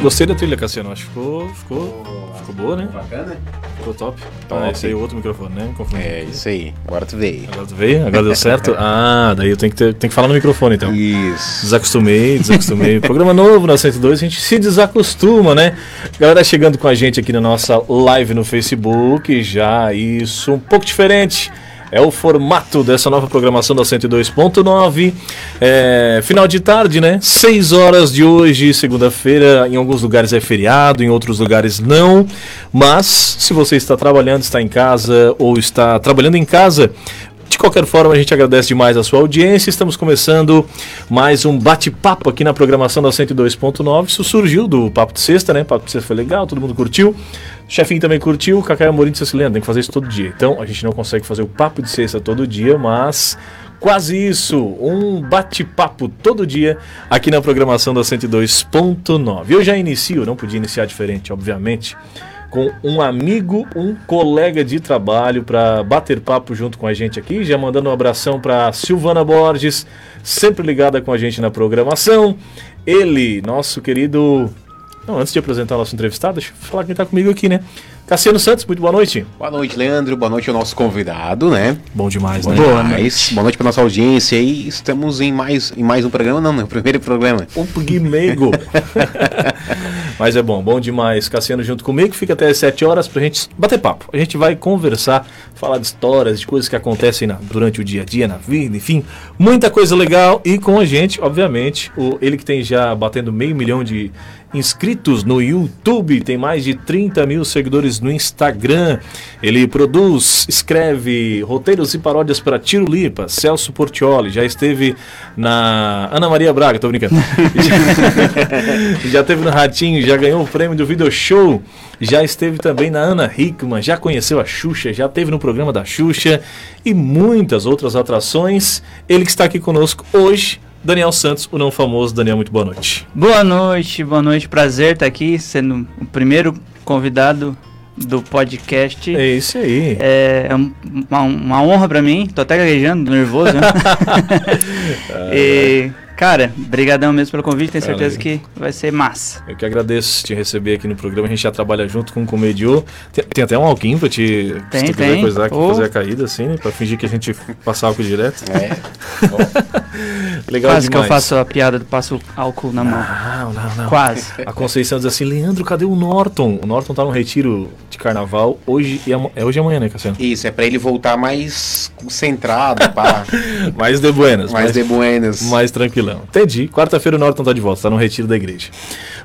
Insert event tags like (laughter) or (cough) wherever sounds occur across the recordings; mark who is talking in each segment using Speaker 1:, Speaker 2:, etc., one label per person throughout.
Speaker 1: Gostei da trilha, Cassiano. Acho que ficou, ficou, ficou boa, né?
Speaker 2: Bacana?
Speaker 1: Ficou top.
Speaker 3: Top.
Speaker 1: Ah, esse aí é o outro microfone, né? Me confundi.
Speaker 3: É isso aí. Agora tu veio.
Speaker 1: Agora tu veio? Agora deu
Speaker 3: (laughs)
Speaker 1: certo? Ah, daí eu tenho que, ter- tenho que falar no microfone então.
Speaker 3: Isso.
Speaker 1: Desacostumei, desacostumei. (laughs) Programa novo na 102, a gente se desacostuma, né? Galera chegando com a gente aqui na nossa live no Facebook, já isso um pouco diferente. É o formato dessa nova programação da 102.9. É, final de tarde, né? 6 horas de hoje, segunda-feira. Em alguns lugares é feriado, em outros lugares não. Mas se você está trabalhando, está em casa ou está trabalhando em casa, de qualquer forma, a gente agradece demais a sua audiência. Estamos começando mais um bate-papo aqui na programação da 102.9. Isso surgiu do Papo de Sexta, né? Papo de Sexta foi legal, todo mundo curtiu. O chefinho também curtiu, o Cacá Amorim disse assim, Leandro, tem que fazer isso todo dia. Então, a gente não consegue fazer o Papo de Sexta todo dia, mas quase isso. Um bate-papo todo dia aqui na programação da 102.9. Eu já inicio, não podia iniciar diferente, obviamente com um amigo, um colega de trabalho para bater papo junto com a gente aqui. Já mandando um abração para Silvana Borges, sempre ligada com a gente na programação. Ele, nosso querido. Não, antes de apresentar o nosso entrevistado, deixa eu falar quem está comigo aqui, né? Cassiano Santos, muito boa noite.
Speaker 3: Boa noite, Leandro. Boa noite ao nosso convidado, né?
Speaker 1: Bom demais,
Speaker 3: Boa noite. Boa noite pra nossa audiência aí. Estamos em mais, em mais um programa, não, no primeiro programa.
Speaker 1: Um guimego. (laughs) Mas é bom, bom demais. Cassiano junto comigo, fica até as 7 horas pra gente bater papo. A gente vai conversar, falar de histórias, de coisas que acontecem na- durante o dia a dia, na vida, enfim. Muita coisa legal. E com a gente, obviamente, o, ele que tem já batendo meio milhão de inscritos no YouTube, tem mais de 30 mil seguidores no Instagram. Ele produz, escreve roteiros e paródias para Tiro Lipa, Celso Portioli, já esteve na Ana Maria Braga, tô brincando. (laughs) já, já esteve no Ratinho, já ganhou o prêmio do Video Show, já esteve também na Ana Hickman, já conheceu a Xuxa, já esteve no programa da Xuxa e muitas outras atrações. Ele que está aqui conosco hoje, Daniel Santos, o não famoso. Daniel, muito boa noite.
Speaker 2: Boa noite, boa noite. Prazer estar aqui, sendo o primeiro convidado do podcast.
Speaker 1: É isso aí.
Speaker 2: É, é um- uma, uma honra pra mim. Tô até gaguejando,
Speaker 1: (laughs)
Speaker 2: nervoso, né?
Speaker 1: Ah,
Speaker 2: e, cara, brigadão mesmo pelo convite. Tenho certeza que vai ser massa.
Speaker 1: Eu que agradeço te receber aqui no programa. A gente já trabalha junto com o Comediô. Tem, tem até um alquim pra te.
Speaker 2: Tem,
Speaker 1: se tu quiser
Speaker 2: tem.
Speaker 1: coisar aqui,
Speaker 2: Ô.
Speaker 1: fazer a caída, assim, né? Pra fingir que a gente passa álcool direto.
Speaker 3: É.
Speaker 1: Legal
Speaker 2: É. Quase que eu
Speaker 1: demais.
Speaker 2: faço a piada do passo álcool na mão.
Speaker 1: Não, não, não.
Speaker 2: Quase. (laughs)
Speaker 1: A Conceição diz assim: Leandro, cadê o Norton? O Norton tá no retiro de carnaval hoje e ama- é hoje e amanhã, né, Cassiano?
Speaker 3: Isso, é pra ele voltar mais concentrado, pá.
Speaker 1: Mais de buenas.
Speaker 3: mais de buenas.
Speaker 1: Mais tranquilão. Entendi. Quarta-feira o Norton tá de volta, tá no retiro da igreja.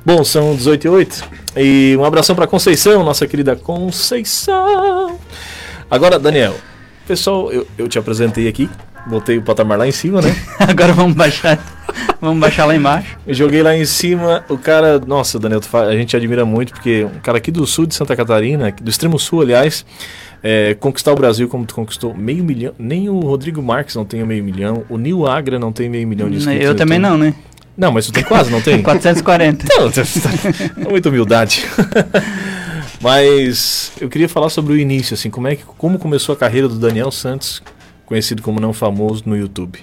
Speaker 1: Bom, são 18 e 8. E um abração pra Conceição, nossa querida Conceição. Agora, Daniel, pessoal, eu, eu te apresentei aqui, botei o patamar lá em cima, né?
Speaker 2: Agora vamos baixar. Vamos baixar lá embaixo.
Speaker 1: Eu joguei lá em cima, o cara. Nossa, Daniel, tu fa- a gente admira muito, porque um cara aqui do sul de Santa Catarina, do extremo sul, aliás, é, conquistar o Brasil como tu conquistou meio milhão. Nem o Rodrigo Marques não tem meio milhão, o Nil Agra não então. tem meio milhão de inscritos.
Speaker 2: Eu
Speaker 1: no
Speaker 2: também
Speaker 1: YouTube.
Speaker 2: não, né?
Speaker 1: Não, mas tu tem quase, não
Speaker 2: (laughs)
Speaker 1: tem?
Speaker 2: 440.
Speaker 1: Não, tá- tá- muita humildade. (laughs) Mas eu queria falar sobre o início, assim, como é que como começou a carreira do Daniel Santos, conhecido como não famoso no YouTube.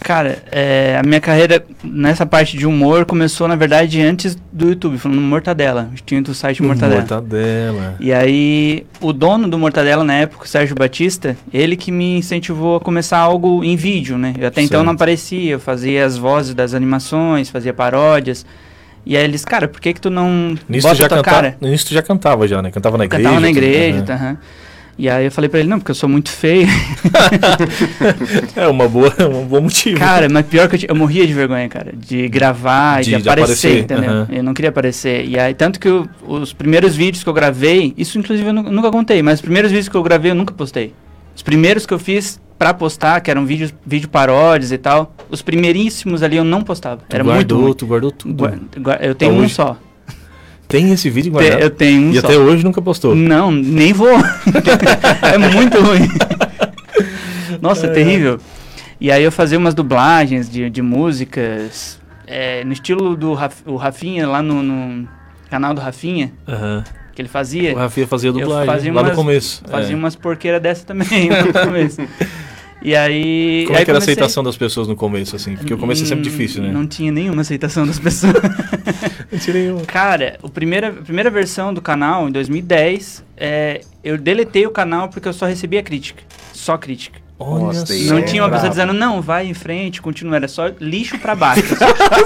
Speaker 2: Cara, é, a minha carreira nessa parte de humor começou, na verdade, antes do YouTube, falando no Mortadela, o extinto site Mortadela.
Speaker 1: Uhum. Mortadela.
Speaker 2: E aí, o dono do Mortadela na época, o Sérgio Batista, ele que me incentivou a começar algo em vídeo, né? Eu até então
Speaker 1: Certo.
Speaker 2: não aparecia, eu fazia as vozes das animações, fazia paródias. E aí eles, cara, por que que tu não
Speaker 1: Nisso tu,
Speaker 2: bota
Speaker 1: já
Speaker 2: a tua
Speaker 1: canta...
Speaker 2: cara?
Speaker 1: Nisso tu já cantava já, né? Cantava na igreja.
Speaker 2: Cantava na
Speaker 1: tudo,
Speaker 2: igreja,
Speaker 1: né?
Speaker 2: tá, aham. E aí eu falei pra ele, não, porque eu sou muito feio.
Speaker 1: É uma boa, (laughs) é um bom motivo.
Speaker 2: tá. Cara, mas pior que eu, ti- eu morria de vergonha, cara, de gravar e
Speaker 1: De-
Speaker 2: de,
Speaker 1: de
Speaker 2: aparecer,
Speaker 1: aparecer,
Speaker 2: entendeu?
Speaker 1: aham.
Speaker 2: Eu não queria aparecer. E aí, tanto que eu- os primeiros vídeos que eu gravei, isso inclusive eu nu- nunca contei, mas os primeiros vídeos que eu gravei eu nunca postei. Os primeiros que eu fiz pra postar, que eram vídeos, vídeo paródias e tal, os primeiríssimos ali eu não postava.
Speaker 1: Tu
Speaker 2: Era
Speaker 1: guardou,
Speaker 2: muito
Speaker 1: tu guardou tudo.
Speaker 2: ruim. Gua- gua- Eu tenho um
Speaker 1: hoje?
Speaker 2: só.
Speaker 1: Tem esse vídeo
Speaker 2: Te-
Speaker 1: guardado.
Speaker 2: Eu tenho um
Speaker 1: e
Speaker 2: só. Hum.
Speaker 1: até hoje nunca postou.
Speaker 2: Não,
Speaker 1: (laughs)
Speaker 2: nem vou. é muito ruim. Nossa, é terrível. E aí eu fazia umas dublagens de, de músicas, é, no estilo do Raf, o Rafinha, lá no, no canal do Rafinha,
Speaker 1: Aham.
Speaker 2: que ele fazia.
Speaker 1: O Rafinha fazia
Speaker 2: Eu
Speaker 1: dublagem
Speaker 2: fazia
Speaker 1: lá no
Speaker 2: umas-
Speaker 1: começo.
Speaker 2: Fazia
Speaker 1: é. (laughs)
Speaker 2: umas porqueiras dessa também. lá no começo. E aí.
Speaker 1: Como é
Speaker 2: aí
Speaker 1: que era a
Speaker 2: comecei-
Speaker 1: aceitação das pessoas no começo, assim? Porque o começo é sempre
Speaker 2: Hum,
Speaker 1: difícil, né?
Speaker 2: Não tinha nenhuma aceitação das pessoas.
Speaker 1: Não tirei um.
Speaker 2: Cara, o primeira, a primeira versão do canal, em 2010, é, eu deletei o canal porque eu só recebia crítica. Só crítica.
Speaker 1: Olha
Speaker 3: Nossa,
Speaker 1: só.
Speaker 3: Isso
Speaker 2: Não
Speaker 3: é
Speaker 2: tinha uma pessoa
Speaker 3: brabo.
Speaker 2: dizendo, não, vai em frente, continua. Era só lixo
Speaker 3: (laughs)
Speaker 2: pra baixo.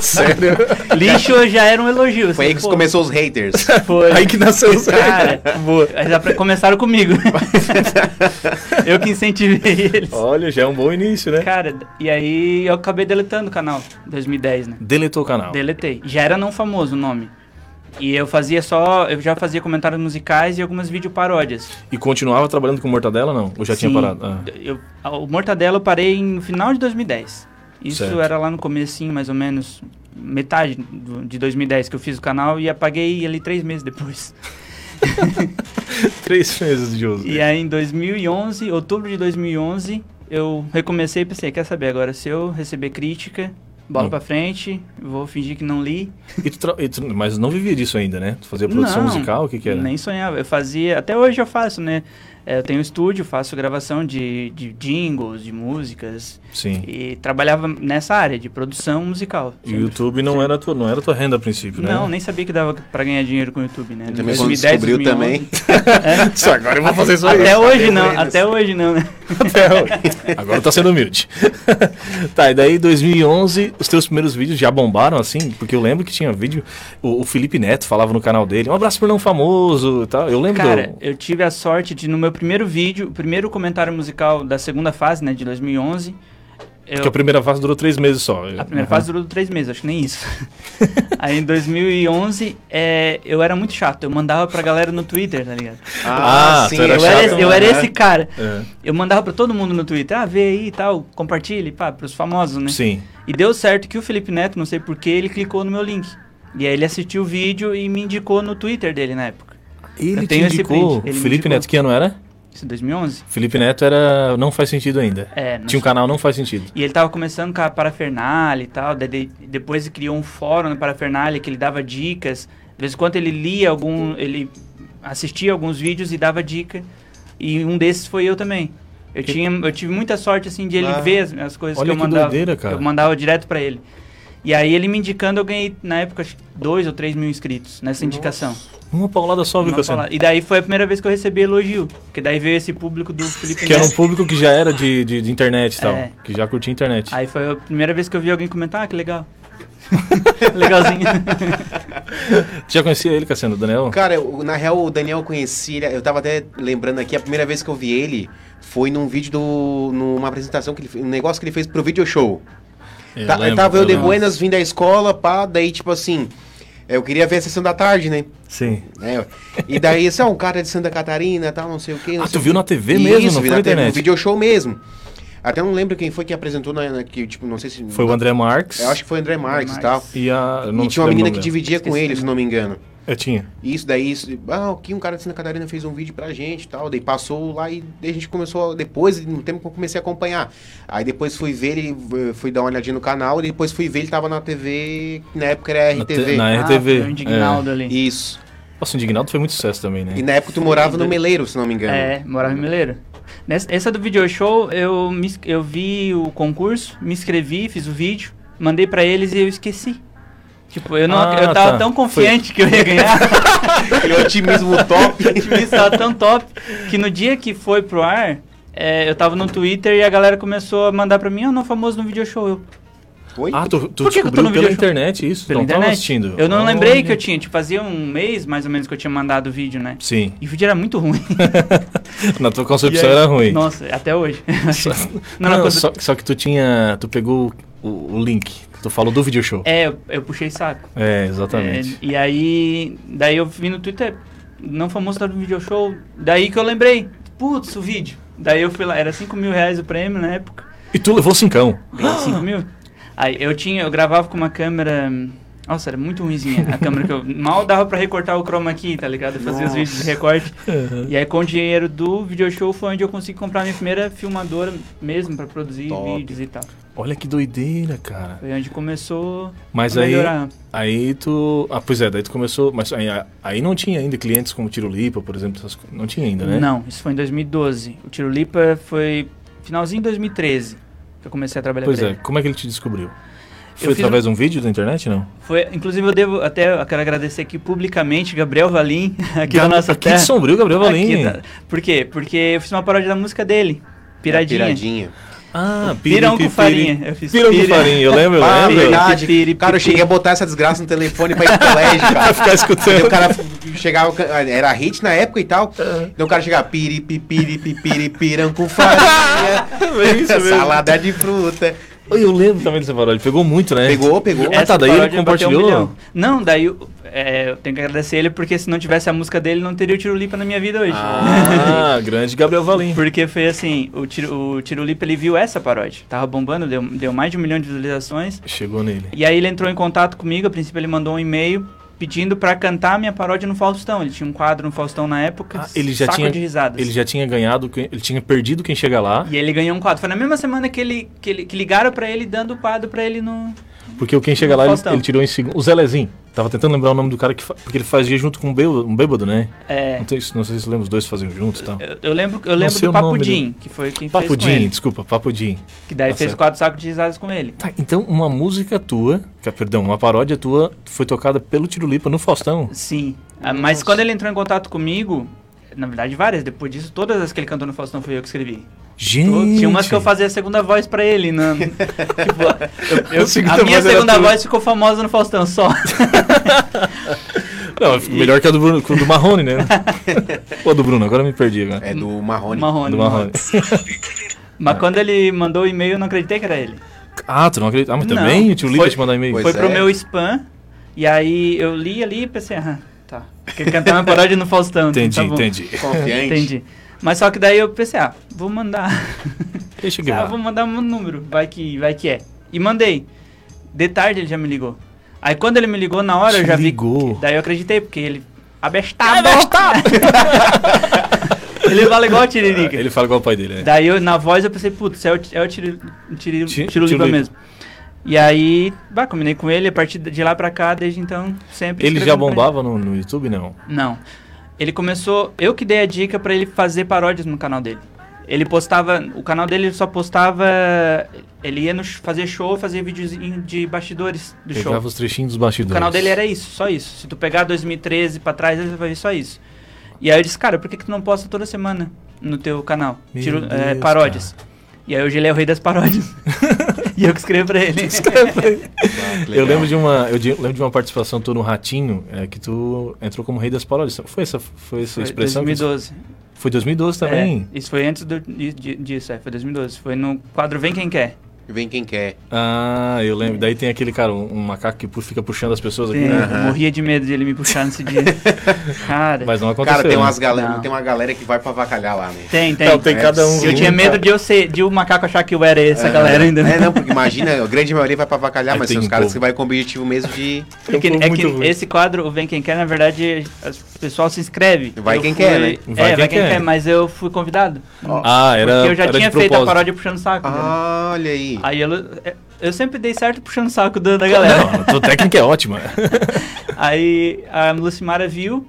Speaker 1: Sério?
Speaker 2: lixo já era um elogio.
Speaker 3: Foi
Speaker 2: assim,
Speaker 3: aí que
Speaker 2: pô,
Speaker 3: começou os haters. (laughs)
Speaker 2: Foi.
Speaker 1: Aí que nasceu o
Speaker 2: Cara, Aí já pre-
Speaker 3: (laughs)
Speaker 2: começaram comigo. eu que incentivei eles.
Speaker 1: Olha, já é um bom início, né?
Speaker 2: Cara, e aí eu acabei deletando o canal, 2010, né?
Speaker 1: Deletou o canal.
Speaker 2: Deletei. Já era não famoso o nome. E eu fazia só. Eu já fazia comentários musicais e algumas videoparódias.
Speaker 1: E continuava trabalhando com mortadela, não? Ou já tinha
Speaker 2: Sim,
Speaker 1: parado? Ah.
Speaker 2: eu- o Mortadela eu parei no final de 2010. Isso
Speaker 1: Certo.
Speaker 2: era lá no comecinho, mais ou menos, metade do- de 2010 que eu fiz o canal e apaguei ele três meses depois.
Speaker 1: Três meses de uso.
Speaker 2: E é- aí em 2011, outubro de 2011, eu recomecei e pensei, quer saber agora, se eu receber crítica, bola
Speaker 1: Não.
Speaker 2: pra frente, vou fingir que não li.
Speaker 1: E tu tra- e tu- Mas não vivia disso ainda, né? Tu fazia produção
Speaker 2: Não,
Speaker 1: musical? O que que era?
Speaker 2: Nem sonhava. Eu fazia, até hoje eu faço, né? É, Eu tenho um estúdio, faço gravação de, de jingles, de músicas,
Speaker 1: Sim.
Speaker 2: E trabalhava nessa área de produção musical.
Speaker 1: E o YouTube não era, tua, não era tua renda a princípio, né? (laughs)
Speaker 2: Não, nem sabia que dava pra ganhar dinheiro com o YouTube, né?
Speaker 3: Também quando
Speaker 2: 2010,
Speaker 3: descobriu
Speaker 2: 2011. (laughs)
Speaker 3: também.
Speaker 1: Só agora eu vou fazer isso aí.
Speaker 2: Até hoje não,
Speaker 3: Até
Speaker 2: até hoje não, né?
Speaker 1: Até hoje. Agora tá sendo humilde. (laughs) tá, e daí 2011, os teus primeiros vídeos já bombaram, assim? Porque eu lembro que tinha vídeo, o, o Felipe Neto falava no canal dele, um abraço por não famoso e tal. Eu lembro
Speaker 2: Cara,
Speaker 1: do...
Speaker 2: eu tive a sorte de no meu primeiro vídeo, o primeiro comentário musical da segunda fase, né, de 2011, eu-
Speaker 1: que a primeira fase durou três meses só.
Speaker 2: a primeira fase durou três meses, acho que nem
Speaker 1: (laughs)
Speaker 2: isso. Aí em 2011, é, eu era muito chato, eu mandava pra galera no Twitter, tá ligado?
Speaker 1: Ah, tu era
Speaker 2: Eu era, esse- eu era
Speaker 3: né?
Speaker 2: esse cara.
Speaker 1: É,
Speaker 2: Eu mandava pra todo mundo no Twitter, ah, vê aí e tal, compartilhe, pá, pros famosos, né?
Speaker 1: Sim.
Speaker 2: E deu certo que o Felipe Neto, não sei porquê, ele clicou no meu link. E aí ele assistiu o vídeo e me indicou no Twitter dele na época.
Speaker 1: Ele
Speaker 2: Eu
Speaker 1: te
Speaker 2: tenho esse
Speaker 1: indicou,
Speaker 2: print, ele me
Speaker 1: Felipe
Speaker 2: indicou.
Speaker 1: Neto, que ano era?
Speaker 2: Isso em 2011?
Speaker 1: Felipe Neto era Não Faz Sentido Ainda.
Speaker 2: É, não
Speaker 1: Tinha um
Speaker 2: sei.
Speaker 1: canal Não Faz Sentido.
Speaker 2: E ele tava começando com a parafernália e tal, daí de- depois ele criou um fórum na parafernália que ele dava dicas. De vez em quando ele lia algum, ele assistia alguns vídeos e dava dica. E um desses foi eu também. Eu, tinha, eu tive muita sorte, assim, de ele
Speaker 3: Ah.
Speaker 2: ver as, as coisas
Speaker 1: Olha
Speaker 2: que eu
Speaker 1: que
Speaker 2: mandava.
Speaker 1: doideira, cara.
Speaker 2: Eu mandava direto pra ele. E aí ele me indicando, eu ganhei, na época, acho que dois ou três mil inscritos nessa indicação.
Speaker 1: Uma paulada só, viu,
Speaker 2: Vamos
Speaker 1: Cassiano?
Speaker 2: falar. E daí foi a primeira vez que eu recebi elogio. Porque daí veio esse público do Felipe
Speaker 1: Que era um
Speaker 2: Neto.
Speaker 1: público que já era de, de, de internet e tal.
Speaker 2: É.
Speaker 1: Que já curtia internet.
Speaker 2: Aí foi a primeira vez que eu vi alguém comentar, ah, que legal. (laughs) Legalzinho.
Speaker 1: (laughs) Tu Já conhecia ele, Cassiano, Daniel?
Speaker 3: Cara, eu- na real, o Daniel eu conheci ele. Eu tava até lembrando aqui, a primeira vez que eu vi ele foi num vídeo do. numa apresentação que ele fez. Um negócio que ele fez pro video show.
Speaker 1: Eu
Speaker 3: Tá-
Speaker 1: É, lembro,
Speaker 3: tava eu, de
Speaker 1: lembro.
Speaker 3: Buenas, vim da escola, pá, daí tipo assim. Eu queria ver a sessão da tarde, né?
Speaker 1: Sim.
Speaker 3: É, e daí, assim, ó, um cara de Santa Catarina, tal, não sei o quê. não
Speaker 1: Ah,
Speaker 3: sei
Speaker 1: tu
Speaker 3: o
Speaker 1: viu
Speaker 3: quê.
Speaker 1: na TV mesmo, não
Speaker 3: vi
Speaker 1: foi na
Speaker 3: TV,
Speaker 1: internet?
Speaker 3: No video show mesmo. Até não lembro quem foi que apresentou na, na- que, tipo, não sei se.
Speaker 1: Foi o André Marques.
Speaker 3: Eu acho que foi o André Marques e tal.
Speaker 1: E, a, eu não
Speaker 3: E tinha uma
Speaker 1: lembro o
Speaker 3: menina
Speaker 1: nome
Speaker 3: que
Speaker 1: dela.
Speaker 3: dividia com
Speaker 2: Esqueci
Speaker 3: ele, se não me engano.
Speaker 1: É, tinha.
Speaker 3: Isso daí, isso, ah, aqui um cara de Santa Catarina fez um vídeo pra gente e tal. Daí passou lá e daí a gente começou, depois, no tempo que eu comecei a acompanhar. Aí depois fui ver ele, eh, fui dar uma olhadinha no canal, e depois fui ver ele tava na TV, que na época era
Speaker 1: Na
Speaker 3: RTV.
Speaker 1: te- na RTV.
Speaker 2: Ah, foi o
Speaker 1: é.
Speaker 2: Indignaldo ali.
Speaker 3: Isso.
Speaker 1: Nossa, o Indignado foi muito sucesso também, né?
Speaker 3: E na época tu morava no Meleiro, se não me engano.
Speaker 2: É, morava em Meleiro. Nessa, essa do video show, eu, me ins- eu vi o concurso, me inscrevi, fiz o vídeo, mandei pra eles e eu esqueci. Tipo, eu, não,
Speaker 1: Ah,
Speaker 2: eu tava
Speaker 1: tá.
Speaker 2: tão confiante que eu ia ganhar.
Speaker 1: (laughs)
Speaker 2: (laughs)
Speaker 3: Aquele (laughs) otimismo top.
Speaker 2: O time estava tão top que no dia que foi pro ar, é, eu tava no Twitter e a galera começou a mandar pra mim, ah, não famoso no video show eu.
Speaker 3: Oi?
Speaker 1: Ah, tu, tu
Speaker 2: Por que que eu tô
Speaker 1: descobriu pela
Speaker 2: no videojogo?
Speaker 1: internet isso?
Speaker 2: Pela
Speaker 1: não Então, tava
Speaker 2: internet.
Speaker 1: assistindo.
Speaker 2: Eu não
Speaker 1: Olha.
Speaker 2: lembrei que eu tinha, tipo, fazia um mês mais ou menos que eu tinha mandado o vídeo, né?
Speaker 1: Sim,
Speaker 2: E o vídeo era
Speaker 1: (laughs)
Speaker 2: muito ruim.
Speaker 1: na tua
Speaker 2: E
Speaker 1: concepção
Speaker 2: aí-
Speaker 1: era ruim.
Speaker 2: Nossa, até hoje. (laughs) Não,
Speaker 1: Não,
Speaker 2: não, quando-
Speaker 1: só, só que tu tinha. Tu pegou o, o link. Tu falou do video show.
Speaker 2: É, eu, eu puxei saco.
Speaker 1: É, exatamente.
Speaker 2: É, e aí, daí eu vi no Twitter, não famoso tá no video show. Daí que eu lembrei, putz, o vídeo. Daí eu fui lá, era 5 mil reais o prêmio na época.
Speaker 1: E tu levou cincão.
Speaker 2: Ganhei
Speaker 1: (gasps)
Speaker 2: 5 mil. Aí eu tinha, eu gravava com uma câmera. hum, Nossa, era muito ruimzinha a câmera
Speaker 1: (laughs)
Speaker 2: que eu. Mal dava pra recortar o chroma aqui, tá ligado? Eu fazia os
Speaker 3: Nossa.
Speaker 2: vídeos de recorte. E aí com o dinheiro do video show foi onde eu consegui comprar minha primeira filmadora mesmo pra produzir
Speaker 3: Top.
Speaker 2: vídeos e tal.
Speaker 1: Olha que doideira, cara.
Speaker 2: Foi onde começou
Speaker 1: Mas
Speaker 2: a
Speaker 1: aí,
Speaker 2: melhorar.
Speaker 1: aí tu. Ah, pois é, daí tu começou. Mas aí, ah, aí não tinha ainda clientes né? como Tirolipa, por exemplo, essas co- não tinha ainda, né?
Speaker 2: Não, isso foi em 2012. O Tirolipa foi finalzinho de 2013 que eu comecei a trabalhar
Speaker 1: Pois
Speaker 2: pra
Speaker 1: é,
Speaker 2: ele.
Speaker 1: como é que ele te descobriu?
Speaker 2: Eu
Speaker 1: Foi
Speaker 2: fiz
Speaker 1: através de um vídeo da internet, não?
Speaker 2: Foi, inclusive eu devo até eu quero agradecer aqui publicamente Gabriel Valim, (laughs) aqui da
Speaker 1: Gabi-
Speaker 2: nossa
Speaker 1: aqui
Speaker 2: terra.
Speaker 1: de Sombrio, Gabriel Valim.
Speaker 2: Aqui da- Por quê? Porque eu fiz uma paródia da música dele,
Speaker 1: É,
Speaker 2: Piradinha.
Speaker 3: Piradinha.
Speaker 1: Ah,
Speaker 2: Pirão com
Speaker 1: piripipiri.
Speaker 2: farinha. Eu fiz
Speaker 1: Pirão com
Speaker 2: pira-
Speaker 1: farinha, eu lembro, eu
Speaker 3: Ah,
Speaker 1: lembro.
Speaker 2: verdade.
Speaker 3: verdade. Cara, eu cheguei a botar essa desgraça no telefone pra ir pro
Speaker 1: (laughs)
Speaker 3: colégio, cara.
Speaker 1: Ficar
Speaker 3: Aí o
Speaker 1: escutando.
Speaker 3: cara chegava, era hit na época e tal.
Speaker 1: É.
Speaker 3: Então o cara chegava, piripi, piripi, piripirão com farinha,
Speaker 1: (laughs) É isso mesmo.
Speaker 3: salada de fruta.
Speaker 1: Eu lembro também dessa paródia. Pegou muito, né?
Speaker 3: Pegou, pegou.
Speaker 1: É. Ah, tá, daí ele
Speaker 2: paródia bateu um
Speaker 1: compartilhou?
Speaker 2: milhão. não, daí eu- é, eu tenho que agradecer ele, porque se não tivesse a música dele, não teria o Tirulipa na minha vida hoje.
Speaker 1: Ah, grande Gabriel Valim.
Speaker 2: Porque foi assim, o, Tiro- o Tirulipa ele viu essa paródia, tava bombando, deu, deu mais de um milhão de visualizações,
Speaker 1: Chegou nele.
Speaker 2: e aí ele entrou em contato comigo, a princípio ele mandou um e-mail pedindo pra cantar a minha paródia no Faustão, ele tinha um quadro no Faustão na época,
Speaker 1: Ah, ele já
Speaker 2: saco
Speaker 1: tinha-
Speaker 2: de risadas.
Speaker 1: Ele já tinha ganhado, quem- ele tinha perdido quem chega lá,
Speaker 2: E ele ganhou um quadro, foi na mesma semana que, ele, que, ele, que ligaram pra ele, dando o quadro pra ele no...
Speaker 1: porque o quem chega lá ele,
Speaker 2: Faustão.
Speaker 1: ele tirou em segundo. O Zelezinho. Tava tentando lembrar o nome do cara que fa- porque ele fazia junto com um bêbado, um bêbado né?
Speaker 2: É,
Speaker 1: Não, tem- não sei se você lembra, os dois faziam juntos e tal.
Speaker 2: eu, eu lembro, eu lembro
Speaker 1: sei
Speaker 2: do
Speaker 1: o nome
Speaker 2: Papudim, que foi quem fez com
Speaker 1: Papudim,
Speaker 2: ele.
Speaker 1: desculpa, Papudim.
Speaker 2: Que daí
Speaker 1: Tá
Speaker 2: fez
Speaker 1: certo.
Speaker 2: quatro sacos de risadas com ele.
Speaker 1: Tá, então uma música tua, que- é, perdão, uma paródia tua foi tocada pelo Tirulipa no Faustão.
Speaker 2: Sim. Ah, Mas quando ele entrou em contato comigo, na verdade várias, depois disso, todas as que ele cantou no Faustão foi eu que escrevi.
Speaker 1: Gente!
Speaker 2: Tinha umas que eu fazia a segunda voz pra ele. Na, tipo,
Speaker 1: (laughs)
Speaker 2: eu- eu-
Speaker 1: A segunda
Speaker 2: a minha
Speaker 1: voz era
Speaker 2: segunda
Speaker 1: tua.
Speaker 2: voz ficou famosa no Faustão
Speaker 1: (laughs)
Speaker 2: só.
Speaker 1: Não, ficou melhor que a do, Bruno, que a do Marrone,
Speaker 2: (laughs)
Speaker 1: né? Ou do Bruno, agora eu me perdi agora.
Speaker 3: É do Marrone.
Speaker 2: Marrone.
Speaker 1: do Marrone.
Speaker 2: Mas quando ele mandou o e-mail, eu não acreditei que era ele.
Speaker 1: Ah, tu não acredita? Ah, mas
Speaker 2: Não,
Speaker 1: também o tio Lipa
Speaker 2: foi-
Speaker 1: te mandar e-mail.
Speaker 3: Pois
Speaker 2: Foi pro
Speaker 3: é.
Speaker 2: meu spam, e aí eu li ali e pensei, ah, tá. Quer cantar uma paródia no Faustão.
Speaker 1: Entendi,
Speaker 2: tá bom.
Speaker 1: entendi.
Speaker 3: Confiante.
Speaker 2: Entendi. Mas só que daí eu pensei, ah, vou mandar.
Speaker 1: (laughs) Deixa eu
Speaker 2: Ah,
Speaker 1: gravar.
Speaker 2: vou mandar um número, vai que, vai que é. E mandei. De tarde ele já me ligou. Aí quando ele me ligou na hora, eu
Speaker 1: Te
Speaker 2: já vi.
Speaker 1: ligou.
Speaker 2: que- Daí eu acreditei, porque ele. Abestado! (laughs) ele fala igual
Speaker 1: (laughs)
Speaker 2: o
Speaker 1: Ah,
Speaker 2: Tiririca.
Speaker 1: Ele fala igual o pai dele, né?
Speaker 2: Daí eu, na voz eu pensei, putz, é o, ti- é o tiri, tiri,
Speaker 1: Ti-
Speaker 2: Tirulipa
Speaker 1: Tirulipa.
Speaker 2: mesmo. E aí, bah, combinei com ele, a partir de lá pra cá, desde então, sempre.
Speaker 1: Ele já
Speaker 2: escrevendo pra
Speaker 1: bombava no, no YouTube, não?
Speaker 2: não. Ele começou. Eu que dei a dica pra ele fazer paródias no canal dele. Ele postava. O canal dele só postava. Ele ia no, sh- fazer show, fazia videozinho de bastidores do
Speaker 1: Pegava
Speaker 2: show.
Speaker 1: os trechinhos dos
Speaker 2: O
Speaker 1: bastidores.
Speaker 2: canal
Speaker 1: (laughs)
Speaker 2: dele era isso, só isso. Se tu pegar 2013 pra trás, ele vai ver só isso. E aí eu disse, cara, por que, que tu não posta toda semana no teu canal?
Speaker 1: Meu
Speaker 2: Tiro, é,
Speaker 1: Deus,
Speaker 2: paródias. E aí hoje ele é o rei
Speaker 1: (laughs)
Speaker 2: das paródias. e eu que escrevo pra ele. (laughs)
Speaker 3: Ah,
Speaker 1: Eu lembro de uma, eu de- lembro de uma participação tua no Ratinho, é, que tu entrou como rei das paródias. Foi essa, foi essa
Speaker 2: Foi
Speaker 1: expressão? que-
Speaker 2: 2012.
Speaker 1: Foi 2012 também?
Speaker 2: É, isso foi antes do, di- di- disso, é, foi 2012. Foi no quadro Vem Quem Quer.
Speaker 3: Vem quem quer.
Speaker 1: Ah, eu lembro. Daí tem aquele cara, um, um macaco que pu- fica puxando as pessoas aqui,
Speaker 2: Tem-
Speaker 1: né?
Speaker 3: Aham.
Speaker 2: Morria de medo de ele me puxar nesse
Speaker 3: (laughs)
Speaker 2: dia. Cara,
Speaker 1: Mas não aconteceu.
Speaker 3: Cara, tem,
Speaker 1: né?
Speaker 3: umas galera,
Speaker 2: Não.
Speaker 3: tem uma galera que vai pra vacalhar lá, né?
Speaker 2: tem, tem.
Speaker 1: Não, tem
Speaker 3: É
Speaker 1: cada um.
Speaker 3: possível,
Speaker 2: Eu tinha medo de eu ser, de o macaco achar que eu era essa galera ainda. né?
Speaker 3: É, não, porque imagina, a grande maioria vai pra vacalhar,
Speaker 1: É,
Speaker 3: mas
Speaker 1: tem
Speaker 3: são os
Speaker 1: um
Speaker 3: caras
Speaker 1: povo.
Speaker 3: que vai com o objetivo mesmo de.
Speaker 2: É que,
Speaker 1: um povo
Speaker 2: é
Speaker 1: muito
Speaker 2: que
Speaker 1: ruim.
Speaker 2: esse quadro, o Vem Quem Quer, na verdade, as- o pessoal se inscreve.
Speaker 3: Vai
Speaker 2: Eu
Speaker 3: quem
Speaker 2: fui-
Speaker 3: quer, né?
Speaker 1: Vai
Speaker 2: é,
Speaker 1: quem
Speaker 2: vai quem
Speaker 1: quer.
Speaker 2: quer. mas eu fui convidado.
Speaker 3: Ó.
Speaker 1: Ah, era.
Speaker 2: porque eu já
Speaker 1: era
Speaker 2: tinha
Speaker 1: de
Speaker 2: feito a
Speaker 1: propósito.
Speaker 2: paródia puxando saco. né?
Speaker 3: Ah, olha aí.
Speaker 2: Aí eu, é, eu sempre dei certo puxando saco da, da galera.
Speaker 1: Não, a tua técnica é ótima.
Speaker 2: (laughs) Aí a Lucimara viu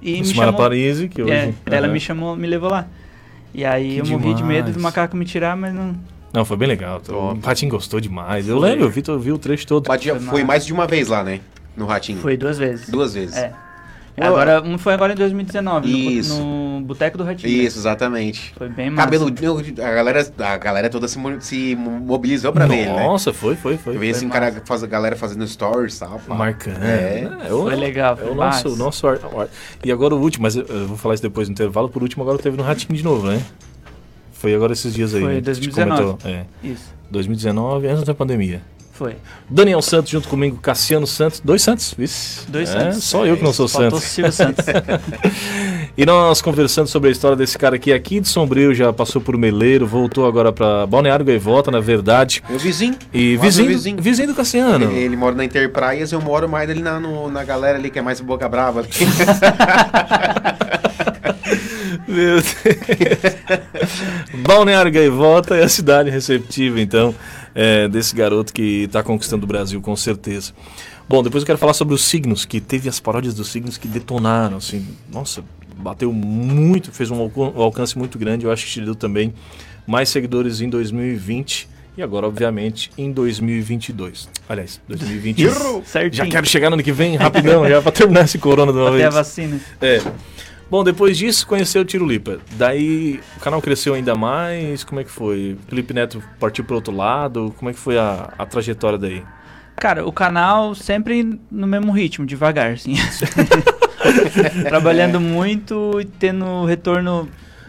Speaker 2: e
Speaker 1: Simara
Speaker 2: me chamou.
Speaker 1: Parisi, que hoje.
Speaker 2: É, daí ela
Speaker 1: Aham.
Speaker 2: me chamou, me levou lá. E
Speaker 1: Que
Speaker 2: aí eu morri de medo do
Speaker 1: demais.
Speaker 2: macaco me tirar, mas não.
Speaker 1: Não, foi bem legal.
Speaker 3: Top.
Speaker 1: O Patinho gostou demais. Eu
Speaker 2: Foi.
Speaker 1: lembro, o Vitor viu o trecho todo.
Speaker 3: Mas já
Speaker 2: Foi
Speaker 3: foi
Speaker 2: mais-
Speaker 3: mais de uma vez lá, né? No Ratinho.
Speaker 2: Foi duas vezes.
Speaker 3: Duas vezes.
Speaker 2: É.
Speaker 3: Ué.
Speaker 2: Agora, um foi agora em 2019, no-
Speaker 3: Isso.
Speaker 2: no, Boteco do Ratinho. né?
Speaker 3: Isso, exatamente.
Speaker 2: Foi bem massa.
Speaker 3: Cabeludinho, a galera, a galera toda se, mo- se mobilizou pra ver ele, né?
Speaker 1: Nossa, foi, foi, foi.
Speaker 3: Eu vi assim, o cara, faz, a galera fazendo stories e tal. pá.
Speaker 1: Marcando.
Speaker 3: É.
Speaker 1: né? É o-
Speaker 2: Foi legal,
Speaker 1: É
Speaker 2: foi
Speaker 1: o nosso,
Speaker 2: massa.
Speaker 1: o nosso ar, ar- E agora o último, mas eu, eu vou falar isso depois no intervalo. Por último, agora teve no Ratinho de novo, né? Foi agora esses dias aí.
Speaker 2: Foi
Speaker 1: né, que a gente
Speaker 2: 2019.
Speaker 1: comentou. É,
Speaker 2: Isso,
Speaker 1: 2019, antes da pandemia.
Speaker 2: foi.
Speaker 1: Daniel Santos junto comigo, Cassiano Santos. Dois Santos, isso.
Speaker 2: Dois
Speaker 1: é,
Speaker 2: Santos.
Speaker 1: Só eu que não sou
Speaker 2: Faltou
Speaker 1: Santos.
Speaker 2: o Silvio
Speaker 3: (laughs)
Speaker 2: Santos.
Speaker 1: E nós conversando sobre a história desse cara aqui, aqui de Sombrio, já passou por Meleiro, voltou agora pra Balneário Gaivota, na verdade.
Speaker 3: Meu vizinho.
Speaker 1: E
Speaker 3: Quase
Speaker 1: vizinho,
Speaker 3: vizinho. É,
Speaker 1: vizinho. do Cassiano.
Speaker 3: Ele, ele mora na Interpraias, eu moro mais ali na, no- na galera ali que é mais boca brava.
Speaker 2: (laughs)
Speaker 3: ali.
Speaker 1: Meu Deus. (laughs) Balneário Gaivota é a cidade receptiva, então, é, desse garoto que está conquistando o Brasil, com certeza. Bom, depois eu quero falar sobre os signos, que teve as paródias dos signos que detonaram, assim, nossa, bateu muito, fez um, alcan- um alcance muito grande, eu acho que te deu também mais seguidores em 2020 e agora, obviamente, em 2022. Aliás, 2020.
Speaker 2: Certinho.
Speaker 1: um. já quero chegar no ano que vem, rapidão, já pra terminar esse corona de uma
Speaker 2: Até a
Speaker 1: vez.
Speaker 2: vacina.
Speaker 1: É. Bom, depois disso, conheceu o Tirulipa. Daí o canal cresceu ainda mais. Como é que foi? Felipe Neto partiu pro outro lado. Como é que foi a, a trajetória daí?
Speaker 2: Cara, o canal sempre no mesmo ritmo, devagar, assim. (laughs) Trabalhando muito e tendo retorno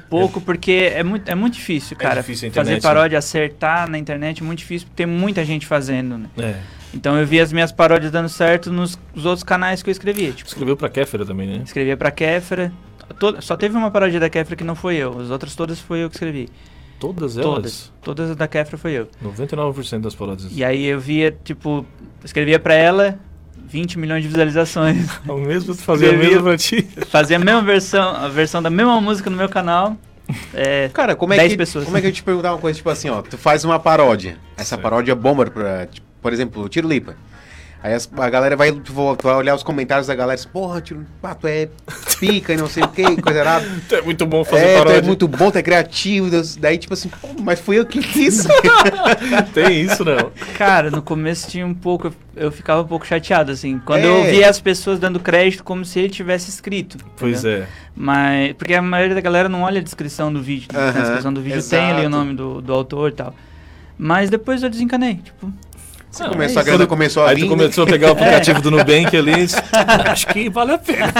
Speaker 2: pouco, porque é muito, é muito difícil, cara.
Speaker 1: difícil a
Speaker 2: fazer
Speaker 1: internet,
Speaker 2: paródia, acertar na internet é muito difícil, porque tem muita gente fazendo, né?
Speaker 1: É.
Speaker 2: Então eu vi as minhas paródias dando certo nos, nos outros canais que eu escrevia. Tipo,
Speaker 1: Escreveu pra Kéfera também, né?
Speaker 2: escrevia pra Kéfera. to- só teve uma paródia da Kéfera que não foi eu. As outras todas foi eu que escrevi.
Speaker 1: Todas
Speaker 2: Todas.
Speaker 1: elas.
Speaker 2: Todas as da Kéfera foi eu.
Speaker 1: 99% das palavras.
Speaker 2: E aí eu via, tipo, escrevia pra ela 20 milhões de visualizações.
Speaker 1: O mesmo tu fazia
Speaker 2: Escrevia.
Speaker 1: mesmo pra ti.
Speaker 2: Fazia a mesma versão, a versão da mesma música no meu canal. É,
Speaker 3: Cara, como é,
Speaker 2: 10
Speaker 3: que,
Speaker 2: pessoas.
Speaker 3: como é que eu te perguntar uma coisa, tipo assim, ó, tu faz uma paródia. Essa
Speaker 1: Certo.
Speaker 3: paródia bomba, pra, tipo, por exemplo, o Tiro Lipa. Aí as- a galera vai, tu vo- tu vai olhar os comentários da galera e diz, porra, Tiro Lipa, tu é pica e não sei o que, coisa errada.
Speaker 1: Tu (laughs) é muito bom fazer
Speaker 3: É, tu
Speaker 1: paródia.
Speaker 3: é muito bom, tu é criativo. Deus- Daí, tipo assim, pô, mas fui eu que quis.
Speaker 1: Tem isso, né? não.
Speaker 2: cara, no começo tinha um pouco, eu- eu ficava um pouco chateado, assim. Quando eu
Speaker 3: É.
Speaker 2: via as pessoas dando crédito como se ele tivesse escrito.
Speaker 1: Pois é.
Speaker 2: Mas, porque a maioria da galera não olha a descrição do vídeo. né?
Speaker 3: Aham,
Speaker 2: na descrição do vídeo tem ali
Speaker 3: exato.
Speaker 2: o nome do, do autor e tal. Mas depois eu desencanei, tipo...
Speaker 1: Você
Speaker 3: começou, a grana começou a
Speaker 1: Aí tu
Speaker 3: vir. né?
Speaker 1: começou a pegar o aplicativo
Speaker 3: (laughs)
Speaker 1: do Nubank ali. Acho que vale a pena.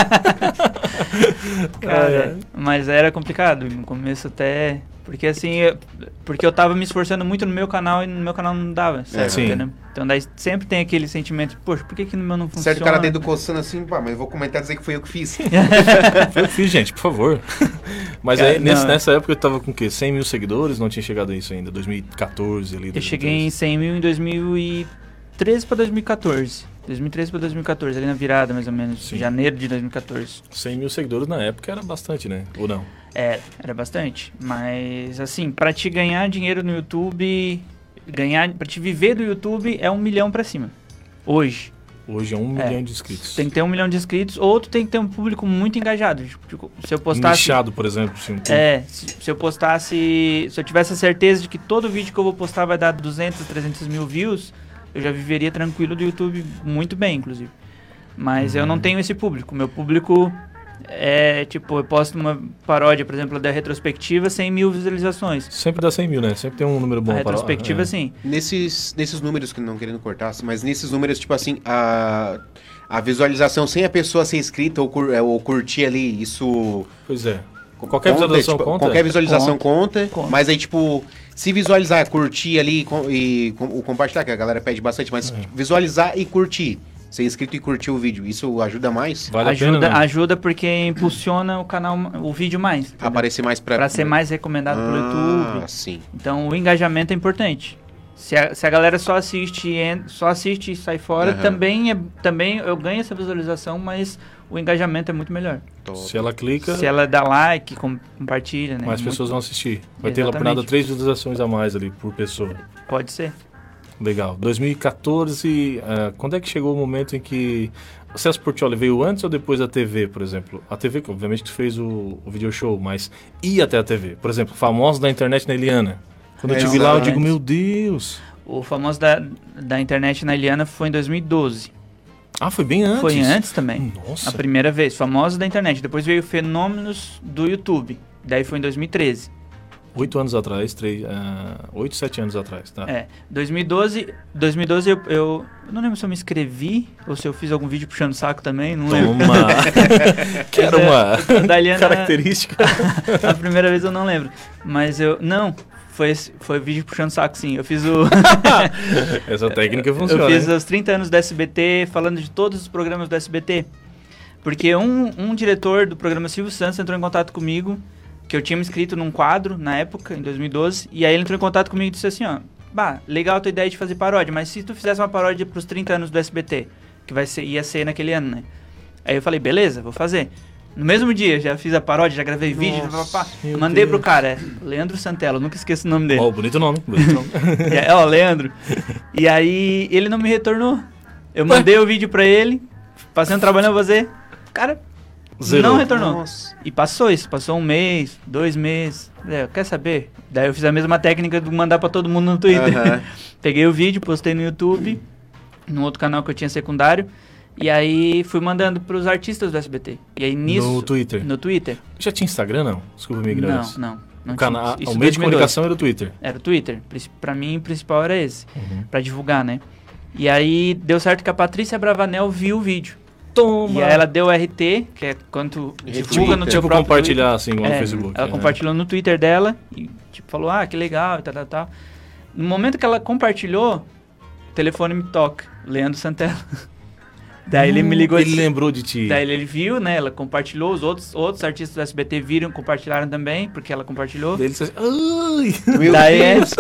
Speaker 1: É.
Speaker 2: Cara, mas era complicado no começo até... Porque assim, eu- porque eu tava me esforçando muito no meu canal e no meu canal não
Speaker 3: É.
Speaker 2: dava, certo?
Speaker 1: Sim.
Speaker 2: entendeu? Então daí sempre tem aquele sentimento, poxa, por que que no meu não funciona?
Speaker 3: Certo, o cara dentro coçando assim, pá, mas eu vou comentar e dizer que fui eu que fiz.
Speaker 1: Foi o que fiz, gente, por favor. (laughs) É, Mas
Speaker 2: Cara,
Speaker 1: aí, nesse-
Speaker 2: não.
Speaker 1: nessa época eu tava com o quê? 100 mil seguidores? Não tinha chegado a isso ainda. 2014 ali.
Speaker 2: Eu cheguei em 100 mil em 2013 pra 2014. 2013 pra 2014, ali na virada mais ou menos,
Speaker 1: Sim.
Speaker 2: janeiro de 2014.
Speaker 1: 100 mil seguidores na época era bastante, né? Ou não?
Speaker 2: É, era bastante. Mas, assim, pra te ganhar dinheiro no YouTube, ganhar, pra te viver do YouTube é um milhão pra cima. Hoje.
Speaker 1: Hoje é um
Speaker 2: É.
Speaker 1: milhão de inscritos.
Speaker 2: Tem que ter um milhão de inscritos, ou tu tem que ter um público muito engajado. Tipo, se eu postasse.
Speaker 1: Um Nichado, por exemplo. Assim, um-
Speaker 2: É, se se eu postasse. Se eu tivesse a certeza de que todo vídeo que eu vou postar vai dar 200, 300 mil views, eu já viveria tranquilo do YouTube muito bem, inclusive. Mas eu não
Speaker 1: Uhum.
Speaker 2: tenho esse público. Meu público é tipo, eu posto uma paródia, por exemplo, da retrospectiva, 100 mil visualizações.
Speaker 1: Sempre dá 100 mil, né? Sempre tem um número bom
Speaker 2: a
Speaker 1: para
Speaker 2: retrospectiva,
Speaker 1: é.
Speaker 2: sim.
Speaker 3: Nesses, nesses números, que não querendo cortar, assim, mas nesses números, tipo assim, a, a visualização sem a pessoa ser inscrita ou, cur- é, ou curtir ali, isso. tipo,
Speaker 1: Pois é. Qualquer visualização conta?
Speaker 3: Qualquer visualização conta,
Speaker 2: Conta.
Speaker 3: Mas aí, tipo, se visualizar, curtir ali com- e com- o compartilhar, que a galera pede bastante, mas visualizar e curtir. Ser inscrito e curtir o vídeo, isso ajuda mais?
Speaker 1: Vale
Speaker 2: ajuda,
Speaker 1: a pena. né?
Speaker 2: ajuda porque impulsiona o canal, o vídeo mais.
Speaker 3: Pra aparecer mais pra.
Speaker 2: Para ser mais recomendado pelo YouTube.
Speaker 3: Ah, sim.
Speaker 2: Então o engajamento é importante. Se a, se a galera só assiste, e en- só assiste e sai fora,
Speaker 3: Aham.
Speaker 2: também, é, também eu ganho essa visualização, mas o engajamento é muito melhor.
Speaker 3: Tô-
Speaker 1: Se ela clica,
Speaker 2: Se ela dá like, com- compartilha, né?
Speaker 1: mais
Speaker 2: Muito-
Speaker 1: pessoas vão assistir. Vai ter lá por nada
Speaker 2: Exatamente.
Speaker 1: três visualizações a mais ali por pessoa.
Speaker 2: Pode ser.
Speaker 1: Legal. 2014, ah, quando é que chegou o momento em que o Celso Portioli veio antes ou depois da TV, por exemplo? A TV, que obviamente tu fez o, o video show, mas ia até a TV. Por exemplo, famosos da internet na Eliana. Quando eu
Speaker 3: É,
Speaker 1: te vi lá, eu
Speaker 2: exatamente.
Speaker 1: digo, meu Deus.
Speaker 2: O famoso da, da internet na Eliana foi em 2012.
Speaker 1: Ah, foi bem antes. Hum,
Speaker 2: Foi antes Ah, também.
Speaker 1: Nossa.
Speaker 2: A primeira vez, famosa da internet. Depois veio Fenômenos do YouTube. Daí foi em 2013.
Speaker 1: Oito anos atrás, três, ah, oito, sete anos atrás, tá?
Speaker 2: É, 2012, 2012 eu, eu- eu não lembro se eu me inscrevi ou se eu fiz algum vídeo puxando saco também, não lembro. é,
Speaker 1: Toma. (laughs) Quero uma
Speaker 2: Da Eliana-
Speaker 1: característica.
Speaker 2: (laughs) A primeira vez eu não lembro. Mas eu. Não, foi, esse- foi vídeo puxando saco, sim. Eu fiz o.
Speaker 1: Essa técnica funciona.
Speaker 2: eu fiz
Speaker 1: né?
Speaker 2: os 30 anos do SBT falando de todos os programas do SBT. Porque um, um diretor do programa Silvio Santos entrou em contato comigo, que eu tinha me inscrito num quadro na época, em 2012, e aí ele entrou em contato comigo e disse assim, ó. Bah, legal a tua ideia de fazer paródia, mas se tu fizesse uma paródia pros 30 anos do SBT, que vai ser, ia ser naquele ano, né? Aí eu falei, beleza, vou fazer. No mesmo dia, já fiz a paródia, já gravei vídeo,
Speaker 3: Nossa,
Speaker 2: papapá.
Speaker 1: meu
Speaker 2: mandei pro
Speaker 1: Deus.
Speaker 2: cara, é Leandro Santello, nunca esqueço o nome dele.
Speaker 1: Ó, bonito nome. Bonito nome. (laughs)
Speaker 2: (laughs) E aí, ó, Leandro. E aí ele não me retornou. Eu mandei o vídeo pra ele, passei um trabalho pra fazer. Cara,
Speaker 1: Zerou.
Speaker 2: Não retornou.
Speaker 3: Nossa.
Speaker 2: E passou isso, passou um mês, dois meses. É, quer saber? Daí eu fiz a mesma técnica de mandar pra todo mundo no Twitter.
Speaker 3: Aham.
Speaker 2: (laughs) Peguei o vídeo, postei no YouTube, num outro canal que eu tinha secundário. E aí fui mandando pros artistas do SBT. E aí nisso.
Speaker 1: No Twitter.
Speaker 2: No Twitter?
Speaker 1: Já tinha Instagram, não? Desculpa a minha
Speaker 2: Não,
Speaker 1: ignorância.
Speaker 2: não. não
Speaker 1: o,
Speaker 2: tinha.
Speaker 1: cana...
Speaker 2: Isso é
Speaker 1: o
Speaker 2: em
Speaker 1: meio de
Speaker 2: 2012.
Speaker 1: comunicação era o Twitter.
Speaker 2: Era o Twitter. Princi- Pra mim, o principal era esse. Pra divulgar, né? E aí deu certo que a Patrícia Bravanel viu o vídeo.
Speaker 1: Toma!
Speaker 2: E aí ela deu RT, que é quando tu
Speaker 3: Retweet,
Speaker 2: divulga no
Speaker 3: né?
Speaker 2: teu
Speaker 1: tipo,
Speaker 2: próprio
Speaker 1: compartilhar assim, igual
Speaker 2: Twitter.
Speaker 1: no
Speaker 2: É,
Speaker 1: Facebook.
Speaker 2: Ela
Speaker 1: né?
Speaker 2: compartilhou no Twitter dela e tipo, falou, ah, que legal e tal, tal, tal. No momento que ela compartilhou, o telefone me toca, Leandro Santella. (laughs) Daí ele me ligou
Speaker 1: Hum,
Speaker 2: e
Speaker 1: Ele
Speaker 2: disse-
Speaker 1: lembrou de ti.
Speaker 2: Daí ele viu, né? Ela compartilhou, os outros, outros artistas do SBT viram, compartilharam também, porque ela compartilhou.
Speaker 1: Daí ele disse assim, "Ai". (laughs)
Speaker 3: Meu
Speaker 2: daí, é-
Speaker 3: Deus.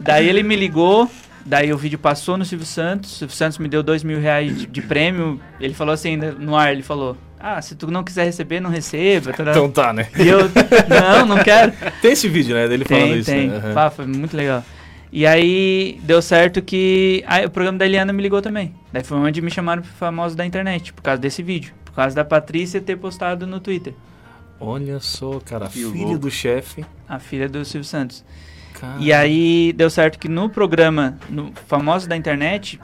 Speaker 2: (laughs) daí ele me ligou, daí o vídeo passou no Silvio Santos, o Silvio Santos me deu dois mil reais de, de prêmio, ele falou assim, né, no ar, ele falou, ah, se tu não quiser receber, não receba, tará.
Speaker 1: Então tá,
Speaker 2: (laughs)
Speaker 1: né?
Speaker 2: e eu, não, não quero.
Speaker 1: Tem esse vídeo, né? Dele (laughs) falando
Speaker 2: Tem,
Speaker 1: isso.
Speaker 2: tem,
Speaker 1: Né? Aham.
Speaker 2: Pá, foi muito legal. E aí, deu certo que aí, o programa da Eliana me ligou também. Daí foi onde me chamaram pro famoso da internet, por causa desse vídeo. Por causa da Patrícia ter postado no Twitter.
Speaker 1: Olha só, cara.
Speaker 3: Que
Speaker 1: Filho
Speaker 3: louco.
Speaker 1: do chefe.
Speaker 2: A filha do Silvio Santos.
Speaker 1: Cara.
Speaker 2: E aí deu certo que no programa, no famoso da internet,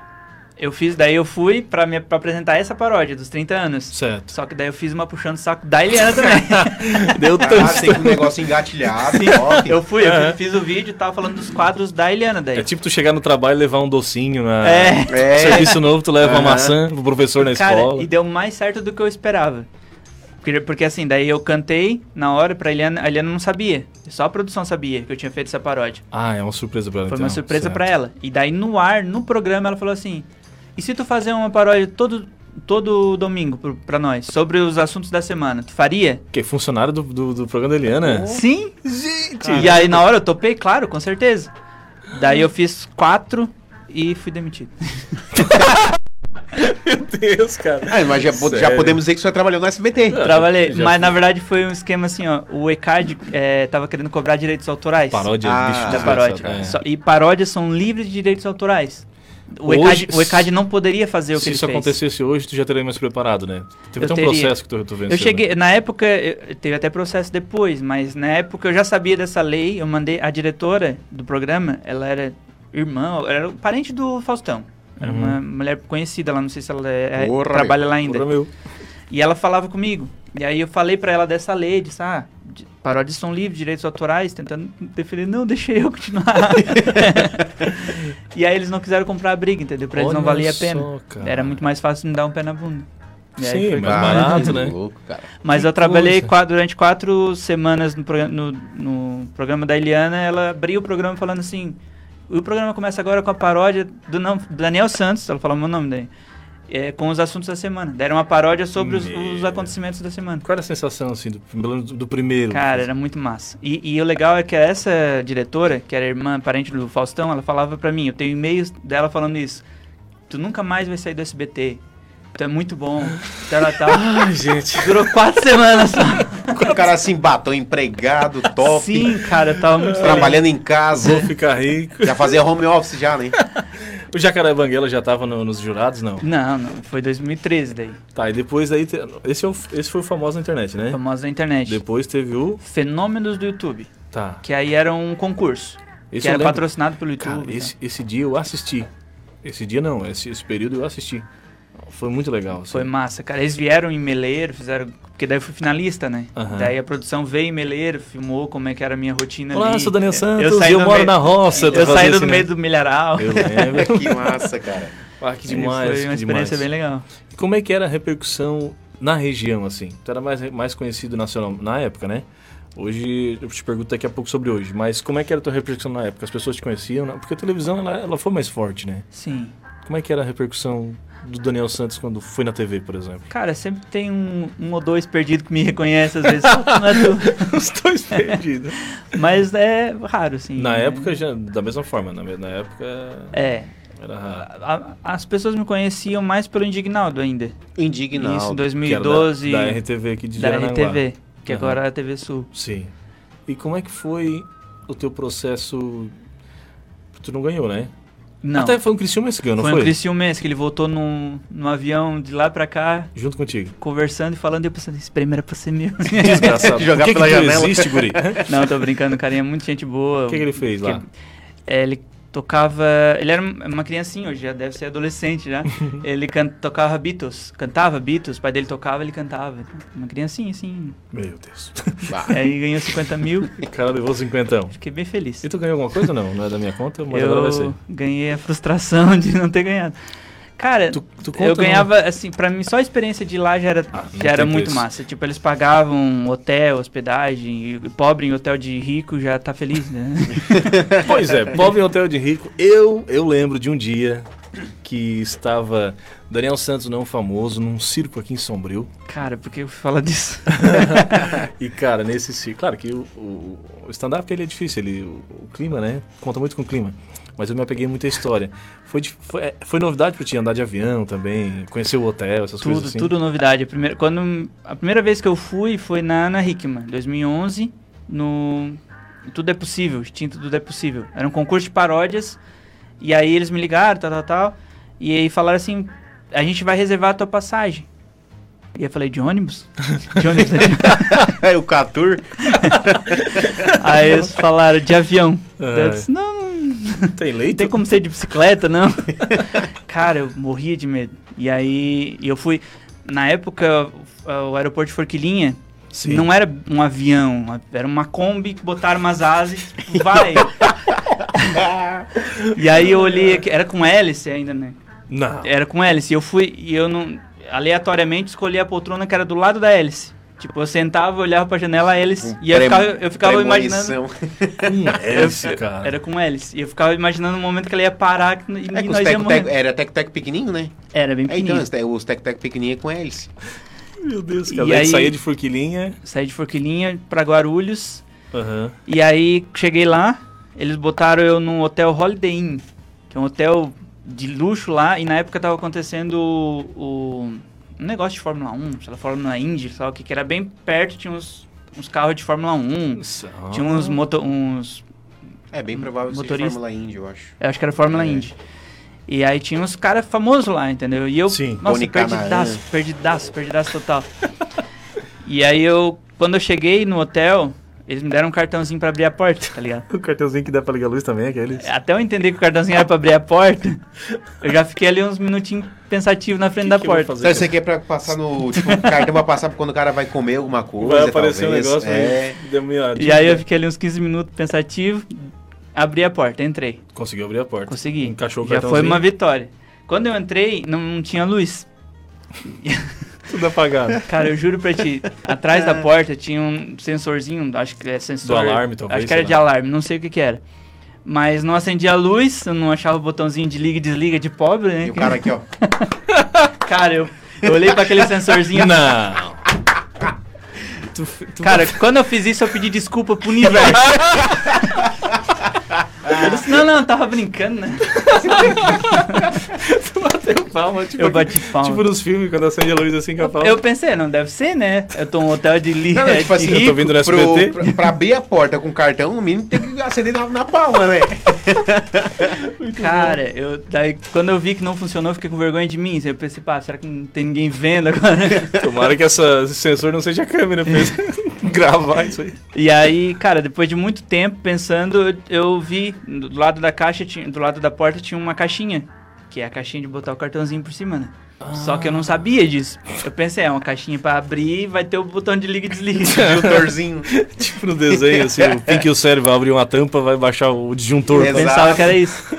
Speaker 2: eu fiz, daí eu fui pra, me, pra apresentar essa paródia dos 30 anos. (laughs)
Speaker 1: Certo.
Speaker 2: Só que daí eu fiz uma puxando o saco da Eliana também.
Speaker 1: (laughs) Deu
Speaker 2: Ah,
Speaker 3: Caralho, tem
Speaker 1: tanto.
Speaker 3: um negócio engatilhado. top.
Speaker 2: tá eu fui, eu
Speaker 1: Aham.
Speaker 2: fiz, fiz o vídeo e tava falando dos quadros da Eliana daí.
Speaker 1: É tipo tu chegar no trabalho e levar um docinho na.
Speaker 2: É.
Speaker 1: no
Speaker 3: É.
Speaker 1: (laughs) Serviço novo, tu leva uma
Speaker 3: Aham.
Speaker 1: maçã pro professor na
Speaker 2: Cara,
Speaker 1: escola.
Speaker 2: e deu mais certo do que eu esperava. Porque, porque assim, daí eu cantei na hora pra Eliana, a Eliana não sabia. Só a produção sabia que eu tinha feito essa paródia.
Speaker 1: Ah, é uma surpresa pra ela.
Speaker 2: Foi
Speaker 1: então.
Speaker 2: uma surpresa
Speaker 1: Certo.
Speaker 2: pra ela. E daí no ar, no programa, ela falou assim: "E se tu fazer uma paródia todo todo domingo pro- pra nós sobre os assuntos da semana, tu faria?"
Speaker 1: Que funcionário do, do, do programa da Eliana.
Speaker 2: Sim.
Speaker 1: Gente!
Speaker 2: E aí na hora eu topei, claro, com certeza. Daí eu fiz quatro e fui demitido.
Speaker 1: Meu Deus, cara.
Speaker 3: Ah, mas já, po- já
Speaker 1: Sério.
Speaker 3: podemos dizer que o senhor trabalhou no SBT.
Speaker 2: Trabalhei,
Speaker 1: já
Speaker 2: mas
Speaker 1: fui.
Speaker 2: na verdade foi um esquema assim, ó. O ECAD eh, tava querendo cobrar direitos autorais.
Speaker 1: Paródia, é
Speaker 3: Ah,
Speaker 1: bicho.
Speaker 2: da
Speaker 1: desgraçado,
Speaker 2: paródia.
Speaker 1: cara.
Speaker 2: Só- e paródias são livres de direitos autorais. O,
Speaker 1: Hoje,
Speaker 2: ECAD, o ECAD não poderia fazer o que
Speaker 1: Se
Speaker 2: ele
Speaker 1: isso
Speaker 2: fez.
Speaker 1: acontecesse hoje, tu já teria mais preparado, né? Teve
Speaker 2: Eu
Speaker 1: até um
Speaker 2: teria.
Speaker 1: processo que tu, tu venceu. né?
Speaker 2: Eu cheguei, na época, eu- teve até processo depois, mas na época eu já sabia dessa lei, eu mandei, a diretora do programa, ela era irmã, era parente do Faustão. Era uma mulher conhecida lá, não sei se ela é-
Speaker 3: Porra,
Speaker 2: trabalha lá
Speaker 1: Né?
Speaker 2: ainda.
Speaker 1: Uhum. Porra, meu.
Speaker 2: E ela falava comigo. E aí eu falei pra ela dessa lei, disse, ah, de- paródias são livres, direitos autorais, tentando defender, não, deixa
Speaker 1: (laughs)
Speaker 2: eu continuar. e aí eles não quiseram comprar a briga, entendeu? Pra eles não
Speaker 1: Olha
Speaker 2: valia a
Speaker 1: só,
Speaker 2: pena.
Speaker 1: cara.
Speaker 2: Era muito mais fácil me dar um pé na bunda. E aí
Speaker 1: Sim,
Speaker 2: foi
Speaker 1: mas
Speaker 2: que-
Speaker 1: barato,
Speaker 3: Caralho,
Speaker 1: né?
Speaker 3: louco, cara.
Speaker 2: Mas
Speaker 1: Que
Speaker 2: eu trabalhei
Speaker 1: coisa.
Speaker 2: qua- durante quatro semanas no, progra- no- no programa da Eliana, ela abriu o programa falando assim, o programa começa agora com a paródia do não- do Daniel Santos, ela falou o meu nome daí, é, com os assuntos da semana. Deram uma paródia sobre os-
Speaker 1: Meu.
Speaker 2: os acontecimentos da semana.
Speaker 1: Qual era a sensação, assim, do, pelo menos do primeiro?
Speaker 2: Cara, era muito massa. E, e o legal é que essa diretora, que era irmã, parente do Faustão, ela falava pra mim, eu tenho e-mails dela falando isso. Tu nunca mais vai sair do SBT. Tu é muito bom. Tal,
Speaker 1: (laughs)
Speaker 2: tal, tal.
Speaker 1: (laughs) Ai, gente.
Speaker 2: Durou quatro semanas só.
Speaker 3: O cara assim, batom empregado, top.
Speaker 2: Sim, cara, eu tava
Speaker 1: É.
Speaker 2: muito feliz.
Speaker 3: Trabalhando em
Speaker 1: Vou
Speaker 3: casa.
Speaker 1: ficar rico.
Speaker 3: Já fazia home office já, né?
Speaker 1: O Jacaré Banguela já tava no- nos jurados, não?
Speaker 2: Não, não, foi 2013 daí.
Speaker 1: Tá, e depois daí. te- Esse, é o- esse foi o famoso na internet, né?
Speaker 2: Famosa da internet.
Speaker 1: Depois teve o.
Speaker 2: Fenômenos do YouTube,
Speaker 1: Tá.
Speaker 2: que aí era um concurso,
Speaker 1: Esse
Speaker 2: que
Speaker 1: eu
Speaker 2: era
Speaker 1: lembro.
Speaker 2: patrocinado pelo YouTube. né?
Speaker 1: Cara,
Speaker 2: e tal.
Speaker 1: esse, esse dia eu assisti. Esse dia não, esse, esse período eu assisti. Foi muito legal. assim.
Speaker 2: Foi massa, cara. Eles vieram em Meleiro, fizeram. Porque daí eu fui finalista, né?
Speaker 1: Aham.
Speaker 2: Daí a produção veio em Meleiro, filmou como é que era a minha rotina
Speaker 1: Olá,
Speaker 2: ali.
Speaker 1: eu sou o Daniel
Speaker 2: Eu-
Speaker 1: Santos,
Speaker 2: eu, saí
Speaker 1: eu
Speaker 2: do
Speaker 1: moro
Speaker 2: meio-
Speaker 1: na roça. tu
Speaker 2: Eu
Speaker 1: fazia
Speaker 2: saí do
Speaker 1: esse, né?
Speaker 2: meio do milharal. (laughs)
Speaker 1: Eu lembro.
Speaker 3: que massa, cara.
Speaker 1: Ah, que
Speaker 2: E
Speaker 1: demais.
Speaker 2: Foi uma
Speaker 1: que
Speaker 2: experiência
Speaker 1: demais.
Speaker 2: bem legal.
Speaker 1: Como é que era a repercussão na região, assim? Tu era mais, mais conhecido nacional na época, né? Hoje, eu te pergunto daqui a pouco sobre hoje, mas como é que era a tua repercussão na época? As pessoas te conheciam? né? Porque a televisão, ela, ela foi mais forte, né?
Speaker 2: Sim.
Speaker 1: Como é que era a repercussão do Daniel Santos quando foi na TV, por exemplo?
Speaker 2: Cara, sempre tem um, um ou dois perdido que me reconhece, às vezes. (laughs) "Ah, não é
Speaker 1: Os dois (laughs) perdidos.
Speaker 2: tu." Mas é raro, sim.
Speaker 1: na
Speaker 2: né?
Speaker 1: época, já, da mesma forma, na, me- na época
Speaker 2: É.
Speaker 1: era raro.
Speaker 2: A- as pessoas me conheciam mais pelo Indignaldo ainda.
Speaker 3: Indignado.
Speaker 2: Isso, em
Speaker 1: Que era
Speaker 2: 2012.
Speaker 1: Da, da RTV aqui de
Speaker 2: da
Speaker 1: Jaraguá.
Speaker 2: RTV, que
Speaker 1: Aham.
Speaker 2: agora é a TV Sul.
Speaker 1: Sim. E como é que foi o teu processo? Tu não ganhou, né?
Speaker 2: Não.
Speaker 1: Até foi um Criciúma esse ano, não
Speaker 2: foi,
Speaker 1: foi?
Speaker 2: o Criciúmense que ele voltou num, num avião de lá pra cá,
Speaker 1: Junto contigo.
Speaker 2: conversando e falando, e eu pensando, esse prêmio era pra
Speaker 1: (laughs)
Speaker 2: ser meu.
Speaker 1: Desgraçado.
Speaker 3: Jogar
Speaker 1: Por que
Speaker 3: pela
Speaker 1: que tu
Speaker 3: janela.
Speaker 1: existe, guri?
Speaker 2: Não, tô brincando, o carinha é muito gente boa.
Speaker 1: O que, que ele fez lá?
Speaker 2: É, ele tocava. Ele era um- uma criancinha hoje, já deve ser
Speaker 1: (laughs)
Speaker 2: adolescente já. ele can- tocava Beatles, cantava Beatles, o pai dele tocava, ele cantava. Uma criancinha, assim.
Speaker 1: Meu Deus.
Speaker 3: Bah.
Speaker 2: Aí ganhou 50 mil,
Speaker 1: O cara levou cinquentão.
Speaker 2: fiquei bem feliz.
Speaker 1: E tu ganhou alguma coisa ou não? Não é da minha conta, mas agora vai
Speaker 2: Eu
Speaker 1: ser.
Speaker 2: ganhei a frustração de não ter ganhado. Cara,
Speaker 1: Tu, tu conta,
Speaker 2: eu
Speaker 1: não?
Speaker 2: ganhava, assim, pra mim só a experiência de ir lá já era,
Speaker 1: Ah, não
Speaker 2: já era
Speaker 1: tem
Speaker 2: muito
Speaker 1: preço.
Speaker 2: massa. Tipo, eles pagavam hotel, hospedagem, e pobre em hotel de rico já tá feliz, né?
Speaker 1: (laughs) Pois é, pobre em hotel de rico. Eu, eu lembro de um dia que estava Daniel Santos, não famoso, num circo aqui em Sombrio.
Speaker 2: Cara, por que eu falo disso?
Speaker 1: E, cara, nesse circo... Claro que o, o, o stand-up ele é difícil, ele, o, o clima, né? Conta muito com o clima. Mas eu me apeguei muito à história. Foi, de- foi, é, foi novidade pra ti andar de avião também, conhecer o hotel, essas
Speaker 2: Tudo,
Speaker 1: coisas assim.
Speaker 2: tudo novidade. A primeira, quando, a primeira vez que eu fui foi na Ana Hickman, 2011, no Tudo é Possível, extinto Tudo é Possível. Era um concurso de paródias, e aí eles me ligaram, tal, tal, tal, e aí falaram assim, a gente vai reservar a tua passagem. E eu falei, de ônibus? (laughs) De ônibus, né?
Speaker 3: Aí (laughs) o Catur.
Speaker 2: Aí eles falaram, de avião.
Speaker 1: Ai.
Speaker 2: Eu disse,
Speaker 1: (laughs)
Speaker 2: não,
Speaker 1: Tem
Speaker 2: Não tem
Speaker 1: leito?
Speaker 2: como ser de bicicleta, não. (laughs) Cara, eu morria de medo. E aí, eu fui. Na época, o o aeroporto de Forquilinha
Speaker 1: Sim.
Speaker 2: não era um avião, era uma Kombi que botaram umas asas e tipo, vai. e aí eu olhei, aqui, era com hélice ainda, né?
Speaker 1: Não.
Speaker 2: Era com hélice. E eu fui, e eu não. Aleatoriamente escolhi a poltrona que era do lado da hélice. Tipo, eu sentava, olhava pra janela, a hélice.
Speaker 3: um
Speaker 2: e eu ficava, eu ficava imaginando.
Speaker 1: (laughs) Hum, é
Speaker 2: Eu-
Speaker 1: esse, cara.
Speaker 2: Era com hélice. E eu ficava imaginando o momento que ela ia parar que- e
Speaker 3: É que os
Speaker 2: nós ia
Speaker 3: teco,
Speaker 2: morrer.
Speaker 3: teco, era tec-tec pequenininho, né?
Speaker 2: Era bem
Speaker 3: É, então,
Speaker 2: pequenininho.
Speaker 3: os te- os tec-tec pequenininho é com hélice.
Speaker 1: Meu Deus,
Speaker 2: E
Speaker 1: cara. Aí...
Speaker 2: aí-
Speaker 1: Saía de forquilinha.
Speaker 2: Saí de Forquilinha pra Guarulhos.
Speaker 1: Aham.
Speaker 2: E aí cheguei lá, eles botaram eu num hotel Holiday Inn, que é um hotel de luxo lá. E na época tava acontecendo o, o- um negócio de Fórmula 1, sei lá, Fórmula Indy, sei lá o que, que era bem perto, tinha uns, uns carros de Fórmula 1, tinha uns, moto, uns
Speaker 3: É bem provável que seja
Speaker 2: Motorista.
Speaker 3: Fórmula Indy, eu acho.
Speaker 2: Eu acho que era Fórmula
Speaker 3: É.
Speaker 2: Indy. E aí tinha uns caras famosos lá, entendeu? E eu,
Speaker 1: Sim.
Speaker 2: nossa,
Speaker 3: Tony Canaan.
Speaker 2: perdidaço, perdidaço, perdidaço total. e aí eu, quando eu cheguei no hotel, eles me deram um cartãozinho pra abrir a porta, tá ligado?
Speaker 1: O cartãozinho que dá pra ligar a luz também, aqueles.
Speaker 2: Até eu entender que o cartãozinho era pra abrir a porta, eu já fiquei ali uns minutinhos pensativo na frente da
Speaker 1: que eu vou
Speaker 2: porta.
Speaker 1: fazer?
Speaker 3: Então, isso aqui é pra passar no. Tipo, o cartão pra passar quando o cara vai comer alguma coisa.
Speaker 1: Vai aparecer um
Speaker 3: talvez.
Speaker 1: negócio
Speaker 3: É.
Speaker 1: aí. Deu minha...
Speaker 2: E aí eu fiquei ali uns 15 minutos pensativo, abri a porta, entrei.
Speaker 1: Conseguiu abrir a porta.
Speaker 2: Consegui.
Speaker 1: Encaixou o
Speaker 2: já
Speaker 1: cartãozinho.
Speaker 2: foi uma vitória. Quando eu entrei, não- não tinha luz.
Speaker 1: Tudo apagado.
Speaker 2: Cara, eu juro pra ti,
Speaker 3: (laughs)
Speaker 2: atrás
Speaker 3: É.
Speaker 2: da porta tinha um sensorzinho, acho que é sensor.
Speaker 1: Do alarme, talvez,
Speaker 2: Acho que era
Speaker 1: sei
Speaker 2: de
Speaker 1: lá.
Speaker 2: alarme, não sei o que que era. Mas não acendia a luz, eu não achava o botãozinho de liga e desliga de pobre, né?
Speaker 3: E o cara
Speaker 1: (laughs)
Speaker 3: aqui, ó.
Speaker 2: (laughs) Cara, eu, eu olhei pra aquele
Speaker 1: (laughs)
Speaker 2: sensorzinho.
Speaker 1: Não.
Speaker 2: Cara, quando eu fiz isso, eu pedi desculpa
Speaker 3: (laughs)
Speaker 2: pro universo. Eu disse, não, não, eu tava
Speaker 1: (laughs)
Speaker 2: brincando, né?
Speaker 1: bateu palma, tipo.
Speaker 2: Eu bati palma.
Speaker 1: Tipo nos filmes, quando acende a luz assim com a palma.
Speaker 2: Eu pensei, não deve ser, né? Eu tô num hotel de liga.
Speaker 3: Não, não, tipo assim,
Speaker 1: eu tô vendo no
Speaker 3: pro-
Speaker 1: SBT.
Speaker 3: pra, pra abrir a porta com o cartão, o mínimo tem que acender na, na palma, (laughs) né?
Speaker 2: Cara, eu daí quando eu vi que não funcionou, eu fiquei com vergonha de mim. Eu pensei, pá, será que não tem ninguém vendo agora? (laughs)
Speaker 1: Tomara que essa, esse sensor não seja a câmera pra eles (laughs) gravar isso aí.
Speaker 2: e aí, cara, depois de muito tempo pensando, eu, eu vi do lado da caixa, tinha- do lado da porta tinha uma caixinha, que é a caixinha de botar o cartãozinho por cima, né? Só que eu não sabia disso. Eu pensei, é uma caixinha pra abrir e vai ter o botão de liga e desliga.
Speaker 3: E o (laughs) torzinho.
Speaker 1: Tipo no desenho, assim, o Pink e o cérebro abre uma tampa, vai baixar o disjuntor.
Speaker 2: Eu
Speaker 3: Exato.
Speaker 2: pensava que era isso.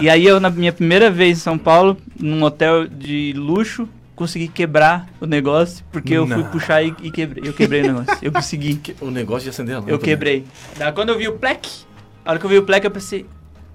Speaker 2: E aí eu, na minha primeira vez em São Paulo, num hotel de luxo, consegui quebrar o negócio, porque eu fui
Speaker 1: Não.
Speaker 2: puxar e, e quebrei. Eu quebrei o negócio. Eu consegui.
Speaker 1: O negócio de acender a lâmpada.
Speaker 2: Eu quebrei. Da, quando eu vi o plec, a hora que eu vi o plec, eu pensei,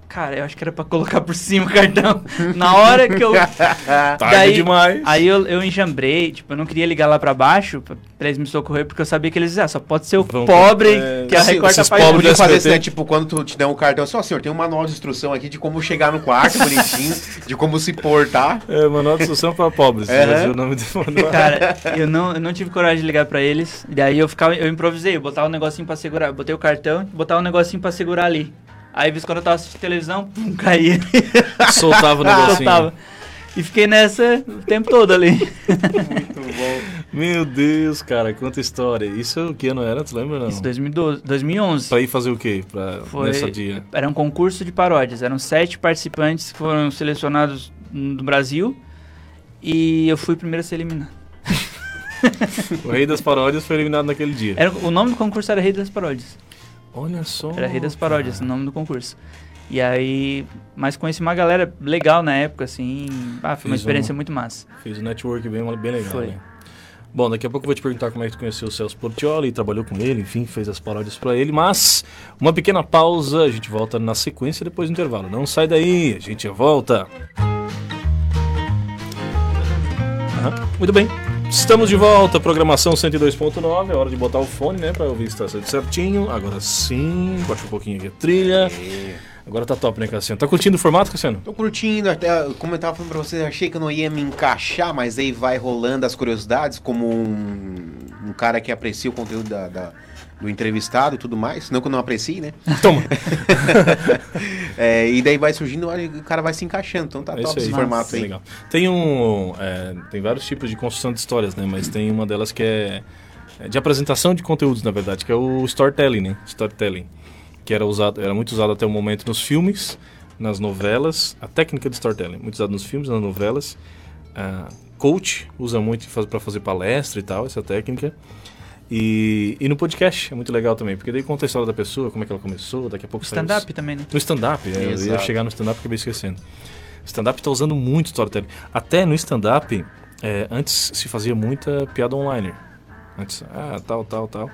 Speaker 2: cara, eu acho que era pra colocar por cima o cartão. Na hora
Speaker 1: (laughs)
Speaker 2: que eu.
Speaker 1: Tarde
Speaker 2: Daí-
Speaker 1: demais.
Speaker 2: Aí eu, eu enjambrei, tipo, eu não queria ligar lá pra baixo pra, pra eles me socorrer, porque eu sabia que eles diziam, ah, só pode ser o
Speaker 1: Vão-
Speaker 2: pobre
Speaker 1: é,
Speaker 2: que a tá
Speaker 1: esses
Speaker 2: recorta a
Speaker 1: pobres
Speaker 2: parte
Speaker 1: do
Speaker 3: Podia fazer
Speaker 1: SBT.
Speaker 3: isso, né? Tipo, quando tu te der um cartão, assim, ó, senhor, tem um manual de instrução aqui de como chegar no quarto bonitinho, de como se portar.
Speaker 1: É, Manual de Instrução para Pobres.
Speaker 3: É.
Speaker 1: mas é o nome do manual.
Speaker 2: Cara, eu não, eu não tive coragem de ligar pra eles. Daí eu ficava, eu improvisei, eu botava um negocinho pra segurar. Eu botei o cartão, botava um negocinho pra segurar ali. Aí, às vezes, quando eu tava assistindo televisão, pum, (laughs) caía.
Speaker 1: Soltava o Tipo um negocinho.
Speaker 2: (laughs) Soltava. E fiquei nessa o tempo todo ali.
Speaker 1: Então.
Speaker 3: Muito bom.
Speaker 1: Meu Deus, cara, quanta história. Isso que ano era? Tu lembra não?
Speaker 2: Isso, 2012, 2011.
Speaker 1: Pra ir fazer o quê? Pra,
Speaker 2: Foi-
Speaker 1: Nessa dia.
Speaker 2: Era um concurso de paródias. Eram sete participantes que foram selecionados do Brasil. E eu fui o primeiro a ser eliminado.
Speaker 1: O Rei das Paródias foi eliminado naquele dia.
Speaker 2: Era, o nome do concurso era Rei das Paródias.
Speaker 1: Olha só.
Speaker 2: Era Rei das Paródias, o nome do concurso. E aí, mas conheci uma galera legal na época, assim. Ah, foi uma
Speaker 1: Fiz
Speaker 2: experiência
Speaker 1: uma.
Speaker 2: muito massa.
Speaker 1: Fez um network bem, bem legal,
Speaker 2: Foi.
Speaker 1: né? Bom, daqui a pouco eu vou te perguntar como é que tu conheceu o Celso Portioli, trabalhou com ele, enfim, fez as paródias pra ele, mas uma pequena pausa, a gente volta na sequência depois do intervalo. Não sai daí, a gente volta. Aham, Muito bem, estamos de volta, programação 102.9, é hora de botar o fone, né, pra ouvir se tá saindo certinho. Agora sim, baixa um pouquinho aqui a trilha. Agora tá top, né, Cassiano? Tá curtindo o formato, Cassiano?
Speaker 3: Tô curtindo, até como eu tava falando pra vocês, achei que eu não ia me encaixar, mas aí vai rolando as curiosidades, como um, um cara que aprecia o conteúdo da- da- do entrevistado e tudo mais. Não que eu não aprecie, né? (laughs)
Speaker 1: Toma!
Speaker 3: É, e daí vai surgindo, aí o cara vai se encaixando. Então tá
Speaker 1: É isso
Speaker 3: top
Speaker 1: aí.
Speaker 3: esse formato aí.
Speaker 1: Legal. Tem um. é, tem vários tipos de construção de histórias, né? Mas tem uma delas que é, é de apresentação de conteúdos, na verdade, que é o storytelling, né? Storytelling. Que era usado, era muito usado até o momento nos filmes, nas novelas. A técnica de storytelling, muito usado nos filmes, nas novelas. Ah, coach usa muito para fazer palestra e tal, essa técnica. E, e no podcast é muito legal também, porque daí conta a história da pessoa, como é que ela começou, daqui a pouco sai os-
Speaker 2: Stand-up também, né?
Speaker 1: no stand-up, é, eu ia
Speaker 3: Exato.
Speaker 1: chegar no stand-up e acabei esquecendo. Stand-up tá usando muito storytelling. Até no stand-up, é, antes se fazia muita piada online. Antes, ah, tal, tal, tal.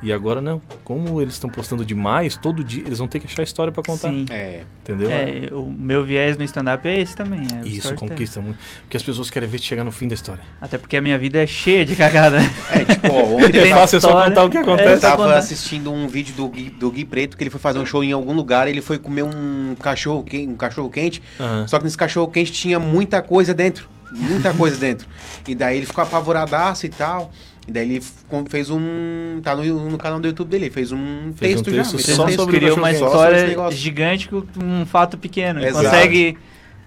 Speaker 1: E agora não. Como eles estão postando demais, todo dia eles vão ter que achar história pra contar.
Speaker 2: Sim.
Speaker 3: É,
Speaker 1: Entendeu?
Speaker 2: É, o meu viés no stand-up é esse também. É o
Speaker 1: Isso
Speaker 2: storytelling.
Speaker 1: conquista muito. Porque as pessoas querem ver te chegar no fim da história.
Speaker 2: Até porque a minha vida é cheia de cagada.
Speaker 1: (laughs)
Speaker 3: é tipo, ó, ontem
Speaker 1: É
Speaker 2: Tem
Speaker 1: fácil só
Speaker 2: história.
Speaker 1: contar o que
Speaker 2: É,
Speaker 3: Eu
Speaker 1: acontece. assim,
Speaker 2: só
Speaker 3: tava
Speaker 2: contar.
Speaker 3: assistindo um vídeo do Gui, do Gui Preto que ele foi fazer um show em algum lugar, ele foi comer um cachorro, quen- um cachorro quente,
Speaker 1: Aham.
Speaker 3: só que nesse cachorro quente tinha muita coisa dentro. Muita coisa dentro. E daí ele ficou apavoradaço e tal. E daí ele ficou- fez um. Tá no, no canal do YouTube dele, ele fez um
Speaker 1: Fez um
Speaker 3: texto já.
Speaker 1: texto
Speaker 3: meteu
Speaker 1: só
Speaker 3: um
Speaker 1: sobre
Speaker 2: Criou
Speaker 1: o
Speaker 2: uma
Speaker 1: cachorro-quente.
Speaker 3: Só sobre esse
Speaker 2: história
Speaker 3: negócio.
Speaker 2: gigante com um fato pequeno. Ele
Speaker 3: Exato.
Speaker 2: Consegue.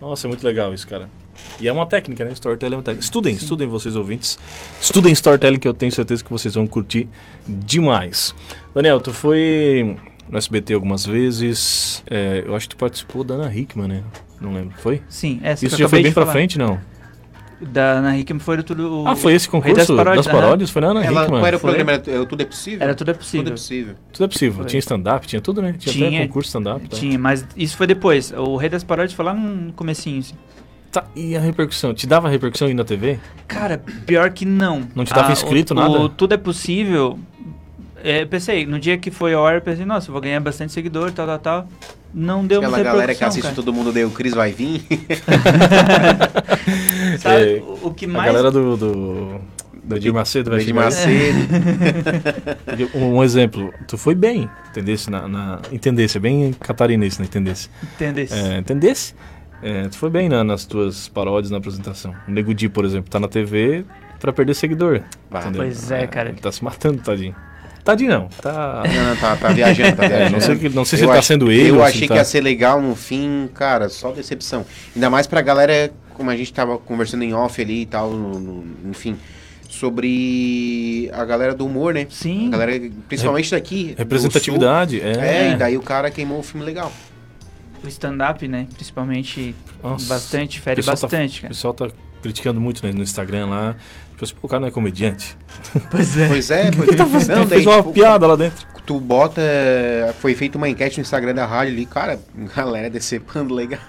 Speaker 1: Nossa, é muito legal isso, cara. E é uma técnica, né? Storytelling é uma técnica. Estudem, estudem vocês ouvintes. Estudem storytelling que eu tenho certeza que vocês vão curtir demais. Daniel, tu foi no SBT algumas vezes. É, eu acho que tu participou da Ana Hickman, né? Não lembro. Foi?
Speaker 2: Sim, essa
Speaker 1: Isso
Speaker 2: que eu
Speaker 1: já foi
Speaker 2: acabei
Speaker 1: bem
Speaker 2: de
Speaker 1: pra
Speaker 2: falar.
Speaker 1: frente, não?
Speaker 2: Da Ana Hickman foi tudo.
Speaker 1: ah, foi esse
Speaker 2: o
Speaker 1: concurso
Speaker 2: Rei
Speaker 1: das paródias?
Speaker 2: aham.
Speaker 1: Foi na Ana
Speaker 3: Ela,
Speaker 1: Hickman.
Speaker 3: qual era o
Speaker 2: Foi?
Speaker 3: programa? Era, era Tudo é Possível?
Speaker 2: Era tudo
Speaker 3: Tudo
Speaker 2: é
Speaker 3: é
Speaker 2: possível.
Speaker 3: possível.
Speaker 1: Tudo é possível.
Speaker 2: Foi.
Speaker 1: Tinha stand-up, tinha tudo, né? Tinha, até
Speaker 2: Tinha.
Speaker 1: concurso stand-up. Tá?
Speaker 2: Então, Tinha, mas isso foi depois. O Rei das Paródias foi lá no comecinho, assim.
Speaker 1: Tá, e a repercussão? Te dava repercussão indo na TV?
Speaker 2: Cara, pior que não.
Speaker 1: Não te tava
Speaker 2: Ah,
Speaker 1: inscrito,
Speaker 2: o,
Speaker 1: nada?
Speaker 2: O Tudo é Possível. é, eu pensei, no dia que foi a hora, eu pensei, nossa, eu vou ganhar bastante seguidor, tal, tal, tal. Não deu
Speaker 3: Aquela
Speaker 2: muita
Speaker 3: galera que
Speaker 2: repercussão,
Speaker 3: assiste
Speaker 2: cara.
Speaker 3: Todo Mundo Deu Cris vai vir.
Speaker 2: Sabe,
Speaker 1: É,
Speaker 2: o- o que
Speaker 1: A
Speaker 2: mais
Speaker 1: galera do... do... Do Edir Macedo
Speaker 3: (laughs)
Speaker 1: vai
Speaker 3: Edir
Speaker 1: chegar.
Speaker 3: Macedo.
Speaker 1: Porque, Um um exemplo, tu foi bem, entendesse? Na, na, entendesse, é bem catarinense, né? Entendesse.
Speaker 2: entende isso?
Speaker 1: É, entendesse? É, tu foi bem na- nas tuas paródias na apresentação. O Nego Di, por exemplo, tá na TV pra perder seguidor.
Speaker 3: Bah,
Speaker 1: entendeu?
Speaker 2: pois é, cara.
Speaker 1: ele tá se matando, tadinho. Tadinho não, tá...
Speaker 3: Não, não, tá, tá viajando,
Speaker 1: (laughs)
Speaker 3: tá
Speaker 1: É,
Speaker 3: viajando.
Speaker 1: não sei, que- não sei se
Speaker 3: Eu
Speaker 1: ele tá
Speaker 3: ach-
Speaker 1: sendo ele
Speaker 3: Eu
Speaker 1: ou se
Speaker 3: achei
Speaker 1: tá-
Speaker 3: que ia ser legal no fim, cara, só decepção. Ainda mais pra galera, como a gente tava conversando em off ali e tal, no- no- enfim, sobre a galera do humor, né?
Speaker 2: Sim.
Speaker 3: A galera, principalmente daqui. do
Speaker 1: Representatividade,
Speaker 3: sul.
Speaker 1: é...
Speaker 3: É, e daí o cara queimou o filme legal.
Speaker 2: O stand-up, né? Principalmente,
Speaker 1: Nossa,
Speaker 2: bastante, fere
Speaker 1: pessoal tá-
Speaker 2: bastante,
Speaker 1: O
Speaker 2: cara.
Speaker 1: pessoal tá criticando muito né, no Instagram lá. Tipo assim, pô, o cara não é comediante.
Speaker 2: Pois é.
Speaker 1: (laughs)
Speaker 3: Pois é, pois
Speaker 1: Ele tá fazendo,
Speaker 3: não, daí,
Speaker 1: fez uma
Speaker 3: tipo,
Speaker 1: piada lá dentro.
Speaker 3: Tu bota. Foi feita uma enquete no Instagram da rádio ali, cara, galera
Speaker 1: (laughs)
Speaker 3: decepando legal.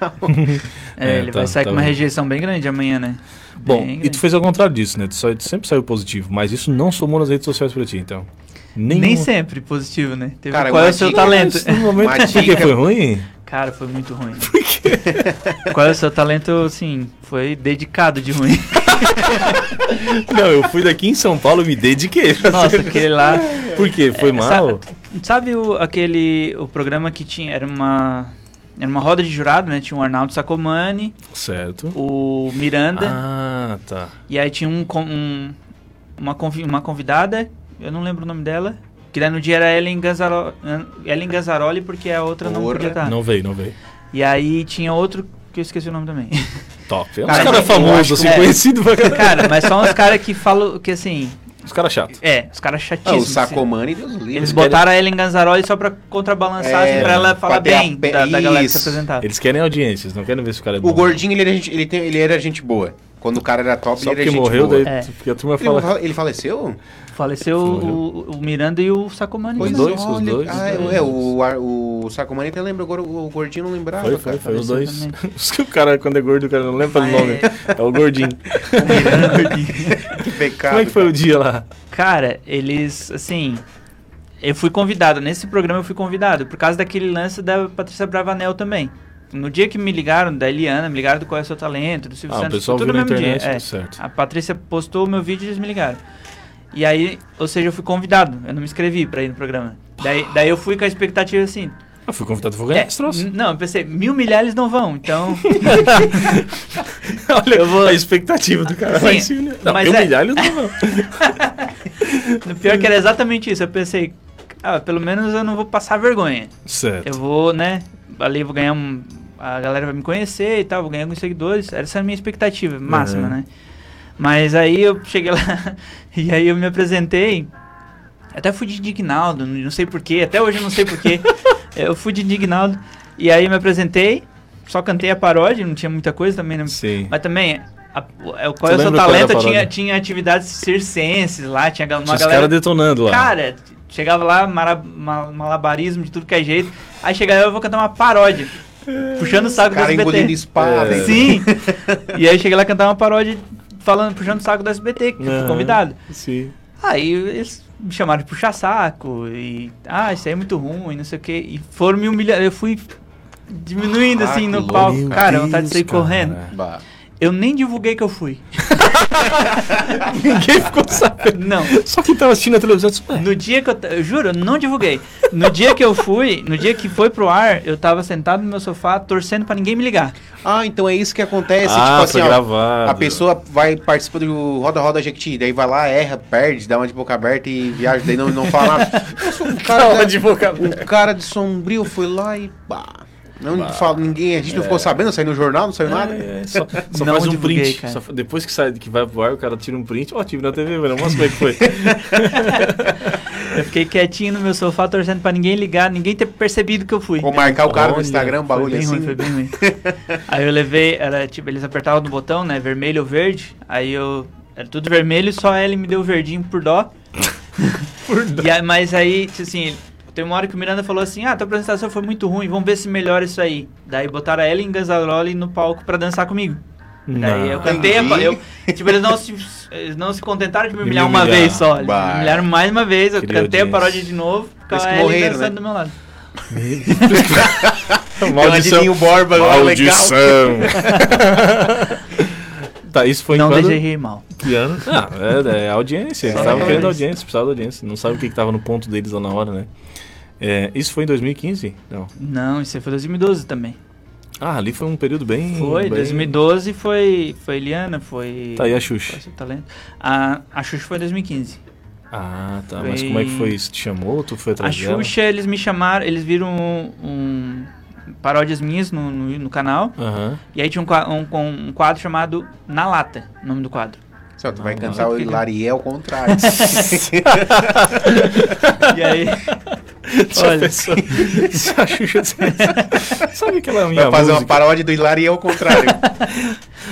Speaker 2: É,
Speaker 1: É,
Speaker 2: ele
Speaker 1: tá-
Speaker 2: vai sair
Speaker 1: tá
Speaker 2: com uma
Speaker 1: bem.
Speaker 2: rejeição bem grande amanhã, né?
Speaker 1: Bom, e
Speaker 2: Bem
Speaker 1: tu
Speaker 2: grande.
Speaker 1: fez ao contrário disso, né? Tu, sai- tu sempre saiu positivo, mas isso não somou nas redes sociais pra ti, então.
Speaker 2: Nem
Speaker 1: Nenhum-
Speaker 2: sempre positivo, né? Teve
Speaker 3: Cara,
Speaker 2: qual
Speaker 3: uma
Speaker 2: é o seu
Speaker 3: dica-
Speaker 2: talento?
Speaker 1: Mas No momento
Speaker 3: Uma
Speaker 1: porque
Speaker 3: dica-
Speaker 1: foi ruim?
Speaker 2: Cara, foi muito
Speaker 3: (laughs)
Speaker 2: ruim. Por quê? (laughs) Qual é o seu talento, assim, foi dedicado
Speaker 3: (laughs)
Speaker 2: de ruim.
Speaker 1: Não, eu fui daqui em São Paulo e me dediquei.
Speaker 2: (laughs) Nossa, aquele lá...
Speaker 1: Por quê? Foi mal?
Speaker 2: Sabe, sabe o, aquele... O programa que tinha... Era uma... Era uma roda de jurado, né? Tinha o Arnaldo Sacomani,
Speaker 1: Certo.
Speaker 2: o Miranda...
Speaker 1: Ah, tá.
Speaker 2: E aí tinha um, con- um- uma, convi- uma convidada, eu não lembro o nome dela, Que daí no dia era Ellen, Gazzaro... Ellen Gazzaroli, porque a outra não
Speaker 3: Porra.
Speaker 2: podia estar.
Speaker 1: Não veio, não veio.
Speaker 2: E aí tinha outro que eu esqueci o nome também. (laughs)
Speaker 1: Top. É uns
Speaker 2: Cara,
Speaker 1: caras
Speaker 2: eu acho
Speaker 1: famosos,
Speaker 2: que-
Speaker 1: assim,
Speaker 2: é.
Speaker 1: conhecidos pra
Speaker 2: (laughs)
Speaker 1: caralho.
Speaker 2: cara, mas são uns caras que falam que assim.
Speaker 1: Os caras chatos.
Speaker 2: É, os caras
Speaker 3: Ah, o
Speaker 2: chatíssimos. assim.
Speaker 3: Sacomani, Deus livre. né?
Speaker 2: Eles botaram a Ellen Ganzaroli só pra contrabalançar,
Speaker 3: É,
Speaker 2: assim, pra ela
Speaker 3: pra
Speaker 2: falar
Speaker 3: ter a
Speaker 2: bem
Speaker 3: pe-
Speaker 2: da, da galera que se
Speaker 3: Isso.
Speaker 2: apresentava.
Speaker 1: Eles querem audiências, não querem ver se o cara é bom.
Speaker 3: O gordinho, ele era, gente, ele, tem- ele era gente boa. Quando o cara era top,
Speaker 1: Só
Speaker 3: ele era
Speaker 1: porque
Speaker 3: gente
Speaker 1: morreu,
Speaker 3: boa.
Speaker 1: daí
Speaker 2: É.
Speaker 1: porque a turma
Speaker 3: Ele,
Speaker 1: fala.
Speaker 3: ele faleceu?
Speaker 2: Faleceu o, o Miranda e o Sacomani. né?
Speaker 1: Os
Speaker 3: Pois
Speaker 1: dois, os
Speaker 3: olha,
Speaker 1: dois,
Speaker 3: Ah,
Speaker 1: os dois.
Speaker 3: é, o, Ar- o Sacomani até lembra, agora o o gordinho não lembrava,
Speaker 1: Foi, foi,
Speaker 3: cara.
Speaker 1: foi. Os
Speaker 2: Faleceu
Speaker 1: dois. (laughs) Os que o cara, quando é gordo, o cara não
Speaker 3: Ah,
Speaker 1: lembra o nome. É o gordinho.
Speaker 3: Que pecado.
Speaker 1: Como é que foi o dia lá?
Speaker 2: (laughs) Cara, eles, assim. Eu fui convidado, nesse programa eu fui convidado, por causa daquele lance da Patrícia Bravanel também. No dia que me ligaram, da Eliana, me ligaram do Qual é o Seu Talento, do Silvio
Speaker 1: Ah, o
Speaker 2: Santos,
Speaker 1: pessoal
Speaker 2: tudo
Speaker 1: viu
Speaker 2: no
Speaker 1: na
Speaker 2: mesmo
Speaker 1: internet,
Speaker 2: dia. é.
Speaker 1: tudo certo.
Speaker 2: A Patrícia postou o meu vídeo e eles me ligaram. E aí, ou seja, eu fui convidado, eu não me inscrevi pra ir no programa. Daí, daí eu fui com a expectativa assim.
Speaker 1: Eu fui convidado pra ganhar
Speaker 2: é,
Speaker 1: esse troço.
Speaker 2: n- não, eu pensei, mil milhares não vão, então.
Speaker 1: (laughs) Olha a expectativa do cara. vai
Speaker 2: Sim,
Speaker 1: se humilhar. Não,
Speaker 2: mas
Speaker 1: eu
Speaker 2: é-
Speaker 1: humilhar ele não.
Speaker 2: no pior que era exatamente isso. Eu pensei, ah, pelo menos eu não vou passar vergonha.
Speaker 1: (laughs) Certo.
Speaker 2: Eu vou, né? Ali eu vou ganhar um. A galera vai me conhecer e tal, vou ganhar alguns seguidores. Essa é a minha expectativa máxima,
Speaker 1: Uhum.
Speaker 2: né? Mas aí eu cheguei lá (laughs) e aí eu me apresentei. Até fui de Dignaldo, não sei porquê, até hoje eu não sei
Speaker 1: (laughs)
Speaker 2: porquê. eu fui de Dignaldo e aí eu me apresentei, só cantei a paródia, não tinha muita coisa também. né, Não...
Speaker 1: Sim.
Speaker 2: Mas também, a, é o Qual
Speaker 1: lembra qual
Speaker 2: é o Seu
Speaker 1: era a
Speaker 2: Talento tinha,
Speaker 1: paródia?
Speaker 2: tinha atividades circenses lá, tinha uma
Speaker 1: Tinha os
Speaker 2: galera
Speaker 1: caras detonando lá.
Speaker 2: Cara, chegava lá, mara- ma- malabarismo de tudo que é jeito. Aí chegava eu, eu vou cantar uma paródia. Puxando o
Speaker 3: O
Speaker 2: saco do
Speaker 3: cara engolindo
Speaker 2: SBT.
Speaker 3: espada.
Speaker 1: É.
Speaker 3: (laughs)
Speaker 2: Sim. e aí cheguei lá cantar uma paródia falando, puxando o saco do SBT, que eu fui
Speaker 1: Aham.
Speaker 2: convidado.
Speaker 1: Ah, Sim.
Speaker 2: Aí eles me chamaram de puxar saco e. Ah, isso aí é muito ruim, não sei o quê. E foram me humilhando. Eu fui diminuindo
Speaker 3: Ah,
Speaker 2: assim
Speaker 3: que
Speaker 2: no
Speaker 3: louco,
Speaker 2: palco.
Speaker 1: Meu
Speaker 2: Cara, vontade de sair
Speaker 1: Deus, cara.
Speaker 2: correndo.
Speaker 3: Bah.
Speaker 2: Eu nem divulguei que eu fui.
Speaker 1: (laughs) Ninguém ficou sabendo.
Speaker 2: Não.
Speaker 1: Só quem tava assistindo a televisão disse, ué,
Speaker 2: No dia que eu. t- Eu juro, eu não divulguei. No dia que eu fui, no dia que foi pro ar, eu tava sentado no meu sofá torcendo pra ninguém me ligar.
Speaker 3: Ah, então é isso que acontece.
Speaker 1: Ah,
Speaker 3: tipo assim,
Speaker 1: foi
Speaker 3: ó,
Speaker 1: gravado.
Speaker 3: a pessoa vai participa do Roda Roda Jequiti, daí vai lá, erra, perde, dá uma de boca aberta e viaja, daí não, não
Speaker 1: (laughs)
Speaker 3: fala nada. Eu sou um cara, da-
Speaker 1: de boca
Speaker 3: um cara de sombrio foi lá e pá. Não
Speaker 1: Bah.
Speaker 3: fala, ninguém, a gente não ficou sabendo, saiu no jornal, não saiu nada.
Speaker 1: É, é,
Speaker 2: (laughs)
Speaker 1: só só
Speaker 2: Não
Speaker 1: faz um
Speaker 2: divulguei,
Speaker 1: print.
Speaker 2: cara.
Speaker 1: Só fa- depois que sai, que vai pro ar, o cara tira um print. Ó, tive na TV, mano. Mostra como é que foi.
Speaker 2: Eu fiquei quietinho no meu sofá torcendo pra ninguém ligar, ninguém ter percebido que eu fui.
Speaker 3: Ou marcar o cara no
Speaker 1: Olha,
Speaker 3: Instagram, um
Speaker 2: Foi
Speaker 3: bagulho
Speaker 2: bem
Speaker 3: assim.
Speaker 2: ruim, foi bem ruim.
Speaker 3: (laughs)
Speaker 2: Aí eu levei, era tipo, eles apertavam no botão, né? Vermelho ou verde. Aí eu. Era tudo vermelho, só ele me deu o verdinho por dó.
Speaker 3: (laughs)
Speaker 2: por dó. mas aí, tipo assim, tem uma hora que o Miranda falou assim: Ah, tua apresentação foi muito ruim, vamos ver se melhora isso aí. Daí botaram a Ellen Gazzaroli no palco pra dançar comigo. Daí eu
Speaker 1: Não.
Speaker 2: cantei a.
Speaker 3: Ah, Entendi.
Speaker 2: Eu, tipo, eles não, se, eles não se contentaram de me
Speaker 1: De
Speaker 2: humilhar
Speaker 1: me
Speaker 2: uma
Speaker 1: humilhar.
Speaker 2: vez só. Eles me
Speaker 3: Bah.
Speaker 2: humilharam mais uma vez, eu
Speaker 1: Queria
Speaker 2: cantei a
Speaker 1: audiência.
Speaker 2: paródia de novo, com
Speaker 3: Por isso
Speaker 2: a
Speaker 3: que
Speaker 2: Ellen
Speaker 3: morreram,
Speaker 2: dançando
Speaker 3: né?
Speaker 2: do meu lado.
Speaker 3: (laughs) Tem um
Speaker 1: Maldição.
Speaker 3: Adninho
Speaker 4: é
Speaker 3: Borba, ó, legal.
Speaker 1: Maldição. (laughs) tá, isso foi em
Speaker 2: Não
Speaker 1: quando?
Speaker 2: desejei mal.
Speaker 1: Que (laughs) ano? Ah, é, é audiência. Eles
Speaker 3: Só
Speaker 1: estavam
Speaker 3: na
Speaker 1: querendo
Speaker 2: audiência.
Speaker 1: audiência, precisava da audiência. Não sabe o que, que tava no ponto deles lá na hora, né? É, isso foi em 2015? Não.
Speaker 2: Não, isso aí foi 2012 também.
Speaker 1: Ah, ali foi um período bem.
Speaker 2: Foi,
Speaker 1: bem...
Speaker 2: 2012 foi, foi Eliana, foi.
Speaker 1: Tá, e a Xuxa?
Speaker 2: qual é o seu talento? A, a Xuxa foi em 2015.
Speaker 1: Ah, tá.
Speaker 2: Foi-
Speaker 1: Mas como é que foi isso? Te chamou? Tu foi
Speaker 2: A
Speaker 1: atrás dela?
Speaker 2: Xuxa, eles me chamaram, eles viram um, um- paródias minhas no, no, no canal.
Speaker 1: (laughs) Aham.
Speaker 2: E aí tinha um, qua- um, com- um quadro chamado Na Lata, o nome do quadro.
Speaker 3: Só, tu vai
Speaker 1: Não,
Speaker 3: cantar
Speaker 2: não.
Speaker 3: é o Hilariel
Speaker 1: (laughs)
Speaker 3: ao contrário.
Speaker 2: E aí. (laughs)
Speaker 1: Se a
Speaker 2: Olha.
Speaker 1: pessoa- se (laughs) a Xuxa dissesse- (laughs) Sabe aquela minha
Speaker 3: vai fazer uma
Speaker 1: música?
Speaker 3: paródia do Hilariel
Speaker 1: (laughs)
Speaker 3: ao contrário.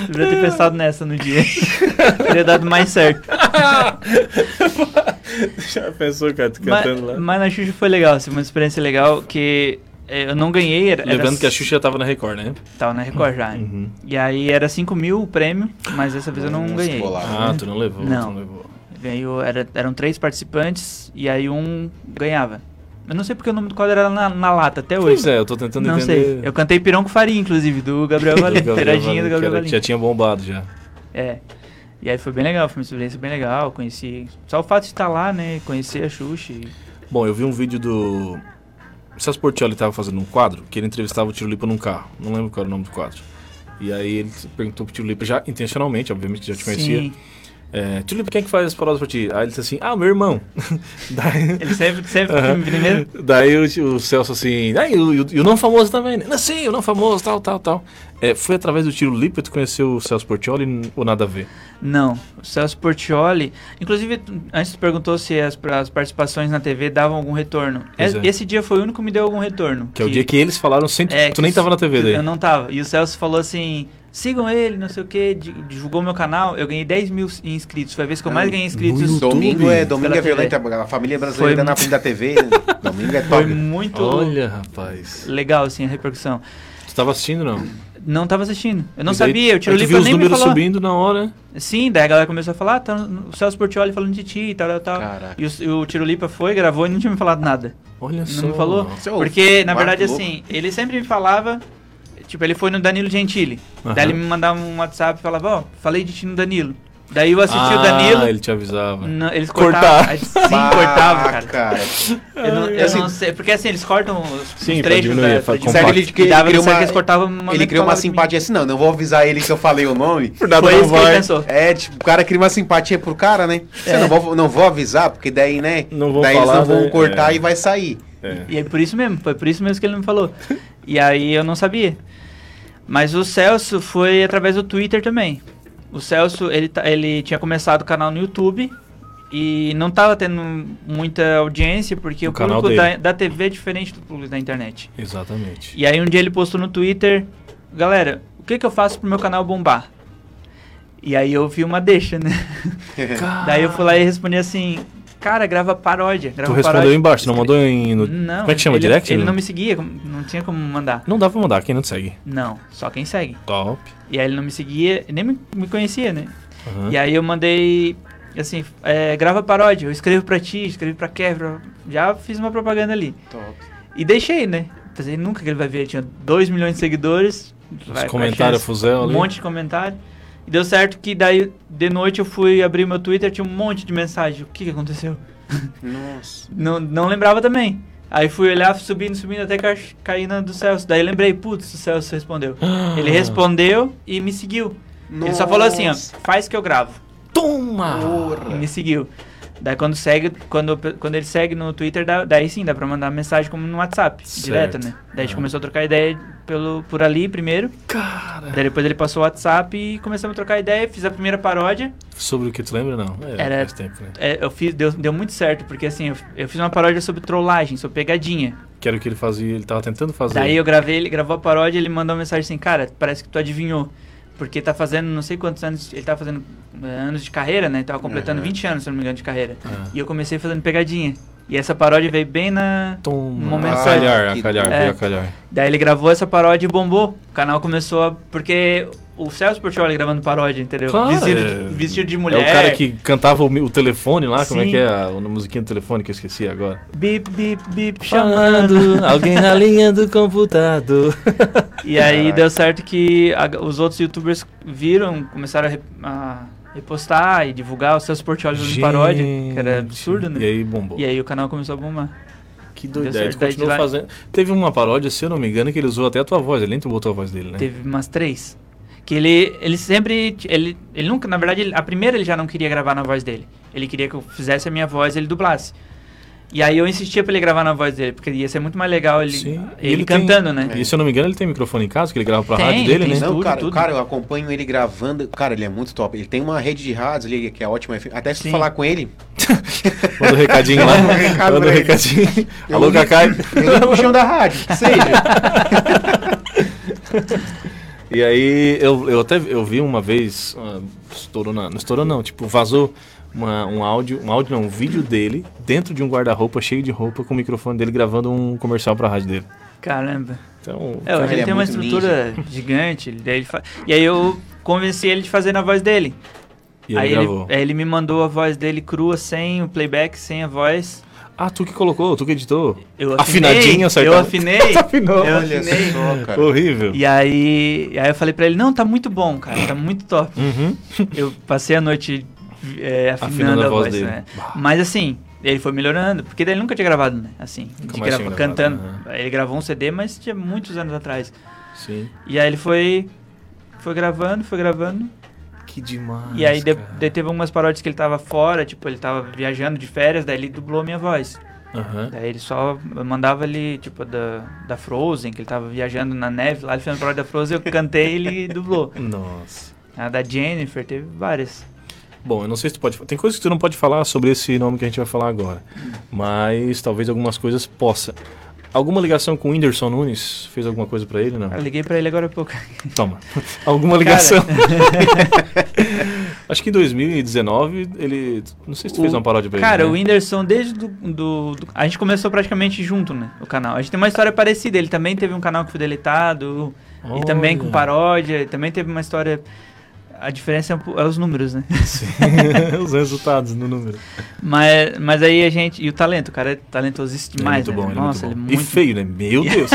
Speaker 2: Deveria ter pensado nessa no dia. (laughs) Teria dado mais certo.
Speaker 1: Já pensou, cara, tu
Speaker 2: Mas,
Speaker 1: cantando lá?
Speaker 2: mas na Xuxa foi legal, assim, uma experiência legal que eh, eu não ganhei. Era, era
Speaker 1: Lembrando que a
Speaker 2: s-
Speaker 1: Xuxa já tava na Record, né?
Speaker 2: Tava na Record já.
Speaker 1: Uhum.
Speaker 2: E aí era 5 mil o prêmio, mas dessa vez eu não
Speaker 3: Nossa,
Speaker 2: ganhei.
Speaker 3: bolado.
Speaker 1: Ah, tu não levou,
Speaker 2: Não.
Speaker 1: tu não levou.
Speaker 2: Veio, era, eram três participantes e aí um ganhava. Eu não sei porque o nome do quadro era na, na lata até hoje.
Speaker 1: Pois é, eu tô tentando
Speaker 2: não
Speaker 1: entender.
Speaker 2: sei. Eu cantei Pirão com Farinha, inclusive, do Gabriel
Speaker 1: (laughs) Do
Speaker 2: Valim.
Speaker 1: Gabriel Valim,
Speaker 2: Peradinha do
Speaker 1: que
Speaker 2: Gabriel
Speaker 1: era- Já
Speaker 2: Valim.
Speaker 1: tinha bombado já.
Speaker 2: É. E aí foi bem legal, foi uma experiência bem legal. Conheci. Só o fato de estar lá, né? Conhecer a Xuxa. e-
Speaker 1: Bom, eu vi um vídeo do. O Celso Portioli tava fazendo um quadro que ele entrevistava o Tirolipa num carro. Não lembro qual era o nome do quadro. E aí ele perguntou pro Tirolipa, já intencionalmente, obviamente que já te conhecia.
Speaker 2: Sim.
Speaker 1: É, Tulipa, quem é que faz as paródias pra ti? Aí ele disse assim, ah, meu irmão. (laughs) Daí,
Speaker 2: Ele sempre, sempre
Speaker 1: Aham.
Speaker 2: me primeiro.
Speaker 1: Daí o, o Celso assim, ah, e o, e o- e o não famoso também, né? Não, sim, o não famoso, tal, tal, tal. É, foi através do tiro livre que tu conheceu o Celso Portioli ou nada a ver?
Speaker 2: Não, o Celso Portioli. Inclusive, tu- antes tu perguntou se as, pra- as participações na TV davam algum retorno.
Speaker 1: Pois
Speaker 2: Es-
Speaker 1: é.
Speaker 2: Esse dia foi o único que me deu algum retorno.
Speaker 1: Que é o dia que eles falaram sem tu,
Speaker 2: É,
Speaker 1: tu nem
Speaker 2: que-
Speaker 1: tava na TV daí.
Speaker 2: Eu não tava. E o Celso falou assim: sigam ele, não sei o que, divulgou meu canal. Eu ganhei 10 mil inscritos. Foi a vez que eu mais ganhei inscritos.
Speaker 1: no YouTube?
Speaker 2: Domingo
Speaker 3: Domingo é, domingo
Speaker 2: Pela
Speaker 3: é violento, a família
Speaker 2: Foi
Speaker 3: brasileira dando na frente da TV.
Speaker 1: (laughs)
Speaker 3: né? domingo é
Speaker 2: Foi
Speaker 3: top.
Speaker 2: muito
Speaker 1: Olha, rapaz.
Speaker 2: legal, assim, a repercussão.
Speaker 1: Tu tava assistindo, não?
Speaker 2: Não tava assistindo. Eu não
Speaker 1: E daí-
Speaker 2: sabia, eu tiro o
Speaker 1: aí tu
Speaker 2: livro
Speaker 1: viu
Speaker 2: eu
Speaker 1: os
Speaker 2: nem me
Speaker 1: números
Speaker 2: falou.
Speaker 1: subindo na hora.
Speaker 2: Sim, daí a galera começou a falar, ah, tá, o Celso Portioli falando de ti e tal, tal, tal.
Speaker 3: Caraca.
Speaker 2: E o, e o Tirolipa foi, gravou e não tinha me falado nada.
Speaker 1: Olha só.
Speaker 2: Não me falou?
Speaker 1: é
Speaker 3: Seu
Speaker 2: Porque, na
Speaker 3: Marco
Speaker 2: verdade,
Speaker 3: louco.
Speaker 2: assim, ele sempre me falava. Tipo, ele foi no Danilo Gentili.
Speaker 1: Aham.
Speaker 2: Daí ele me mandava um WhatsApp e falava, ó, falei de ti no Danilo. Daí eu assisti o
Speaker 1: ah,
Speaker 2: Danilo. Hum.
Speaker 1: ele te avisava.
Speaker 2: não, eles
Speaker 1: Cortar. (laughs)
Speaker 2: cortavam. aí- Sim,
Speaker 3: Bah,
Speaker 2: cortava, cara. Eu não, eu
Speaker 3: Assim-
Speaker 2: não sei. Porque assim, eles cortam os,
Speaker 1: Sim,
Speaker 2: os
Speaker 1: pra
Speaker 2: trechos.
Speaker 1: diminuir,
Speaker 2: né,
Speaker 1: pra
Speaker 2: pra
Speaker 1: compacto.
Speaker 3: Sabe, ele,
Speaker 2: E
Speaker 3: ele,
Speaker 2: dava,
Speaker 3: criou
Speaker 2: não sei,
Speaker 3: uma,
Speaker 2: eles cortavam um momento
Speaker 3: ele criou uma
Speaker 2: falava de mim.
Speaker 3: simpatia assim, não, não vou avisar ele que eu falei
Speaker 1: (laughs)
Speaker 3: o nome.
Speaker 1: Nada
Speaker 2: Foi
Speaker 1: não
Speaker 2: isso que
Speaker 1: vai. É.
Speaker 2: ele pensou.
Speaker 3: É, tipo, o cara cria uma simpatia pro cara, né? Eu não vou, não vou avisar, porque daí, né?
Speaker 1: Não vou
Speaker 3: daí
Speaker 1: falar,
Speaker 3: eles não vão
Speaker 1: né?
Speaker 3: cortar
Speaker 1: É.
Speaker 3: e vai sair.
Speaker 1: É.
Speaker 2: E é por isso mesmo, foi por isso mesmo que ele me falou. E aí eu não sabia. Mas o Celso foi através do Twitter também. O Celso, ele, tá- ele tinha começado o canal no YouTube e não tava tendo muita audiência porque
Speaker 1: No
Speaker 2: o
Speaker 1: canal
Speaker 2: público da,
Speaker 1: dele.
Speaker 2: da TV é diferente do público da internet.
Speaker 1: Exatamente.
Speaker 2: E aí um dia ele postou no Twitter, galera, o que que eu faço pro meu canal bombar? E aí eu vi uma
Speaker 1: (laughs)
Speaker 2: deixa, né? Daí eu fui lá e respondi assim, cara, grava paródia. Grava
Speaker 1: Tu respondeu
Speaker 2: paródia.
Speaker 1: embaixo, não mandou em. No...
Speaker 2: Não.
Speaker 1: Como é que chama?
Speaker 2: ele,
Speaker 1: Direct?
Speaker 2: Ele não me seguia, como- não tinha como mandar.
Speaker 1: Não dá pra mandar, quem não te segue.
Speaker 2: Não, só quem segue.
Speaker 1: Top.
Speaker 2: E aí ele não me seguia, nem me, me conhecia, né?
Speaker 1: Aham.
Speaker 2: E aí eu mandei, assim, é, grava paródia, eu escrevo pra ti, escrevo pra Kevra. Já fiz uma propaganda ali.
Speaker 3: Top.
Speaker 2: E deixei, né? Pensei nunca que ele vai ver, tinha 2 milhões de seguidores. vai-
Speaker 1: Os
Speaker 2: vai
Speaker 1: comentários,
Speaker 2: chance.
Speaker 1: fuzel
Speaker 2: Um
Speaker 1: ali.
Speaker 2: monte de comentário. E deu certo que daí, de noite, eu fui abrir meu Twitter, tinha um monte de mensagem. O que, que aconteceu?
Speaker 3: Nossa.
Speaker 2: Não, não lembrava também. Aí fui olhar, subindo, subindo, até ca- cair na do Celso. Daí lembrei, putz, o Celso respondeu. Ele respondeu e me seguiu. Ele só falou assim, ó, faz que eu gravo.
Speaker 1: Toma!
Speaker 2: E me seguiu. Daí quando segue, quando, quando ele segue no Twitter, dá- daí sim, dá pra mandar mensagem como no WhatsApp,
Speaker 1: Certo.
Speaker 2: direto, né? Daí a
Speaker 1: Ah.
Speaker 2: gente começou a trocar ideia pelo, por ali primeiro.
Speaker 1: Cara!
Speaker 2: Daí depois ele passou o WhatsApp e começamos a trocar ideia. Fiz a primeira paródia.
Speaker 1: Sobre o que tu lembra, não? É,
Speaker 2: Era-
Speaker 1: faz tempo, né?
Speaker 2: É, eu fiz, deu, deu muito certo, porque assim, eu, eu fiz uma paródia sobre trollagem, sobre pegadinha.
Speaker 1: Que era o que ele fazia, ele tava tentando fazer.
Speaker 2: Daí eu gravei, ele gravou a paródia, ele mandou uma mensagem assim, cara, parece que tu adivinhou. Porque tá fazendo não sei quantos anos, ele tá fazendo eh, anos de carreira, né? Tava completando
Speaker 3: Aham.
Speaker 2: 20 anos, se eu não me engano, de carreira.
Speaker 1: Ah.
Speaker 2: E eu comecei fazendo pegadinha. E essa paródia veio bem na.
Speaker 1: Toma.
Speaker 2: Momento
Speaker 1: a Ah, calhar,
Speaker 3: que-
Speaker 1: a calhar,
Speaker 2: É.
Speaker 1: veio a calhar.
Speaker 2: Daí ele gravou essa paródia e bombou. O canal começou a. Porque o Celso Portioli gravando paródia, entendeu?
Speaker 1: Claro,
Speaker 2: vestido,
Speaker 1: é-
Speaker 2: vestido de mulher.
Speaker 1: É o cara que cantava o, mi- o telefone lá, como é
Speaker 2: Sim.
Speaker 1: que é a, a musiquinha do telefone que eu esqueci agora?
Speaker 2: Bip, bip, bip, chamando.
Speaker 1: Chamando alguém na linha do computador. Tá
Speaker 2: E aí
Speaker 3: Caraca.
Speaker 2: deu certo que a- os outros youtubers viram, começaram a, re- a repostar e divulgar os seus portfólios de paródia, que era absurdo, né?
Speaker 1: E aí bombou.
Speaker 2: E aí o canal começou a bombar.
Speaker 1: Que
Speaker 2: Deu
Speaker 1: doideira. Ele
Speaker 2: certo, daí de
Speaker 1: continuou
Speaker 2: lá-
Speaker 1: fazendo. Teve uma paródia, se eu não me engano, que ele usou até a tua voz. Ele nem tu botou a voz dele, né?
Speaker 2: Teve umas três. Que ele, ele sempre. Ele, ele nunca, na verdade, ele- a primeira ele já não queria gravar na voz dele. Ele queria que eu fizesse a minha voz e ele dublasse. E aí eu insistia pra ele gravar na voz dele, porque ia ser muito mais legal ele,
Speaker 1: Sim. E
Speaker 2: ele,
Speaker 1: ele tem-
Speaker 2: cantando, né?
Speaker 1: E se eu não me engano, ele tem microfone em casa, que ele grava pra
Speaker 2: Tem,
Speaker 1: rádio dele,
Speaker 2: tem
Speaker 1: né?
Speaker 2: isso.
Speaker 3: Não,
Speaker 2: tudo,
Speaker 3: cara,
Speaker 2: tudo.
Speaker 3: cara, eu acompanho ele gravando. Cara, ele é muito top. Ele tem uma rede de rádios ali que é ótima. Até se tu
Speaker 2: Sim.
Speaker 3: falar
Speaker 1: (laughs)
Speaker 3: com ele.
Speaker 1: Manda um recadinho lá.
Speaker 3: Manda um recado
Speaker 1: Manda um
Speaker 3: pra ele.
Speaker 1: recadinho.
Speaker 3: Eu
Speaker 1: Alô,
Speaker 3: ouvi-
Speaker 1: Cacai.
Speaker 3: Ele é o chão
Speaker 1: (laughs)
Speaker 3: da rádio, que seja.
Speaker 1: E aí, eu, eu até eu vi uma vez, ah, estourou na, não estourou não, tipo, vazou uma- um áudio, um áudio não, um vídeo dele dentro de um guarda-roupa cheio de roupa com o microfone dele gravando um comercial pra rádio dele.
Speaker 2: Caramba.
Speaker 1: Então,
Speaker 2: É, hoje
Speaker 3: Ele
Speaker 2: ele
Speaker 3: é
Speaker 2: tem uma
Speaker 3: muito
Speaker 2: estrutura gigante. ele- daí ele fa- E aí eu convenci ele de fazer na voz dele.
Speaker 1: e ele
Speaker 2: aí
Speaker 1: gravou.
Speaker 2: Ele, é aí ele me mandou a voz dele crua, sem o playback, sem a voz.
Speaker 1: Ah, tu que colocou, tu que editou.
Speaker 2: Eu afinei,
Speaker 1: Afinadinho, Tá acertou. (laughs)
Speaker 2: Eu afinei.
Speaker 1: Afinou.
Speaker 2: eu
Speaker 3: Olha
Speaker 2: afinei.
Speaker 3: só, cara.
Speaker 1: Horrível.
Speaker 2: E aí, aí eu falei pra ele, não, tá muito bom, cara, tá muito top.
Speaker 1: Uhum.
Speaker 2: (laughs) Eu passei a noite é, afinando, a, voz,
Speaker 1: dele.
Speaker 2: né?
Speaker 1: Bah.
Speaker 2: Mas assim, ele foi melhorando, porque daí ele nunca tinha gravado, né? Assim, de
Speaker 1: mais
Speaker 2: grava-
Speaker 1: tinha gravado,
Speaker 2: cantando.
Speaker 1: né?
Speaker 2: Ele gravou um CD, mas tinha muitos anos atrás.
Speaker 1: Sim.
Speaker 2: E aí ele foi foi gravando, foi gravando.
Speaker 1: Que demais.
Speaker 2: E aí de-
Speaker 1: cara.
Speaker 2: daí teve algumas paródias que ele tava fora, tipo, ele tava viajando de férias, daí ele dublou minha voz.
Speaker 1: Aham.
Speaker 2: Daí ele só eu mandava ele, tipo, da, da Frozen, que ele tava viajando na neve lá, ele fez uma paródia da Frozen, eu cantei e ele (laughs) dublou.
Speaker 1: Nossa.
Speaker 2: A da Jennifer, teve várias.
Speaker 1: Bom, eu não sei se tu pode. Tem coisas que tu não pode falar sobre esse nome que a gente vai falar agora. Mas talvez algumas coisas possa. Alguma ligação com o Whindersson Nunes? Fez alguma coisa pra ele? Não.
Speaker 2: Eu liguei pra ele agora há pouco.
Speaker 1: Toma. (laughs) Alguma ligação. (laughs) Acho que em 2019 ele. Não sei se tu fez
Speaker 2: O-
Speaker 1: uma paródia pra
Speaker 2: Cara, o
Speaker 1: ele. né?
Speaker 2: Whindersson, desde do, do, do- A gente começou praticamente junto, né? O canal. A gente tem uma história parecida. Ele também teve um canal que foi deletado. E também com
Speaker 1: Olha.
Speaker 2: paródia. E também teve uma história. A diferença é um po- é os números, né?
Speaker 1: (laughs) Os resultados no número.
Speaker 2: Mas, mas aí a gente. E o talento, o cara é talentosíssimo demais.
Speaker 1: é muito bom,
Speaker 2: né?
Speaker 1: ele
Speaker 2: Nossa,
Speaker 1: é muito bom.
Speaker 2: ele é muito.
Speaker 1: E feio, né?
Speaker 2: (laughs)
Speaker 1: Meu Deus.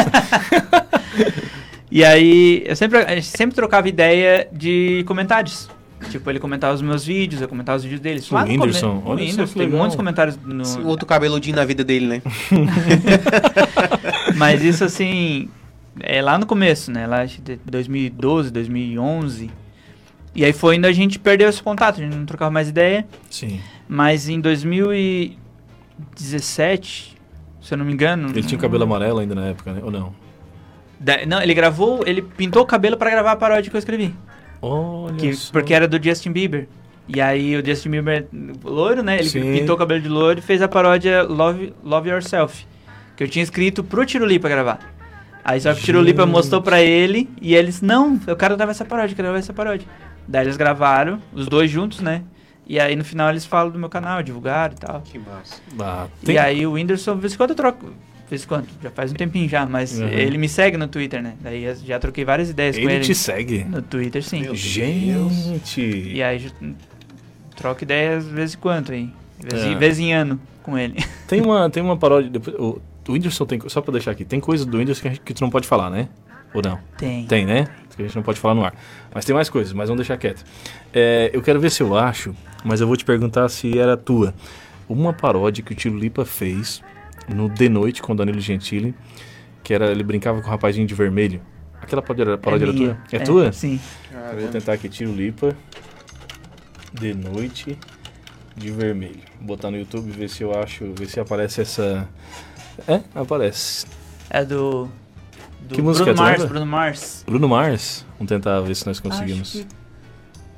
Speaker 2: E aí, eu sempre, a gente sempre trocava ideia de comentários. Tipo, ele comentava os meus vídeos, eu comentava os vídeos dele.
Speaker 1: O Whindersson, olha só que
Speaker 2: tem
Speaker 1: legal.
Speaker 2: muitos comentários no.
Speaker 3: Esse Um Outro cabeludinho na vida dele, né?
Speaker 2: Mas isso assim, é lá no começo, né? Lá acho que 2012, 2011. E aí foi indo a gente perdeu esse contato, a gente não trocava mais ideia.
Speaker 1: Sim.
Speaker 2: Mas em 2017, se eu não me engano.
Speaker 1: Ele tinha o cabelo amarelo ainda na época, né? Ou não?
Speaker 2: Da- não, ele gravou, ele pintou o cabelo pra gravar a paródia que eu escrevi.
Speaker 1: Olha
Speaker 2: Que-
Speaker 1: só.
Speaker 2: porque era do Justin Bieber. E aí o Justin Bieber, loiro, né? Ele
Speaker 1: Sim.
Speaker 2: pintou o cabelo de loiro e fez a paródia Love, Love Yourself. Que eu tinha escrito pro Tirulipa gravar. Aí só que o Tirulipa
Speaker 1: Gente.
Speaker 2: mostrou pra ele e eles, não, eu quero gravar essa paródia, eu quero gravar essa paródia. Daí eles gravaram, os dois juntos, né? E aí no final eles falam do meu canal, divulgaram e tal.
Speaker 3: Que massa.
Speaker 1: Ah, tem-
Speaker 2: E aí o Whindersson, de vez em quando eu troco. De vez em quando, já faz um tempinho já, mas
Speaker 1: Uhum.
Speaker 2: ele me segue no Twitter, né? Daí eu já troquei várias ideias
Speaker 1: ele,
Speaker 2: com ele.
Speaker 1: te segue?
Speaker 2: No Twitter, sim.
Speaker 3: Meu Deus.
Speaker 1: Gente.
Speaker 2: E aí ju- troca ideias de vez em quando, hein? De vez,
Speaker 1: É.
Speaker 2: em, vez em ano com ele.
Speaker 1: Tem uma, tem uma paródia. Depois, o, o Whindersson tem. co- Só pra deixar aqui, tem coisa do Whindersson que, a gente- que tu não pode falar, né? Ou não? (laughs)
Speaker 2: Tem.
Speaker 1: Tem, né? Que a gente não pode falar no ar. Mas tem mais coisas, mas vamos deixar quieto. É, eu quero ver se eu acho, mas eu vou te perguntar se era tua. Uma paródia que o Tiro Lipa fez no De Noite com o Danilo Gentili, que era ele brincava com o rapazinho de vermelho. Aquela paródia, era- paródia
Speaker 2: é
Speaker 1: era
Speaker 2: minha.
Speaker 1: tua? É, tua?
Speaker 2: Sim.
Speaker 1: Eu Vou tentar aqui, Tiro Lipa, De Noite de vermelho. Vou botar no YouTube ver se eu acho, ver se aparece essa. É, aparece.
Speaker 2: É do. do
Speaker 1: Que música é, tu
Speaker 2: Bruno Mars,
Speaker 1: lembra?
Speaker 2: Bruno Mars.
Speaker 1: Bruno Mars. Vamos tentar ver se nós conseguimos.
Speaker 2: Acho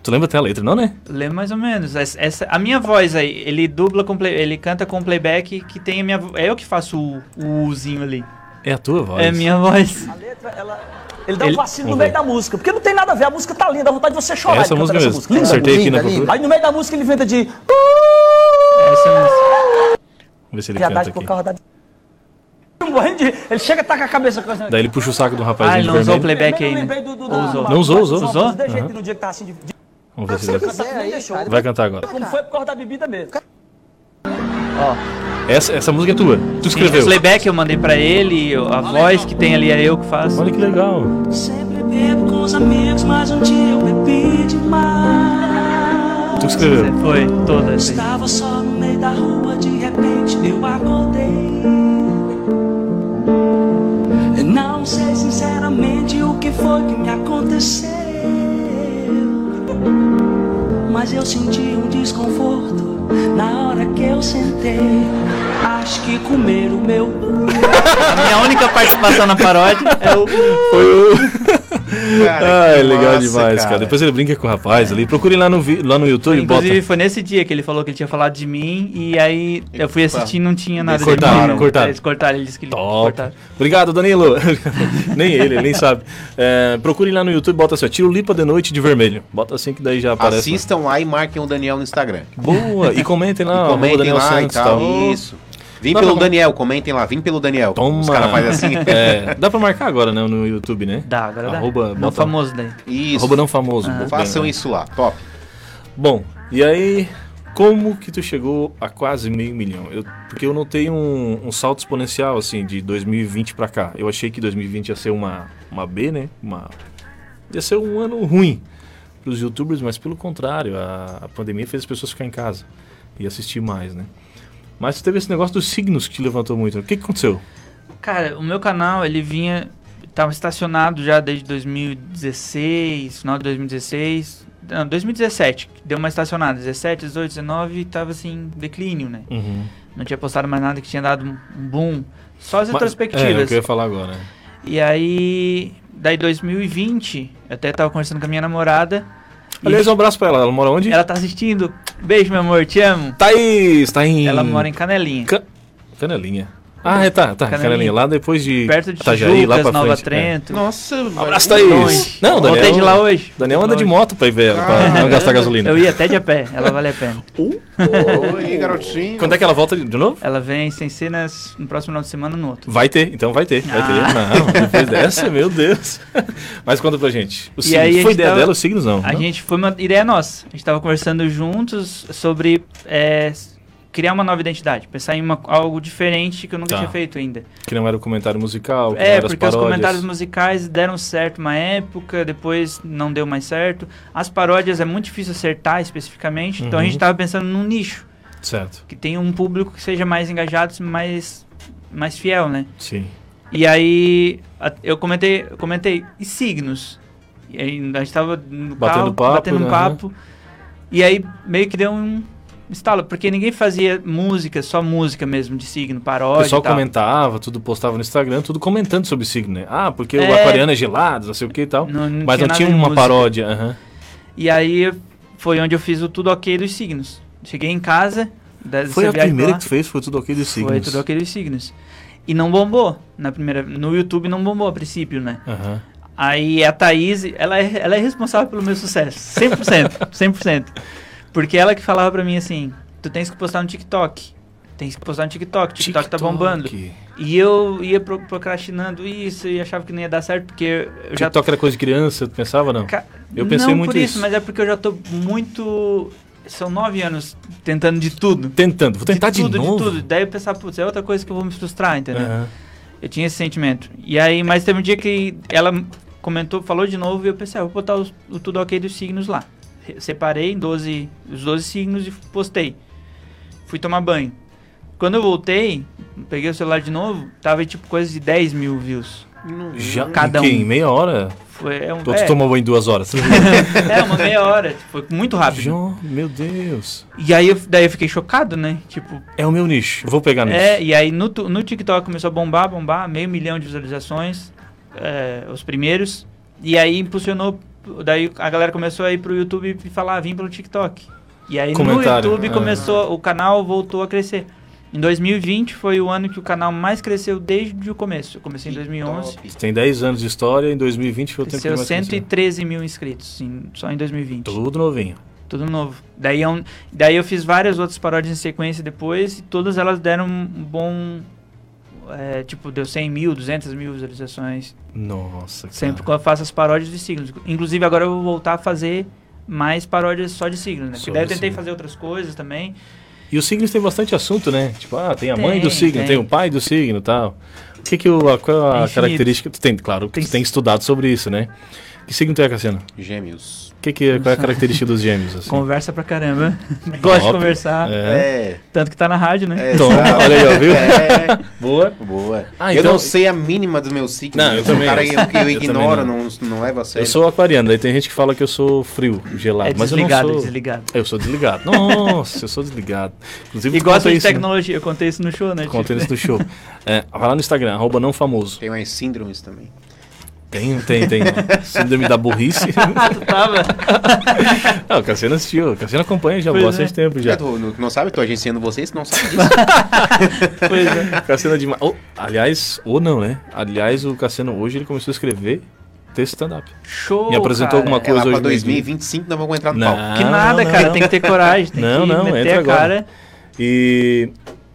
Speaker 1: Tu lembra até a letra, não, né?
Speaker 2: que- Lembro mais ou menos. Essa, essa- a minha voz aí, ele dubla com play- ele canta com playback que tem a minha vo- É eu que faço o, o uzinho ali.
Speaker 1: É a tua voz?
Speaker 2: É a minha voz.
Speaker 4: A letra, ela. Ele dá
Speaker 2: Ele-
Speaker 4: um vacilo no
Speaker 1: Vamos
Speaker 4: meio
Speaker 1: ver.
Speaker 4: da música, porque não tem nada a ver, a música tá linda, dá vontade de você chorar.
Speaker 1: É essa
Speaker 4: de cantar
Speaker 1: música mesmo.
Speaker 4: Linda,
Speaker 1: Acertei aqui
Speaker 4: linda,
Speaker 1: na
Speaker 4: linda.
Speaker 1: cultura.
Speaker 4: Aí no meio da música ele inventa de.
Speaker 2: Essa música.
Speaker 1: Vamos ver se ele canta
Speaker 4: Viadagem
Speaker 1: aqui.
Speaker 4: por causa da. Morrendo de. Ele chega e taca a cabeça com a.
Speaker 1: Daí ele puxa o saco do
Speaker 2: Ah,
Speaker 1: rapazinho
Speaker 2: ele
Speaker 1: de
Speaker 2: não usou o
Speaker 1: vermelho.
Speaker 2: playback
Speaker 4: Eu
Speaker 2: aí,
Speaker 4: lembrei
Speaker 2: né?
Speaker 4: do- do-
Speaker 2: Ou
Speaker 4: da-
Speaker 2: usou?
Speaker 4: da-
Speaker 1: Não usou,
Speaker 4: da-
Speaker 1: usou,
Speaker 4: da-
Speaker 1: usou?
Speaker 4: De jeito
Speaker 1: Aham.
Speaker 4: no dia que tá assim de. de-
Speaker 1: Vamos ver se ele vai cantar.
Speaker 4: nem deixou.
Speaker 1: Vai cantar agora.
Speaker 4: Como foi por causa da bebida mesmo.
Speaker 1: Essa, essa música é tua. Tu
Speaker 2: Sim, o
Speaker 1: escreveu.
Speaker 2: um playback eu mandei pra ele, eu- a voz que tem ali é eu que faço.
Speaker 1: Olha que legal.
Speaker 4: Sempre bebo com os amigos, mas um dia eu bebi demais.
Speaker 1: Tu escreveu.
Speaker 2: Foi, toda essa aí.
Speaker 4: Estava só no meio da rua, de repente eu acordei. Não sei sinceramente o que foi que me aconteceu. Mas eu senti um desconforto na hora que eu sentei. Acho que comer o meu.
Speaker 2: A minha única participação na paródia é o.
Speaker 3: Cara,
Speaker 1: Ah,
Speaker 3: que
Speaker 1: é legal
Speaker 3: massa,
Speaker 1: demais, cara. Depois ele brinca com o rapaz ali. Procure lá no, vi- lá no YouTube e bota.
Speaker 2: Inclusive, foi nesse dia que ele falou que ele tinha falado de mim, e aí eu fui assistir e não tinha nada de
Speaker 1: Cortaram,
Speaker 2: mim.
Speaker 1: cortaram.
Speaker 2: Eles cortaram, ele disse que
Speaker 1: Top.
Speaker 2: cortaram.
Speaker 1: Obrigado, Danilo. (laughs) nem ele, ele nem sabe. É, procure lá no YouTube, bota assim, ó, Tiro Lipa de Noite de Vermelho. Bota assim que daí já aparece.
Speaker 3: Assistam lá e marquem o Daniel no Instagram.
Speaker 1: lá. Boa. E comentem
Speaker 3: (laughs)
Speaker 1: lá. Ah, arroba
Speaker 3: comentem
Speaker 1: Daniel
Speaker 3: lá
Speaker 1: Santos, tá.
Speaker 3: e tal. Isso. Vim
Speaker 1: Dá
Speaker 3: pelo
Speaker 1: pra-
Speaker 3: Daniel, comentem lá, vim pelo Daniel.
Speaker 1: Toma.
Speaker 3: Os caras fazem assim.
Speaker 1: (laughs) É, dá pra marcar agora, né, no YouTube, né?
Speaker 2: Dá, agora dá.
Speaker 1: Arroba,
Speaker 2: não
Speaker 1: bota-
Speaker 2: famoso daí.
Speaker 3: Isso.
Speaker 1: Arroba não famoso. Bem,
Speaker 3: Ah. Façam
Speaker 1: né?
Speaker 3: isso lá. Top.
Speaker 1: Bom, e aí, como que tu chegou a quase meio milhão? Eu- porque eu notei um, um salto exponencial, assim, de 2020 pra cá. Eu achei que 2020 ia ser uma, uma B, né? Uma, ia ser um ano ruim pros youtubers, mas pelo contrário, a, a pandemia fez as pessoas ficar em casa e assistir mais, né? Mas teve esse negócio dos signos que te levantou muito. né? O que, que aconteceu?
Speaker 2: Cara, o meu canal, ele vinha. Tava estacionado já desde 2016, final de 2016. Não, 2017, deu uma estacionada. 17, 18, 19 tava assim, declínio, né?
Speaker 1: Uhum.
Speaker 2: Não tinha postado mais nada que tinha dado um um boom. Só
Speaker 1: Mas-
Speaker 2: as
Speaker 1: É, é o
Speaker 2: retrospectivas.
Speaker 1: que eu ia falar agora. né?
Speaker 2: E aí, daí 2020, eu até tava conversando com a minha namorada. e
Speaker 1: Aliás, um abraço pra ela. Ela mora onde?
Speaker 2: ela tá assistindo. Beijo, meu amor, te amo.
Speaker 1: Thaís, tá em.
Speaker 2: Ela mora em Canelinha.
Speaker 1: Ca- Canelinha. Ah, é, tá, tá. Canelinha.
Speaker 2: Canelinha.
Speaker 1: lá depois de.
Speaker 2: Perto de
Speaker 1: Itajaí, lá pra
Speaker 2: Tijucas, Nova
Speaker 1: frente. é.
Speaker 2: Trento. Tá
Speaker 3: Nossa, um
Speaker 1: abraço, Thaís.
Speaker 2: Longe.
Speaker 1: Não, Daniel-
Speaker 2: Voltei de lá hoje.
Speaker 1: É. Daniel anda de
Speaker 2: Longe.
Speaker 1: moto pra ir ver, pra não
Speaker 2: Caramba.
Speaker 1: gastar gasolina.
Speaker 2: Ah. Eu ia até de a pé, ela vale a pena.
Speaker 3: Oi, garotinho.
Speaker 1: Quando é que ela volta de novo?
Speaker 2: Ela vem sem cenas no próximo final de semana no outro.
Speaker 1: Vai ter, então vai ter. Vai
Speaker 2: Ah.
Speaker 1: ter. Não, depois dessa, meu Deus. (laughs) Mas conta pra gente. O
Speaker 2: E
Speaker 1: signo.
Speaker 2: aí
Speaker 1: Foi
Speaker 2: a gente
Speaker 1: ideia
Speaker 2: tava-
Speaker 1: dela, os signos não.
Speaker 2: A
Speaker 1: não?
Speaker 2: gente foi uma ideia nossa. A gente tava conversando juntos sobre é, criar uma nova identidade, pensar em uma- algo diferente que eu nunca
Speaker 1: Tá.
Speaker 2: tinha feito ainda.
Speaker 1: Que não era o comentário musical, que não
Speaker 2: É,
Speaker 1: era as
Speaker 2: porque os
Speaker 1: paródias.
Speaker 2: comentários musicais deram certo uma época, depois não deu mais certo. As paródias é muito difícil acertar especificamente, então a
Speaker 1: Uhum.
Speaker 2: gente tava pensando num nicho
Speaker 1: Certo,
Speaker 2: que tenha um público que seja mais engajado, mais mais fiel, né?
Speaker 1: sim.
Speaker 2: E aí a- eu comentei, eu comentei e signos. E aí a gente tava no
Speaker 1: Batendo
Speaker 2: carro,
Speaker 1: papo,
Speaker 2: batendo
Speaker 1: né?
Speaker 2: um papo. E aí meio que deu um estalo, porque ninguém fazia música, só música mesmo de signo,
Speaker 1: O
Speaker 2: paródia
Speaker 1: pessoal
Speaker 2: e tal.
Speaker 1: comentava, tudo postava no Instagram, tudo comentando sobre signo, né? Ah, porque o
Speaker 2: É.
Speaker 1: aquariano é gelado, não sei o que e tal.
Speaker 2: Não- não
Speaker 1: Mas
Speaker 2: tinha
Speaker 1: não
Speaker 2: nada
Speaker 1: tinha
Speaker 2: de
Speaker 1: uma
Speaker 2: música.
Speaker 1: paródia. aham.
Speaker 2: E aí foi onde eu fiz o tudo ok dos signos. Cheguei em casa, da,
Speaker 1: Foi
Speaker 2: dessa
Speaker 1: a
Speaker 2: viagem pra
Speaker 1: primeira
Speaker 2: lá,
Speaker 1: que tu fez, foi tudo ok dos signos.
Speaker 2: Foi tudo ok dos signos. E não bombou na primeira, no YouTube não bombou a princípio, né?
Speaker 1: Aham.
Speaker 2: Aí a Thaís, ela é, ela é responsável pelo meu sucesso.
Speaker 1: (laughs)
Speaker 2: 100%. 100%. Porque ela que falava pra mim assim: tu tens que postar no TikTok. Tens que postar no TikTok. TikTok, tá bombando. E eu ia pro- procrastinando isso e achava que não ia dar certo porque eu já.
Speaker 1: TikTok era coisa de criança, tu pensava não?
Speaker 2: Ca-
Speaker 1: Eu pensei
Speaker 2: não
Speaker 1: muito
Speaker 2: por isso,
Speaker 1: nisso.
Speaker 2: mas é porque eu já tô muito. São nove anos tentando de tudo.
Speaker 1: Tentando, vou tentar de,
Speaker 2: tudo,
Speaker 1: novo. É.
Speaker 2: tudo. né? Daí eu pensava, putz, é outra coisa que eu vou me frustrar, entendeu?
Speaker 1: Aham.
Speaker 2: Eu tinha esse sentimento. E aí, mas teve um dia que ela comentou, falou de novo, e eu pensei, ah, vou botar os- o tudo ok dos signos lá. Re- Separei em 12, os 12 signos e postei. Fui tomar banho. Quando eu voltei, peguei o celular de novo, tava tipo coisa de 10 mil views.
Speaker 1: Já
Speaker 2: Cada
Speaker 1: em quê?
Speaker 2: um.
Speaker 1: Em meia hora?
Speaker 2: Foi, é, um,
Speaker 1: Todos
Speaker 2: é,
Speaker 1: tomou banho em duas
Speaker 2: (laughs)
Speaker 1: horas.
Speaker 2: é, uma meia hora, foi muito rápido.
Speaker 1: João, meu Deus.
Speaker 2: E aí, eu, daí eu fiquei chocado, né? Tipo,
Speaker 1: É o meu nicho, eu vou pegar nisso.
Speaker 2: É, e aí no, tu- no TikTok começou a bombar, bombar, meio milhão de visualizações, é, os primeiros. E aí impulsionou, daí a galera começou a ir pro YouTube e falar, "Ah, vim pelo TikTok. E aí
Speaker 1: Comentário,
Speaker 2: no YouTube
Speaker 1: ah.
Speaker 2: começou, o canal voltou a crescer. Em 2020 foi o ano que o canal mais cresceu desde o começo. Eu comecei em 2011,
Speaker 1: Tem 10 anos de história, em 2020 foi o tempo que
Speaker 2: cresceu
Speaker 1: mais cresceu.
Speaker 2: 113 mil inscritos, em- só em 2020.
Speaker 1: Tudo novinho.
Speaker 2: Tudo novo. Daí eu, daí eu fiz várias outras paródias em sequência depois e todas elas deram um bom. é, tipo, deu 100 mil, 200 mil visualizações.
Speaker 1: Nossa, cara.
Speaker 2: Sempre que eu faço as paródias de signos. Inclusive, agora eu vou voltar a fazer mais paródias só de signos, né?
Speaker 1: Só
Speaker 2: Porque daí eu
Speaker 1: de
Speaker 2: tentei
Speaker 1: signo.
Speaker 2: fazer outras coisas também.
Speaker 1: E os signos tem bastante assunto, né? Tipo, ah, tem a mãe do
Speaker 2: Tem,
Speaker 1: signo, tem,
Speaker 2: tem.
Speaker 1: o pai do signo e tal. O que que o, a, qual a
Speaker 2: Tem infinito.
Speaker 1: característica... Tu tem, claro, que
Speaker 2: Tem
Speaker 1: tu tem estudado sobre isso, né? Que signo tu é, Cassiano?
Speaker 3: Gêmeos.
Speaker 1: Que que, é- qual é a característica dos gêmeos, assim?
Speaker 2: Conversa
Speaker 1: (laughs)
Speaker 2: pra caramba. Gosto de
Speaker 1: Top.
Speaker 2: conversar.
Speaker 1: É.
Speaker 3: É.
Speaker 2: Tanto que tá na rádio, né?
Speaker 1: Então, olha aí, ó, viu?
Speaker 3: É,
Speaker 1: Boa.
Speaker 3: boa.
Speaker 1: Ah,
Speaker 3: eu
Speaker 1: então-
Speaker 3: não sei a mínima do meu signo.
Speaker 1: Não, eu
Speaker 3: sou um
Speaker 1: também
Speaker 3: cara
Speaker 1: não.
Speaker 3: que eu, que eu
Speaker 1: Eu
Speaker 3: ignoro,
Speaker 1: também
Speaker 3: não, não é levo a sério.
Speaker 1: Eu sou aquariano, daí tem gente que fala que eu sou frio, gelado,
Speaker 2: É
Speaker 1: mas eu não
Speaker 2: desligado,
Speaker 1: sou.
Speaker 2: é desligado.
Speaker 1: Eu sou desligado. Nossa, eu sou desligado. Inclusive,
Speaker 2: E
Speaker 1: tu
Speaker 2: gosto
Speaker 1: conta
Speaker 2: de
Speaker 1: isso, né?
Speaker 2: tecnologia. Eu contei isso no show, né?
Speaker 1: Contei
Speaker 2: Tipo,
Speaker 1: isso no show. É, vai lá no Instagram, arroba não famoso.
Speaker 3: Tem umas síndromes também.
Speaker 1: Tem, tem, tem. Síndrome da
Speaker 2: (laughs)
Speaker 1: burrice.
Speaker 2: Ah, tu tava.
Speaker 1: Não, o Cassiano assistiu. O Cassiano acompanha já há
Speaker 2: Pois
Speaker 1: bastante
Speaker 2: é.
Speaker 1: tempo
Speaker 3: Já.
Speaker 1: já.
Speaker 3: Tô, não, não sabe? Tô agenciando vocês,
Speaker 1: (laughs)
Speaker 3: não sabe disso. É
Speaker 2: Pois é.
Speaker 1: Cassiano é demais. Oh, aliás, ou não, né? Aliás, o Cassiano hoje ele começou a escrever texto stand-up.
Speaker 2: Show.
Speaker 1: Me apresentou
Speaker 2: cara.
Speaker 1: alguma
Speaker 3: É lá
Speaker 1: coisa
Speaker 3: pra
Speaker 1: hoje. meio-dia.
Speaker 3: 2025 nós vamos entrar no palco.
Speaker 2: Que nada,
Speaker 1: Ah, não,
Speaker 2: cara.
Speaker 1: não.
Speaker 2: Tem que ter coragem, tem
Speaker 1: Não,
Speaker 2: que
Speaker 1: não,
Speaker 2: meter
Speaker 1: entra
Speaker 2: a
Speaker 1: agora.
Speaker 2: cara.
Speaker 1: E.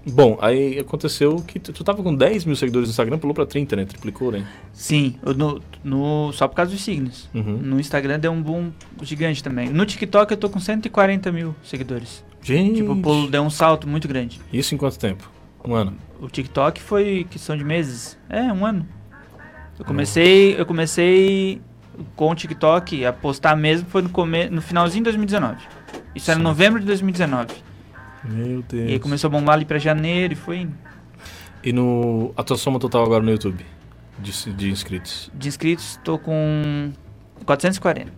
Speaker 1: Bom, aí aconteceu que tu, tu tava com 10 mil seguidores no Instagram, pulou pra 30, né? Triplicou, né?
Speaker 2: Sim, eu no, no- só por causa dos signos.
Speaker 1: Uhum.
Speaker 2: No Instagram deu um boom gigante também. No TikTok eu tô com 140 mil seguidores.
Speaker 1: Gente.
Speaker 2: Tipo, o pulo deu um salto muito grande.
Speaker 1: Isso em quanto tempo? Um ano.
Speaker 2: O TikTok foi questão de meses. É, um ano. Eu
Speaker 1: Hum.
Speaker 2: comecei, eu comecei com o TikTok a postar mesmo foi no, come, no finalzinho de 2019. Isso era
Speaker 1: Sim.
Speaker 2: novembro de 2019.
Speaker 1: Meu Deus.
Speaker 2: E aí começou a bombar ali pra janeiro e foi indo.
Speaker 1: E no. A tua soma total agora no YouTube? De, de inscritos.
Speaker 2: De inscritos, tô com 440.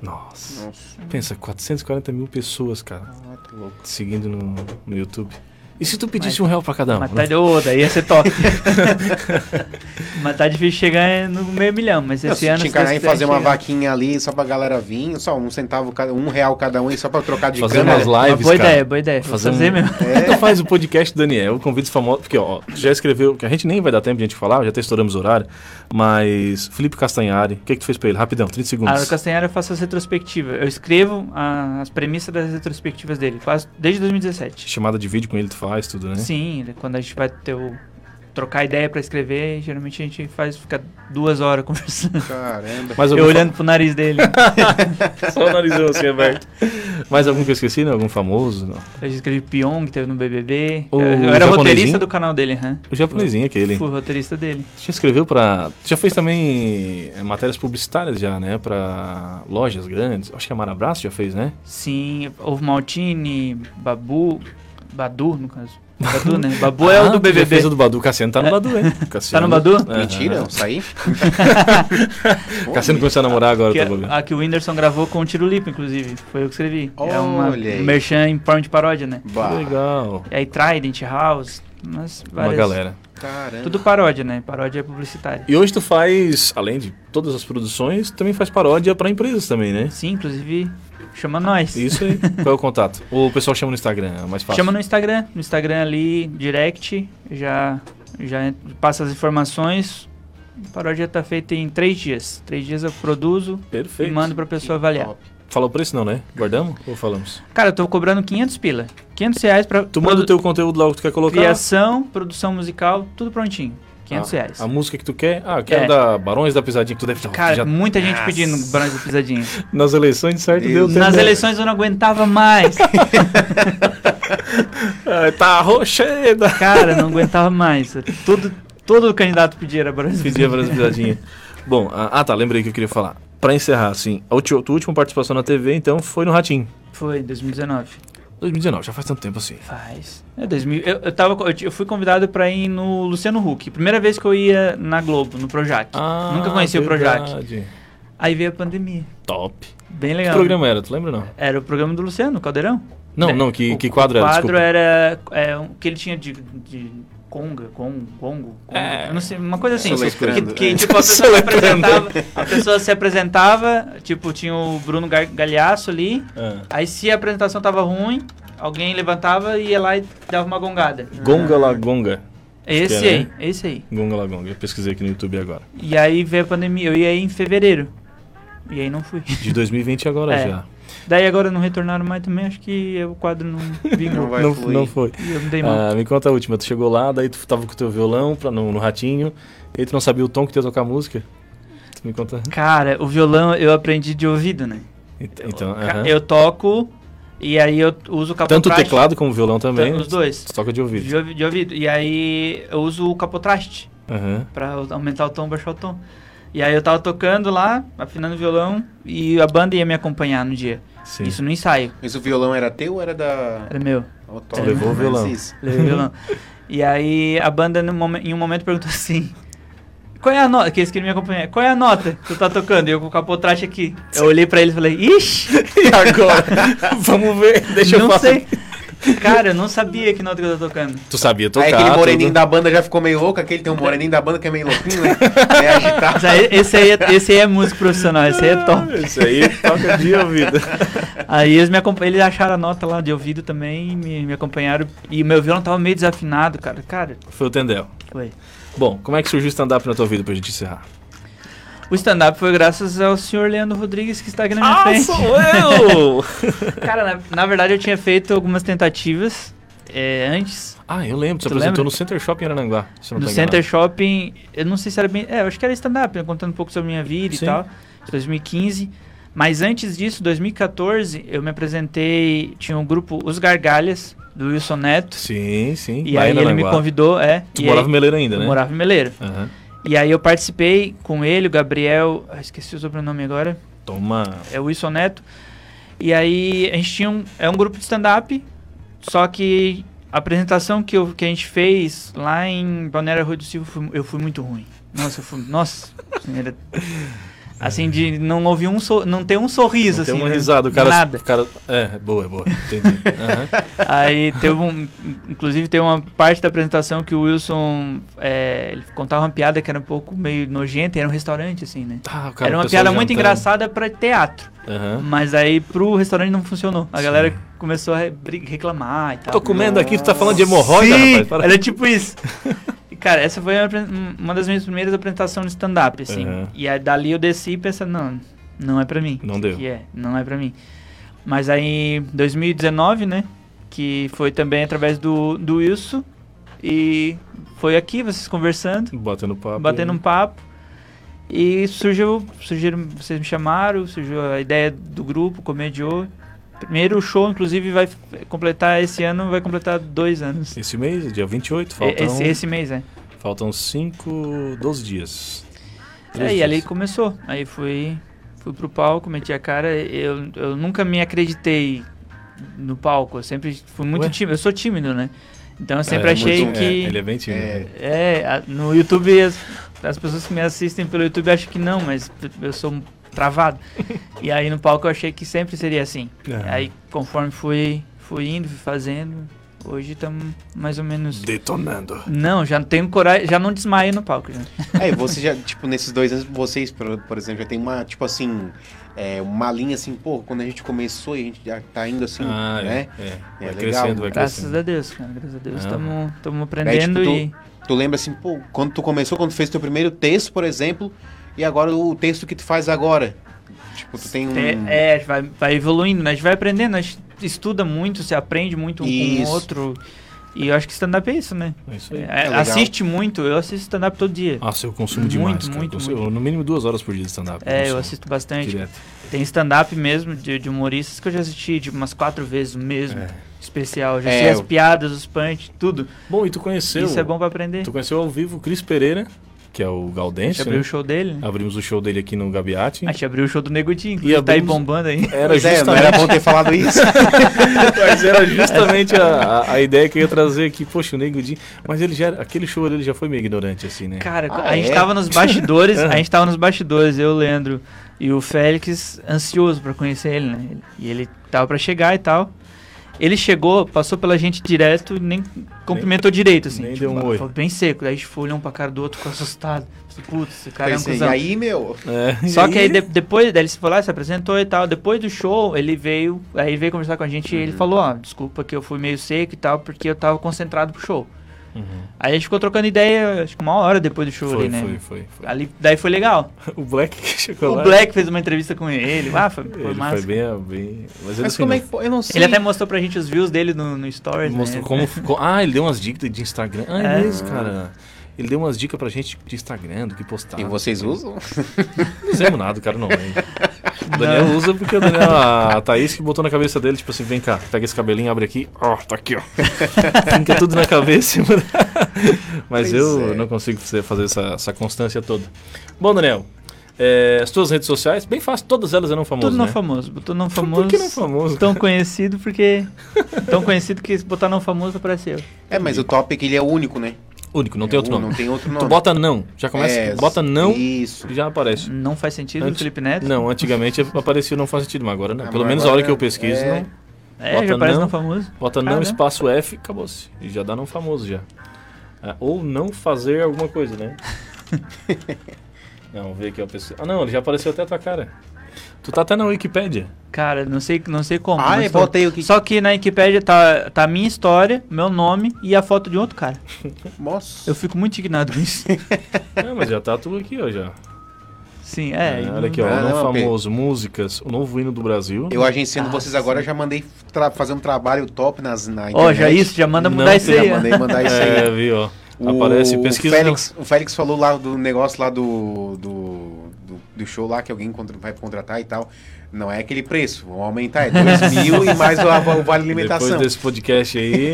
Speaker 1: Nossa.
Speaker 3: Nossa.
Speaker 1: Pensa, 440 mil pessoas, cara,
Speaker 3: Ah, tá louco.
Speaker 1: te seguindo no, no YouTube. E se tu pedisse um real pra cada um?
Speaker 2: Mas
Speaker 1: né?
Speaker 2: tá, ô, daí ia ser top. (laughs) mas tá difícil chegar no meio milhão, mas
Speaker 3: Não,
Speaker 2: esse
Speaker 3: se
Speaker 2: ano...
Speaker 3: te
Speaker 2: se
Speaker 3: encarar
Speaker 2: Deus
Speaker 3: em
Speaker 2: quiser,
Speaker 3: fazer uma
Speaker 2: chega.
Speaker 3: vaquinha ali só pra galera vir, só um centavo cada um, real cada um, e só pra trocar de
Speaker 1: Fazer
Speaker 3: câmera.
Speaker 1: umas lives,
Speaker 2: Uma boa
Speaker 1: cara.
Speaker 2: ideia, boa ideia. Vou
Speaker 1: Fazer
Speaker 2: Fazer,
Speaker 1: um-
Speaker 2: mesmo.
Speaker 1: Então faz o podcast, Daniel. Eu convido os famosos. Porque, ó, já escreveu, que a gente nem vai dar tempo de a gente falar, já até estouramos o horário. Mas, Felipe Castanhari, o que, que tu fez pra ele? Rapidão, 30
Speaker 2: A Laura
Speaker 1: segundos.
Speaker 2: Castanhari Ah, eu faço as retrospectivas. Eu escrevo a- as premissas das retrospectivas dele, quase desde 2017.
Speaker 1: Chamada de vídeo com ele, tu faz tudo, né?
Speaker 2: Sim, ele- quando a gente vai ter o- trocar ideia pra escrever, geralmente a gente faz ficar duas horas (laughs) conversando.
Speaker 3: Caramba.
Speaker 1: Mais
Speaker 2: Eu
Speaker 1: algum fa-
Speaker 2: olhando pro
Speaker 1: (laughs)
Speaker 2: nariz dele.
Speaker 1: Só o narizão (laughs) assim aberto. Mais algum que eu esqueci, né? Algum famoso? Não.
Speaker 2: Eu já escrevi Pyong, que teve no BBB.
Speaker 1: O
Speaker 2: eu, eu era
Speaker 1: japonesinho?
Speaker 2: roteirista do canal dele, né?
Speaker 1: O japonesinho aquele.
Speaker 2: Fui roteirista dele.
Speaker 1: Já escreveu pra. Já fez também eh, matérias publicitárias já, né? Pra lojas grandes. Acho que a Marabraço já fez, né?
Speaker 2: Sim, houve Maltini, Babu, Badu,
Speaker 1: (laughs)
Speaker 2: no caso. Badu, né? Babu é
Speaker 1: Ah,
Speaker 2: o do
Speaker 1: tu já
Speaker 2: BBB.
Speaker 1: fez o do Badu. Cassiano tá no
Speaker 2: (laughs)
Speaker 1: Badu, hein? Cassiano.
Speaker 2: É. Badu?
Speaker 1: Aham.
Speaker 3: Mentira, é um eu saí.
Speaker 1: Cassiano começou a namorar agora,
Speaker 2: Que é
Speaker 1: tá
Speaker 2: a,
Speaker 1: bagulho.
Speaker 2: a que o Whindersson gravou com o Tiro Lipa, inclusive. Foi eu que escrevi. é uma
Speaker 3: Olha aí.
Speaker 2: um merchan em forma de paródia, né?
Speaker 3: Bah,
Speaker 1: Que Legal.
Speaker 2: E aí Trident, House, mas várias.
Speaker 1: Uma galera.
Speaker 3: caramba.
Speaker 2: Tudo paródia, né? Paródia publicitária.
Speaker 1: E hoje tu faz, além de todas as produções, também faz paródia pra empresas também, né?
Speaker 2: Sim, inclusive, chama nós.
Speaker 1: Isso
Speaker 2: (laughs)
Speaker 1: aí. Qual é o contato? Ou o pessoal chama no Instagram, é mais fácil.
Speaker 2: Chama no Instagram. No Instagram ali, direct, já, já en- passa as informações. A paródia tá feita em três dias. Três dias eu produzo
Speaker 1: Perfeito.
Speaker 2: e mando pra pessoa avaliar.
Speaker 3: Top.
Speaker 1: Fala o preço não, né? Guardamos ou falamos?
Speaker 2: Cara, eu tô cobrando 500 pila. 500 reais pra
Speaker 1: Tu manda o
Speaker 2: produ-
Speaker 1: teu conteúdo lá o que tu quer colocar.
Speaker 2: criação, produção musical, tudo prontinho. 500
Speaker 1: Ah,
Speaker 2: reais.
Speaker 1: A música que tu quer? Ah, eu quero
Speaker 2: É.
Speaker 1: da Barões da Pisadinha, que tu deve ter
Speaker 2: Cara, hum.
Speaker 1: já-
Speaker 2: muita gente pedindo Barões
Speaker 1: (laughs)
Speaker 2: da Pisadinha.
Speaker 1: Nas eleições, certo, deu
Speaker 3: Deus.
Speaker 1: tempo.
Speaker 2: Nas eleições eu não aguentava mais.
Speaker 1: Ah, tá rocheda.
Speaker 2: Cara, não aguentava mais. Todo, todo candidato pedia era Barões da
Speaker 1: Pedia
Speaker 2: Pisadinha.
Speaker 1: Barões da Pisadinha. Bom, ah, ah, tá, lembrei que eu queria falar. Pra encerrar, assim, a ulti- tua última participação na TV, então, foi no Ratinho.
Speaker 2: Foi, 2019.
Speaker 1: 2019, já faz tanto tempo assim.
Speaker 2: Faz. É 2000. Eu, eu, tava, co- eu, ti- eu fui convidado pra ir no Luciano Huck. Primeira vez que eu ia na Globo, no Projac.
Speaker 1: Ah,
Speaker 2: Nunca conheci o Projac.
Speaker 1: verdade.
Speaker 2: Aí veio a pandemia.
Speaker 1: Top.
Speaker 2: Bem
Speaker 1: Que
Speaker 2: legal.
Speaker 1: programa era? Tu lembra ou não?
Speaker 2: Era o programa do Luciano, Caldeirão.
Speaker 1: Não,
Speaker 2: Né?
Speaker 1: não, que,
Speaker 2: O-
Speaker 1: que quadro
Speaker 2: o
Speaker 1: era?
Speaker 2: quadro
Speaker 1: Desculpa.
Speaker 2: era é, um, que ele tinha de, de conga, con, congo, conga,
Speaker 1: É.
Speaker 2: eu não sei, uma coisa assim. Que,
Speaker 3: Soletrando,
Speaker 2: que,
Speaker 3: é.
Speaker 2: tipo, a pessoa se apresentava, a pessoa se apresentava, tipo, tinha o Bruno Gar- Galhaço ali,
Speaker 1: Ah.
Speaker 2: aí se a apresentação tava ruim, alguém levantava e ia lá e dava uma gongada.
Speaker 1: Gonga la gonga.
Speaker 2: Esse
Speaker 1: que é,
Speaker 2: aí,
Speaker 1: né?
Speaker 2: esse aí.
Speaker 1: Gonga la gonga. Eu pesquisei aqui no YouTube agora.
Speaker 2: E aí veio a pandemia, eu ia em fevereiro. E aí não fui. (laughs)
Speaker 1: De 2020 agora
Speaker 2: É.
Speaker 1: já.
Speaker 2: Daí agora não retornaram mais também, acho que o quadro não vingou.
Speaker 3: Não vai
Speaker 1: não,
Speaker 3: fluir.
Speaker 1: não foi.
Speaker 2: E eu não dei mal.
Speaker 1: Ah, me conta a última. Tu chegou lá, daí tu tava com o teu violão pra, no, no ratinho, e aí tu não sabia o tom que tu ia tocar a música. Tu me conta.
Speaker 2: Cara, o violão eu aprendi de ouvido, né?
Speaker 1: Ent- Então,
Speaker 2: Ca-
Speaker 1: aham.
Speaker 2: Eu toco e aí eu uso o
Speaker 1: Tanto o
Speaker 2: capotraste.
Speaker 1: teclado como o violão também.
Speaker 2: Os dois.
Speaker 1: Tu toca de ouvido.
Speaker 2: De, ouvi- de ouvido. E aí eu uso o capotraste
Speaker 1: Aham.
Speaker 2: pra aumentar o tom, baixar o tom. E aí eu tava tocando lá, afinando o violão e a banda ia me acompanhar no dia.
Speaker 1: Sim. (laughs)
Speaker 2: Isso no ensaio,
Speaker 3: Mas o violão era teu ou era da.
Speaker 2: era meu.
Speaker 3: Oh, top.
Speaker 1: Levou o violão.
Speaker 3: Mas isso.
Speaker 2: levei
Speaker 1: (laughs)
Speaker 2: o violão. E aí a banda num momen- em um momento perguntou assim: Qual é a nota? Que eles queriam me acompanhar. Qual é a nota que tu tá tocando? E eu com o capotraste aqui. Eu olhei pra ele e falei: Ixi!
Speaker 1: E agora? (laughs) Vamos ver. Deixa eu
Speaker 2: não
Speaker 1: falar.
Speaker 2: sei. Cara, eu não sabia que nota que eu tô tocando.
Speaker 1: Tu sabia tocar.
Speaker 3: Aí aquele moreninho
Speaker 1: tudo.
Speaker 3: da banda já ficou meio louco, aquele tem um moreninho da banda que é meio louquinho, né? (laughs) é agitado.
Speaker 2: Mas aí- Esse aí, é- esse aí é músico profissional, esse aí é top.
Speaker 1: (laughs) Isso aí toca de ouvido.
Speaker 2: Aí eles, me acompan- eles acharam a nota lá de ouvido também e me, me acompanharam. E meu violão tava meio desafinado, cara. Cara,
Speaker 1: (laughs) Foi o Tendel.
Speaker 2: foi.
Speaker 1: Bom, como é que surgiu o stand-up na tua vida pra gente encerrar?
Speaker 2: O stand-up foi graças ao senhor Leandro Rodrigues que está aqui na minha frente.
Speaker 1: Ah, eu!
Speaker 2: Cara, na, na verdade eu tinha feito algumas tentativas é, antes
Speaker 1: (laughs) ah, eu lembro. Você
Speaker 2: Tu
Speaker 1: apresentou
Speaker 2: lembra?
Speaker 1: no Center Shopping em Arananguá. se eu não
Speaker 2: no
Speaker 1: tô
Speaker 2: Center
Speaker 1: enganado.
Speaker 2: Shopping, eu não sei se era bem. É, eu acho que era stand-up, né, contando um pouco sobre a minha vida
Speaker 1: Sim.
Speaker 2: e tal. 2015. Mas antes disso, 2014, eu me apresentei. Tinha um grupo Os Gargalhas, do Wilson Neto.
Speaker 1: Sim, sim.
Speaker 2: E
Speaker 1: lá em
Speaker 2: aí ele me
Speaker 1: Arananguá.
Speaker 2: convidou, é.
Speaker 1: Tu
Speaker 2: e
Speaker 1: morava
Speaker 2: aí,
Speaker 1: em Meleiro ainda,
Speaker 2: eu
Speaker 1: né?
Speaker 2: morava em Meleiro.
Speaker 1: Aham.
Speaker 2: E aí eu participei com ele, o Gabriel. ah, esqueci o sobrenome agora.
Speaker 1: Toma.
Speaker 2: É o Wilson Neto. E aí a gente tinha um. É um grupo de stand-up. Só que a apresentação que, eu, que a gente fez
Speaker 1: (laughs)
Speaker 2: lá em Balneário Rui do Silva, eu fui- eu fui muito ruim. Nossa, eu fui. Nossa, era- Assim, de não ouvir um so- não ter um sorriso,
Speaker 1: Tem
Speaker 2: assim.
Speaker 1: uma
Speaker 2: né?
Speaker 1: risada, o cara.
Speaker 2: Nada.
Speaker 1: o cara- é, boa, boa. Entendi.
Speaker 2: (laughs)
Speaker 1: Aham.
Speaker 2: Aí teve um. Inclusive tem uma parte da apresentação que o Wilson é, ele contava uma piada que era um pouco meio nojenta, e era um restaurante, assim, né?
Speaker 1: Tá, o cara,
Speaker 2: era
Speaker 1: o
Speaker 2: uma
Speaker 1: pessoal
Speaker 2: piada muito
Speaker 1: jantando.
Speaker 2: engraçada Hum. pra teatro.
Speaker 1: Aham.
Speaker 2: Mas aí pro restaurante não funcionou. A
Speaker 1: Sim.
Speaker 2: galera começou a re- bri- reclamar e tal.
Speaker 1: Tô comendo aqui, tu tá falando de hemorroida,
Speaker 2: Sim,
Speaker 1: rapaz. Para.
Speaker 2: Era tipo isso. (laughs) E, cara, essa foi uma apre- uma das minhas primeiras apresentações de stand-up, assim.
Speaker 1: Uhum.
Speaker 2: E aí, dali eu desci pensando, não, não é pra mim.
Speaker 1: Não
Speaker 2: Isso
Speaker 1: deu.
Speaker 2: aqui é, não é pra mim. Mas aí, 2019, né? Que foi também através do, do Wilson. E foi aqui, vocês conversando
Speaker 1: Batendo papo. né?
Speaker 2: batendo um papo. E surgiu, surgiram, vocês me chamaram, surgiu a ideia do grupo, comediou. Primeiro show, inclusive, vai f- completar esse ano, vai completar dois anos.
Speaker 1: Esse mês, dia 28,
Speaker 2: E-
Speaker 1: faltam,
Speaker 2: Esse, esse mês, é.
Speaker 1: faltam 5, 12 dias. Três
Speaker 2: Aí
Speaker 1: dias.
Speaker 2: É, ali começou. Aí fui, fui pro palco, meti a cara. Eu, eu nunca me acreditei no palco. Eu sempre fui muito
Speaker 1: Ué?
Speaker 2: tímido. Eu sou tímido, né? Então eu sempre
Speaker 1: É,
Speaker 2: achei
Speaker 1: muito-
Speaker 2: que.
Speaker 1: é, ele é bem tímido.
Speaker 3: É.
Speaker 2: É, a- no YouTube, as, as pessoas que me assistem pelo YouTube acham que não, mas p- eu sou um
Speaker 3: (laughs)
Speaker 2: travado. e aí no palco eu achei que sempre seria assim.
Speaker 3: É.
Speaker 1: Aham.
Speaker 2: Aí conforme fui, fui indo, fui fazendo, hoje estamos mais ou menos.
Speaker 1: Detonando.
Speaker 2: Não, já não tenho coragem, já não desmaio no palco. Já.
Speaker 3: É, e você já, tipo, nesses dois anos, vocês, por, por exemplo, já tem uma, tipo assim, é, uma linha assim, pô, quando a gente começou e a gente já tá indo assim,
Speaker 1: Ah, é.
Speaker 3: né?
Speaker 1: é. Vai
Speaker 3: É legal.
Speaker 1: crescendo, vai
Speaker 2: Graças
Speaker 1: crescendo.
Speaker 2: a Deus, cara. Graças a Deus,
Speaker 1: Ah.
Speaker 2: estamos aprendendo
Speaker 3: É, tipo, tu-
Speaker 2: e.
Speaker 3: Tu lembra assim, pô, quando tu começou, quando tu fez teu primeiro texto, por exemplo, e agora o texto que tu faz agora. Tipo, tu tem um.
Speaker 2: É, é, vai, vai evoluindo, né? A gente vai aprendendo, a gente estuda muito, se aprende muito um com
Speaker 3: Isso.
Speaker 2: o outro. E eu acho que stand-up é isso, né?
Speaker 1: É isso aí.
Speaker 2: É,
Speaker 3: legal.
Speaker 2: assiste muito, eu assisto stand-up todo dia.
Speaker 1: Nossa, eu consumo
Speaker 2: É. Muito,
Speaker 1: demais, cara.
Speaker 2: muito,
Speaker 1: Eu consumo-
Speaker 2: muito.
Speaker 1: No mínimo duas horas por dia de stand-up.
Speaker 2: é, eu
Speaker 1: consumo
Speaker 2: assisto bastante.
Speaker 1: Direto.
Speaker 2: Tem stand-up mesmo de, de humoristas que eu já assisti tipo, umas quatro vezes o mesmo.
Speaker 1: É.
Speaker 2: Especial, já
Speaker 3: É,
Speaker 2: assisti as
Speaker 3: eu-
Speaker 2: piadas, os punch, tudo.
Speaker 1: Bom, e tu conheceu...
Speaker 2: Isso é bom pra aprender.
Speaker 1: Tu conheceu ao vivo o Cris Pereira, que é o
Speaker 2: A gente
Speaker 1: Galdense,
Speaker 2: abriu
Speaker 1: né?
Speaker 2: o show dele, né?
Speaker 1: Abrimos o show dele aqui no Gabiati.
Speaker 2: A gente abriu o show do Nego Di,
Speaker 1: E
Speaker 2: inclusive tá aí
Speaker 1: abrimos-
Speaker 2: bombando aí.
Speaker 1: Era
Speaker 3: Pois é, não
Speaker 1: justamente,
Speaker 3: era bom ter falado isso.
Speaker 1: (laughs) mas era justamente a, a- a ideia que eu ia trazer aqui. Poxa, o Nego Di... Mas ele já, era- aquele show ele já foi meio ignorante, assim, né?
Speaker 2: Cara,
Speaker 3: Ah,
Speaker 2: a gente
Speaker 3: é?
Speaker 2: tava nos
Speaker 1: (laughs)
Speaker 2: bastidores, a gente tava nos bastidores, eu, Leandro e o Félix, ansioso pra conhecer ele, né? Ele- E ele tava pra chegar e tal. Ele chegou, passou pela gente direto, e nem cumprimentou direito, assim.
Speaker 1: nem deu um
Speaker 2: ah,
Speaker 1: oi.
Speaker 2: Foi bem seco. Daí a gente foi olhando pra cara do outro, ficou assustado. Falei, Putz, esse cara é um
Speaker 3: Pensei,
Speaker 2: cuzão.
Speaker 3: e assim, aí, meu.
Speaker 1: É,
Speaker 2: Só
Speaker 1: e
Speaker 2: que aí de- depois, daí ele se foi lá, se apresentou e tal. Depois do show, ele veio, aí veio conversar com a gente e
Speaker 1: Uhum.
Speaker 2: ele falou, ó, desculpa que eu fui meio seco e tal, porque eu tava concentrado pro show. Aí a gente ficou trocando ideia, acho que uma hora depois do show
Speaker 1: Uhum. Foi,
Speaker 2: ali, né?
Speaker 1: foi, foi, foi.
Speaker 2: Ali, daí foi legal.
Speaker 1: (laughs) O Black (laughs) que chegou
Speaker 2: o
Speaker 1: lá.
Speaker 2: Black fez uma entrevista com ele. Ah, foi, foi
Speaker 1: Ele
Speaker 2: massa.
Speaker 1: foi bem... bem... Mas, ele,
Speaker 3: Mas
Speaker 1: assim,
Speaker 3: como
Speaker 1: não
Speaker 3: é que. pô, Eu não sei.
Speaker 2: Ele até mostrou pra gente os views dele no, no Stories. né?
Speaker 1: Mostrou como ficou. Ah, ele deu umas dicas de Instagram. Ah, é
Speaker 2: É.
Speaker 1: mesmo, cara. Ele deu umas dicas pra gente de Instagram, do que postar.
Speaker 3: E vocês usam?
Speaker 1: Não fizemos nada, o cara não lembra. O Daniel usa porque o Daniel, a Thaís que botou na cabeça dele, tipo assim, vem cá, pega esse cabelinho, abre aqui, ó, tá aqui, ó. Fica tudo na cabeça. mano. Mas
Speaker 3: Pois
Speaker 1: eu
Speaker 3: é.
Speaker 1: não consigo fazer fazer essa, essa constância toda. Bom, Daniel, é, as tuas redes sociais, bem fácil, todas elas eram famosas,
Speaker 2: Tudo não
Speaker 1: né?
Speaker 2: famoso. Botou não famoso.
Speaker 1: Por que não famoso?
Speaker 2: Tão conhecido
Speaker 1: (laughs)
Speaker 2: porque. Tão conhecido que se botar não famoso aparece eu.
Speaker 3: É, mas o topic ele é único, né?
Speaker 1: Único, não tem
Speaker 3: É
Speaker 1: outro
Speaker 3: um-
Speaker 1: nome.
Speaker 3: Não tem outro nome.
Speaker 1: Tu bota não, já começa,
Speaker 3: É,
Speaker 1: bota não
Speaker 3: Isso.
Speaker 1: e já aparece.
Speaker 2: Não faz sentido,
Speaker 1: Antes-
Speaker 2: Felipe Neto.
Speaker 1: Não, antigamente aparecia não faz sentido, mas agora não.
Speaker 3: Ah,
Speaker 1: Pelo
Speaker 3: mas
Speaker 1: menos a hora
Speaker 3: agora
Speaker 1: que eu pesquiso,
Speaker 3: é.
Speaker 1: não.
Speaker 2: É,
Speaker 1: Bota
Speaker 2: já aparece
Speaker 1: não.
Speaker 2: não, famoso.
Speaker 1: Bota não
Speaker 2: Caramba.
Speaker 1: espaço F, acabou-se. E já dá não famoso já. Ah, ou não fazer alguma coisa,
Speaker 3: (laughs)
Speaker 1: né? não, vamos ver aqui a pesquisa. Ah, não, ele já apareceu até a tua cara. Tu tá até na Wikipédia.
Speaker 2: Cara, não sei, não sei como.
Speaker 3: Ah,
Speaker 2: mas
Speaker 3: é,
Speaker 2: tô-
Speaker 3: bota aí o que-
Speaker 2: Só que na Wikipédia tá, tá a minha história, meu nome e a foto de outro cara.
Speaker 3: Nossa.
Speaker 2: Eu fico muito indignado
Speaker 3: (laughs)
Speaker 2: com isso.
Speaker 1: Não, mas já tá tudo aqui, ó, já.
Speaker 2: Sim, é.
Speaker 1: Ah,
Speaker 2: e
Speaker 1: olha aqui, ó,
Speaker 3: Ah,
Speaker 1: não,
Speaker 3: não,
Speaker 1: famoso, músicas, o novo hino do Brasil.
Speaker 3: Eu agenciando
Speaker 2: Ah,
Speaker 3: vocês agora, já mandei tra- fazer um trabalho top nas, na internet.
Speaker 2: Ó, já isso, já manda
Speaker 1: Não
Speaker 2: mudar isso
Speaker 1: tem-
Speaker 2: aí.
Speaker 3: Já
Speaker 2: ó.
Speaker 3: mandei mandar isso aí.
Speaker 1: (laughs) É, viu, ó.
Speaker 3: O-
Speaker 1: Aparece, pesquisa.
Speaker 3: O Félix, o Félix falou lá do negócio lá do, do, do, do show lá que alguém contra- vai contratar e tal. Não é aquele preço, vão aumentar, é
Speaker 1: (laughs)
Speaker 3: 2 mil e mais o, o vale alimentação.
Speaker 1: Depois desse podcast aí,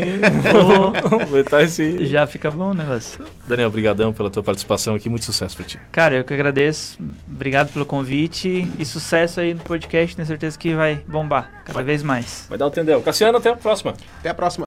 Speaker 1: vamos aumentar esse...
Speaker 2: Já fica bom o negócio.
Speaker 1: Daniel, brigadão pela tua participação aqui, muito sucesso pra ti.
Speaker 2: Cara, eu que agradeço. Obrigado pelo convite e sucesso aí no podcast. Tenho certeza que vai bombar cada vez mais.
Speaker 1: Vai dar o tendel. Cassiano, até a próxima.
Speaker 3: Até a próxima.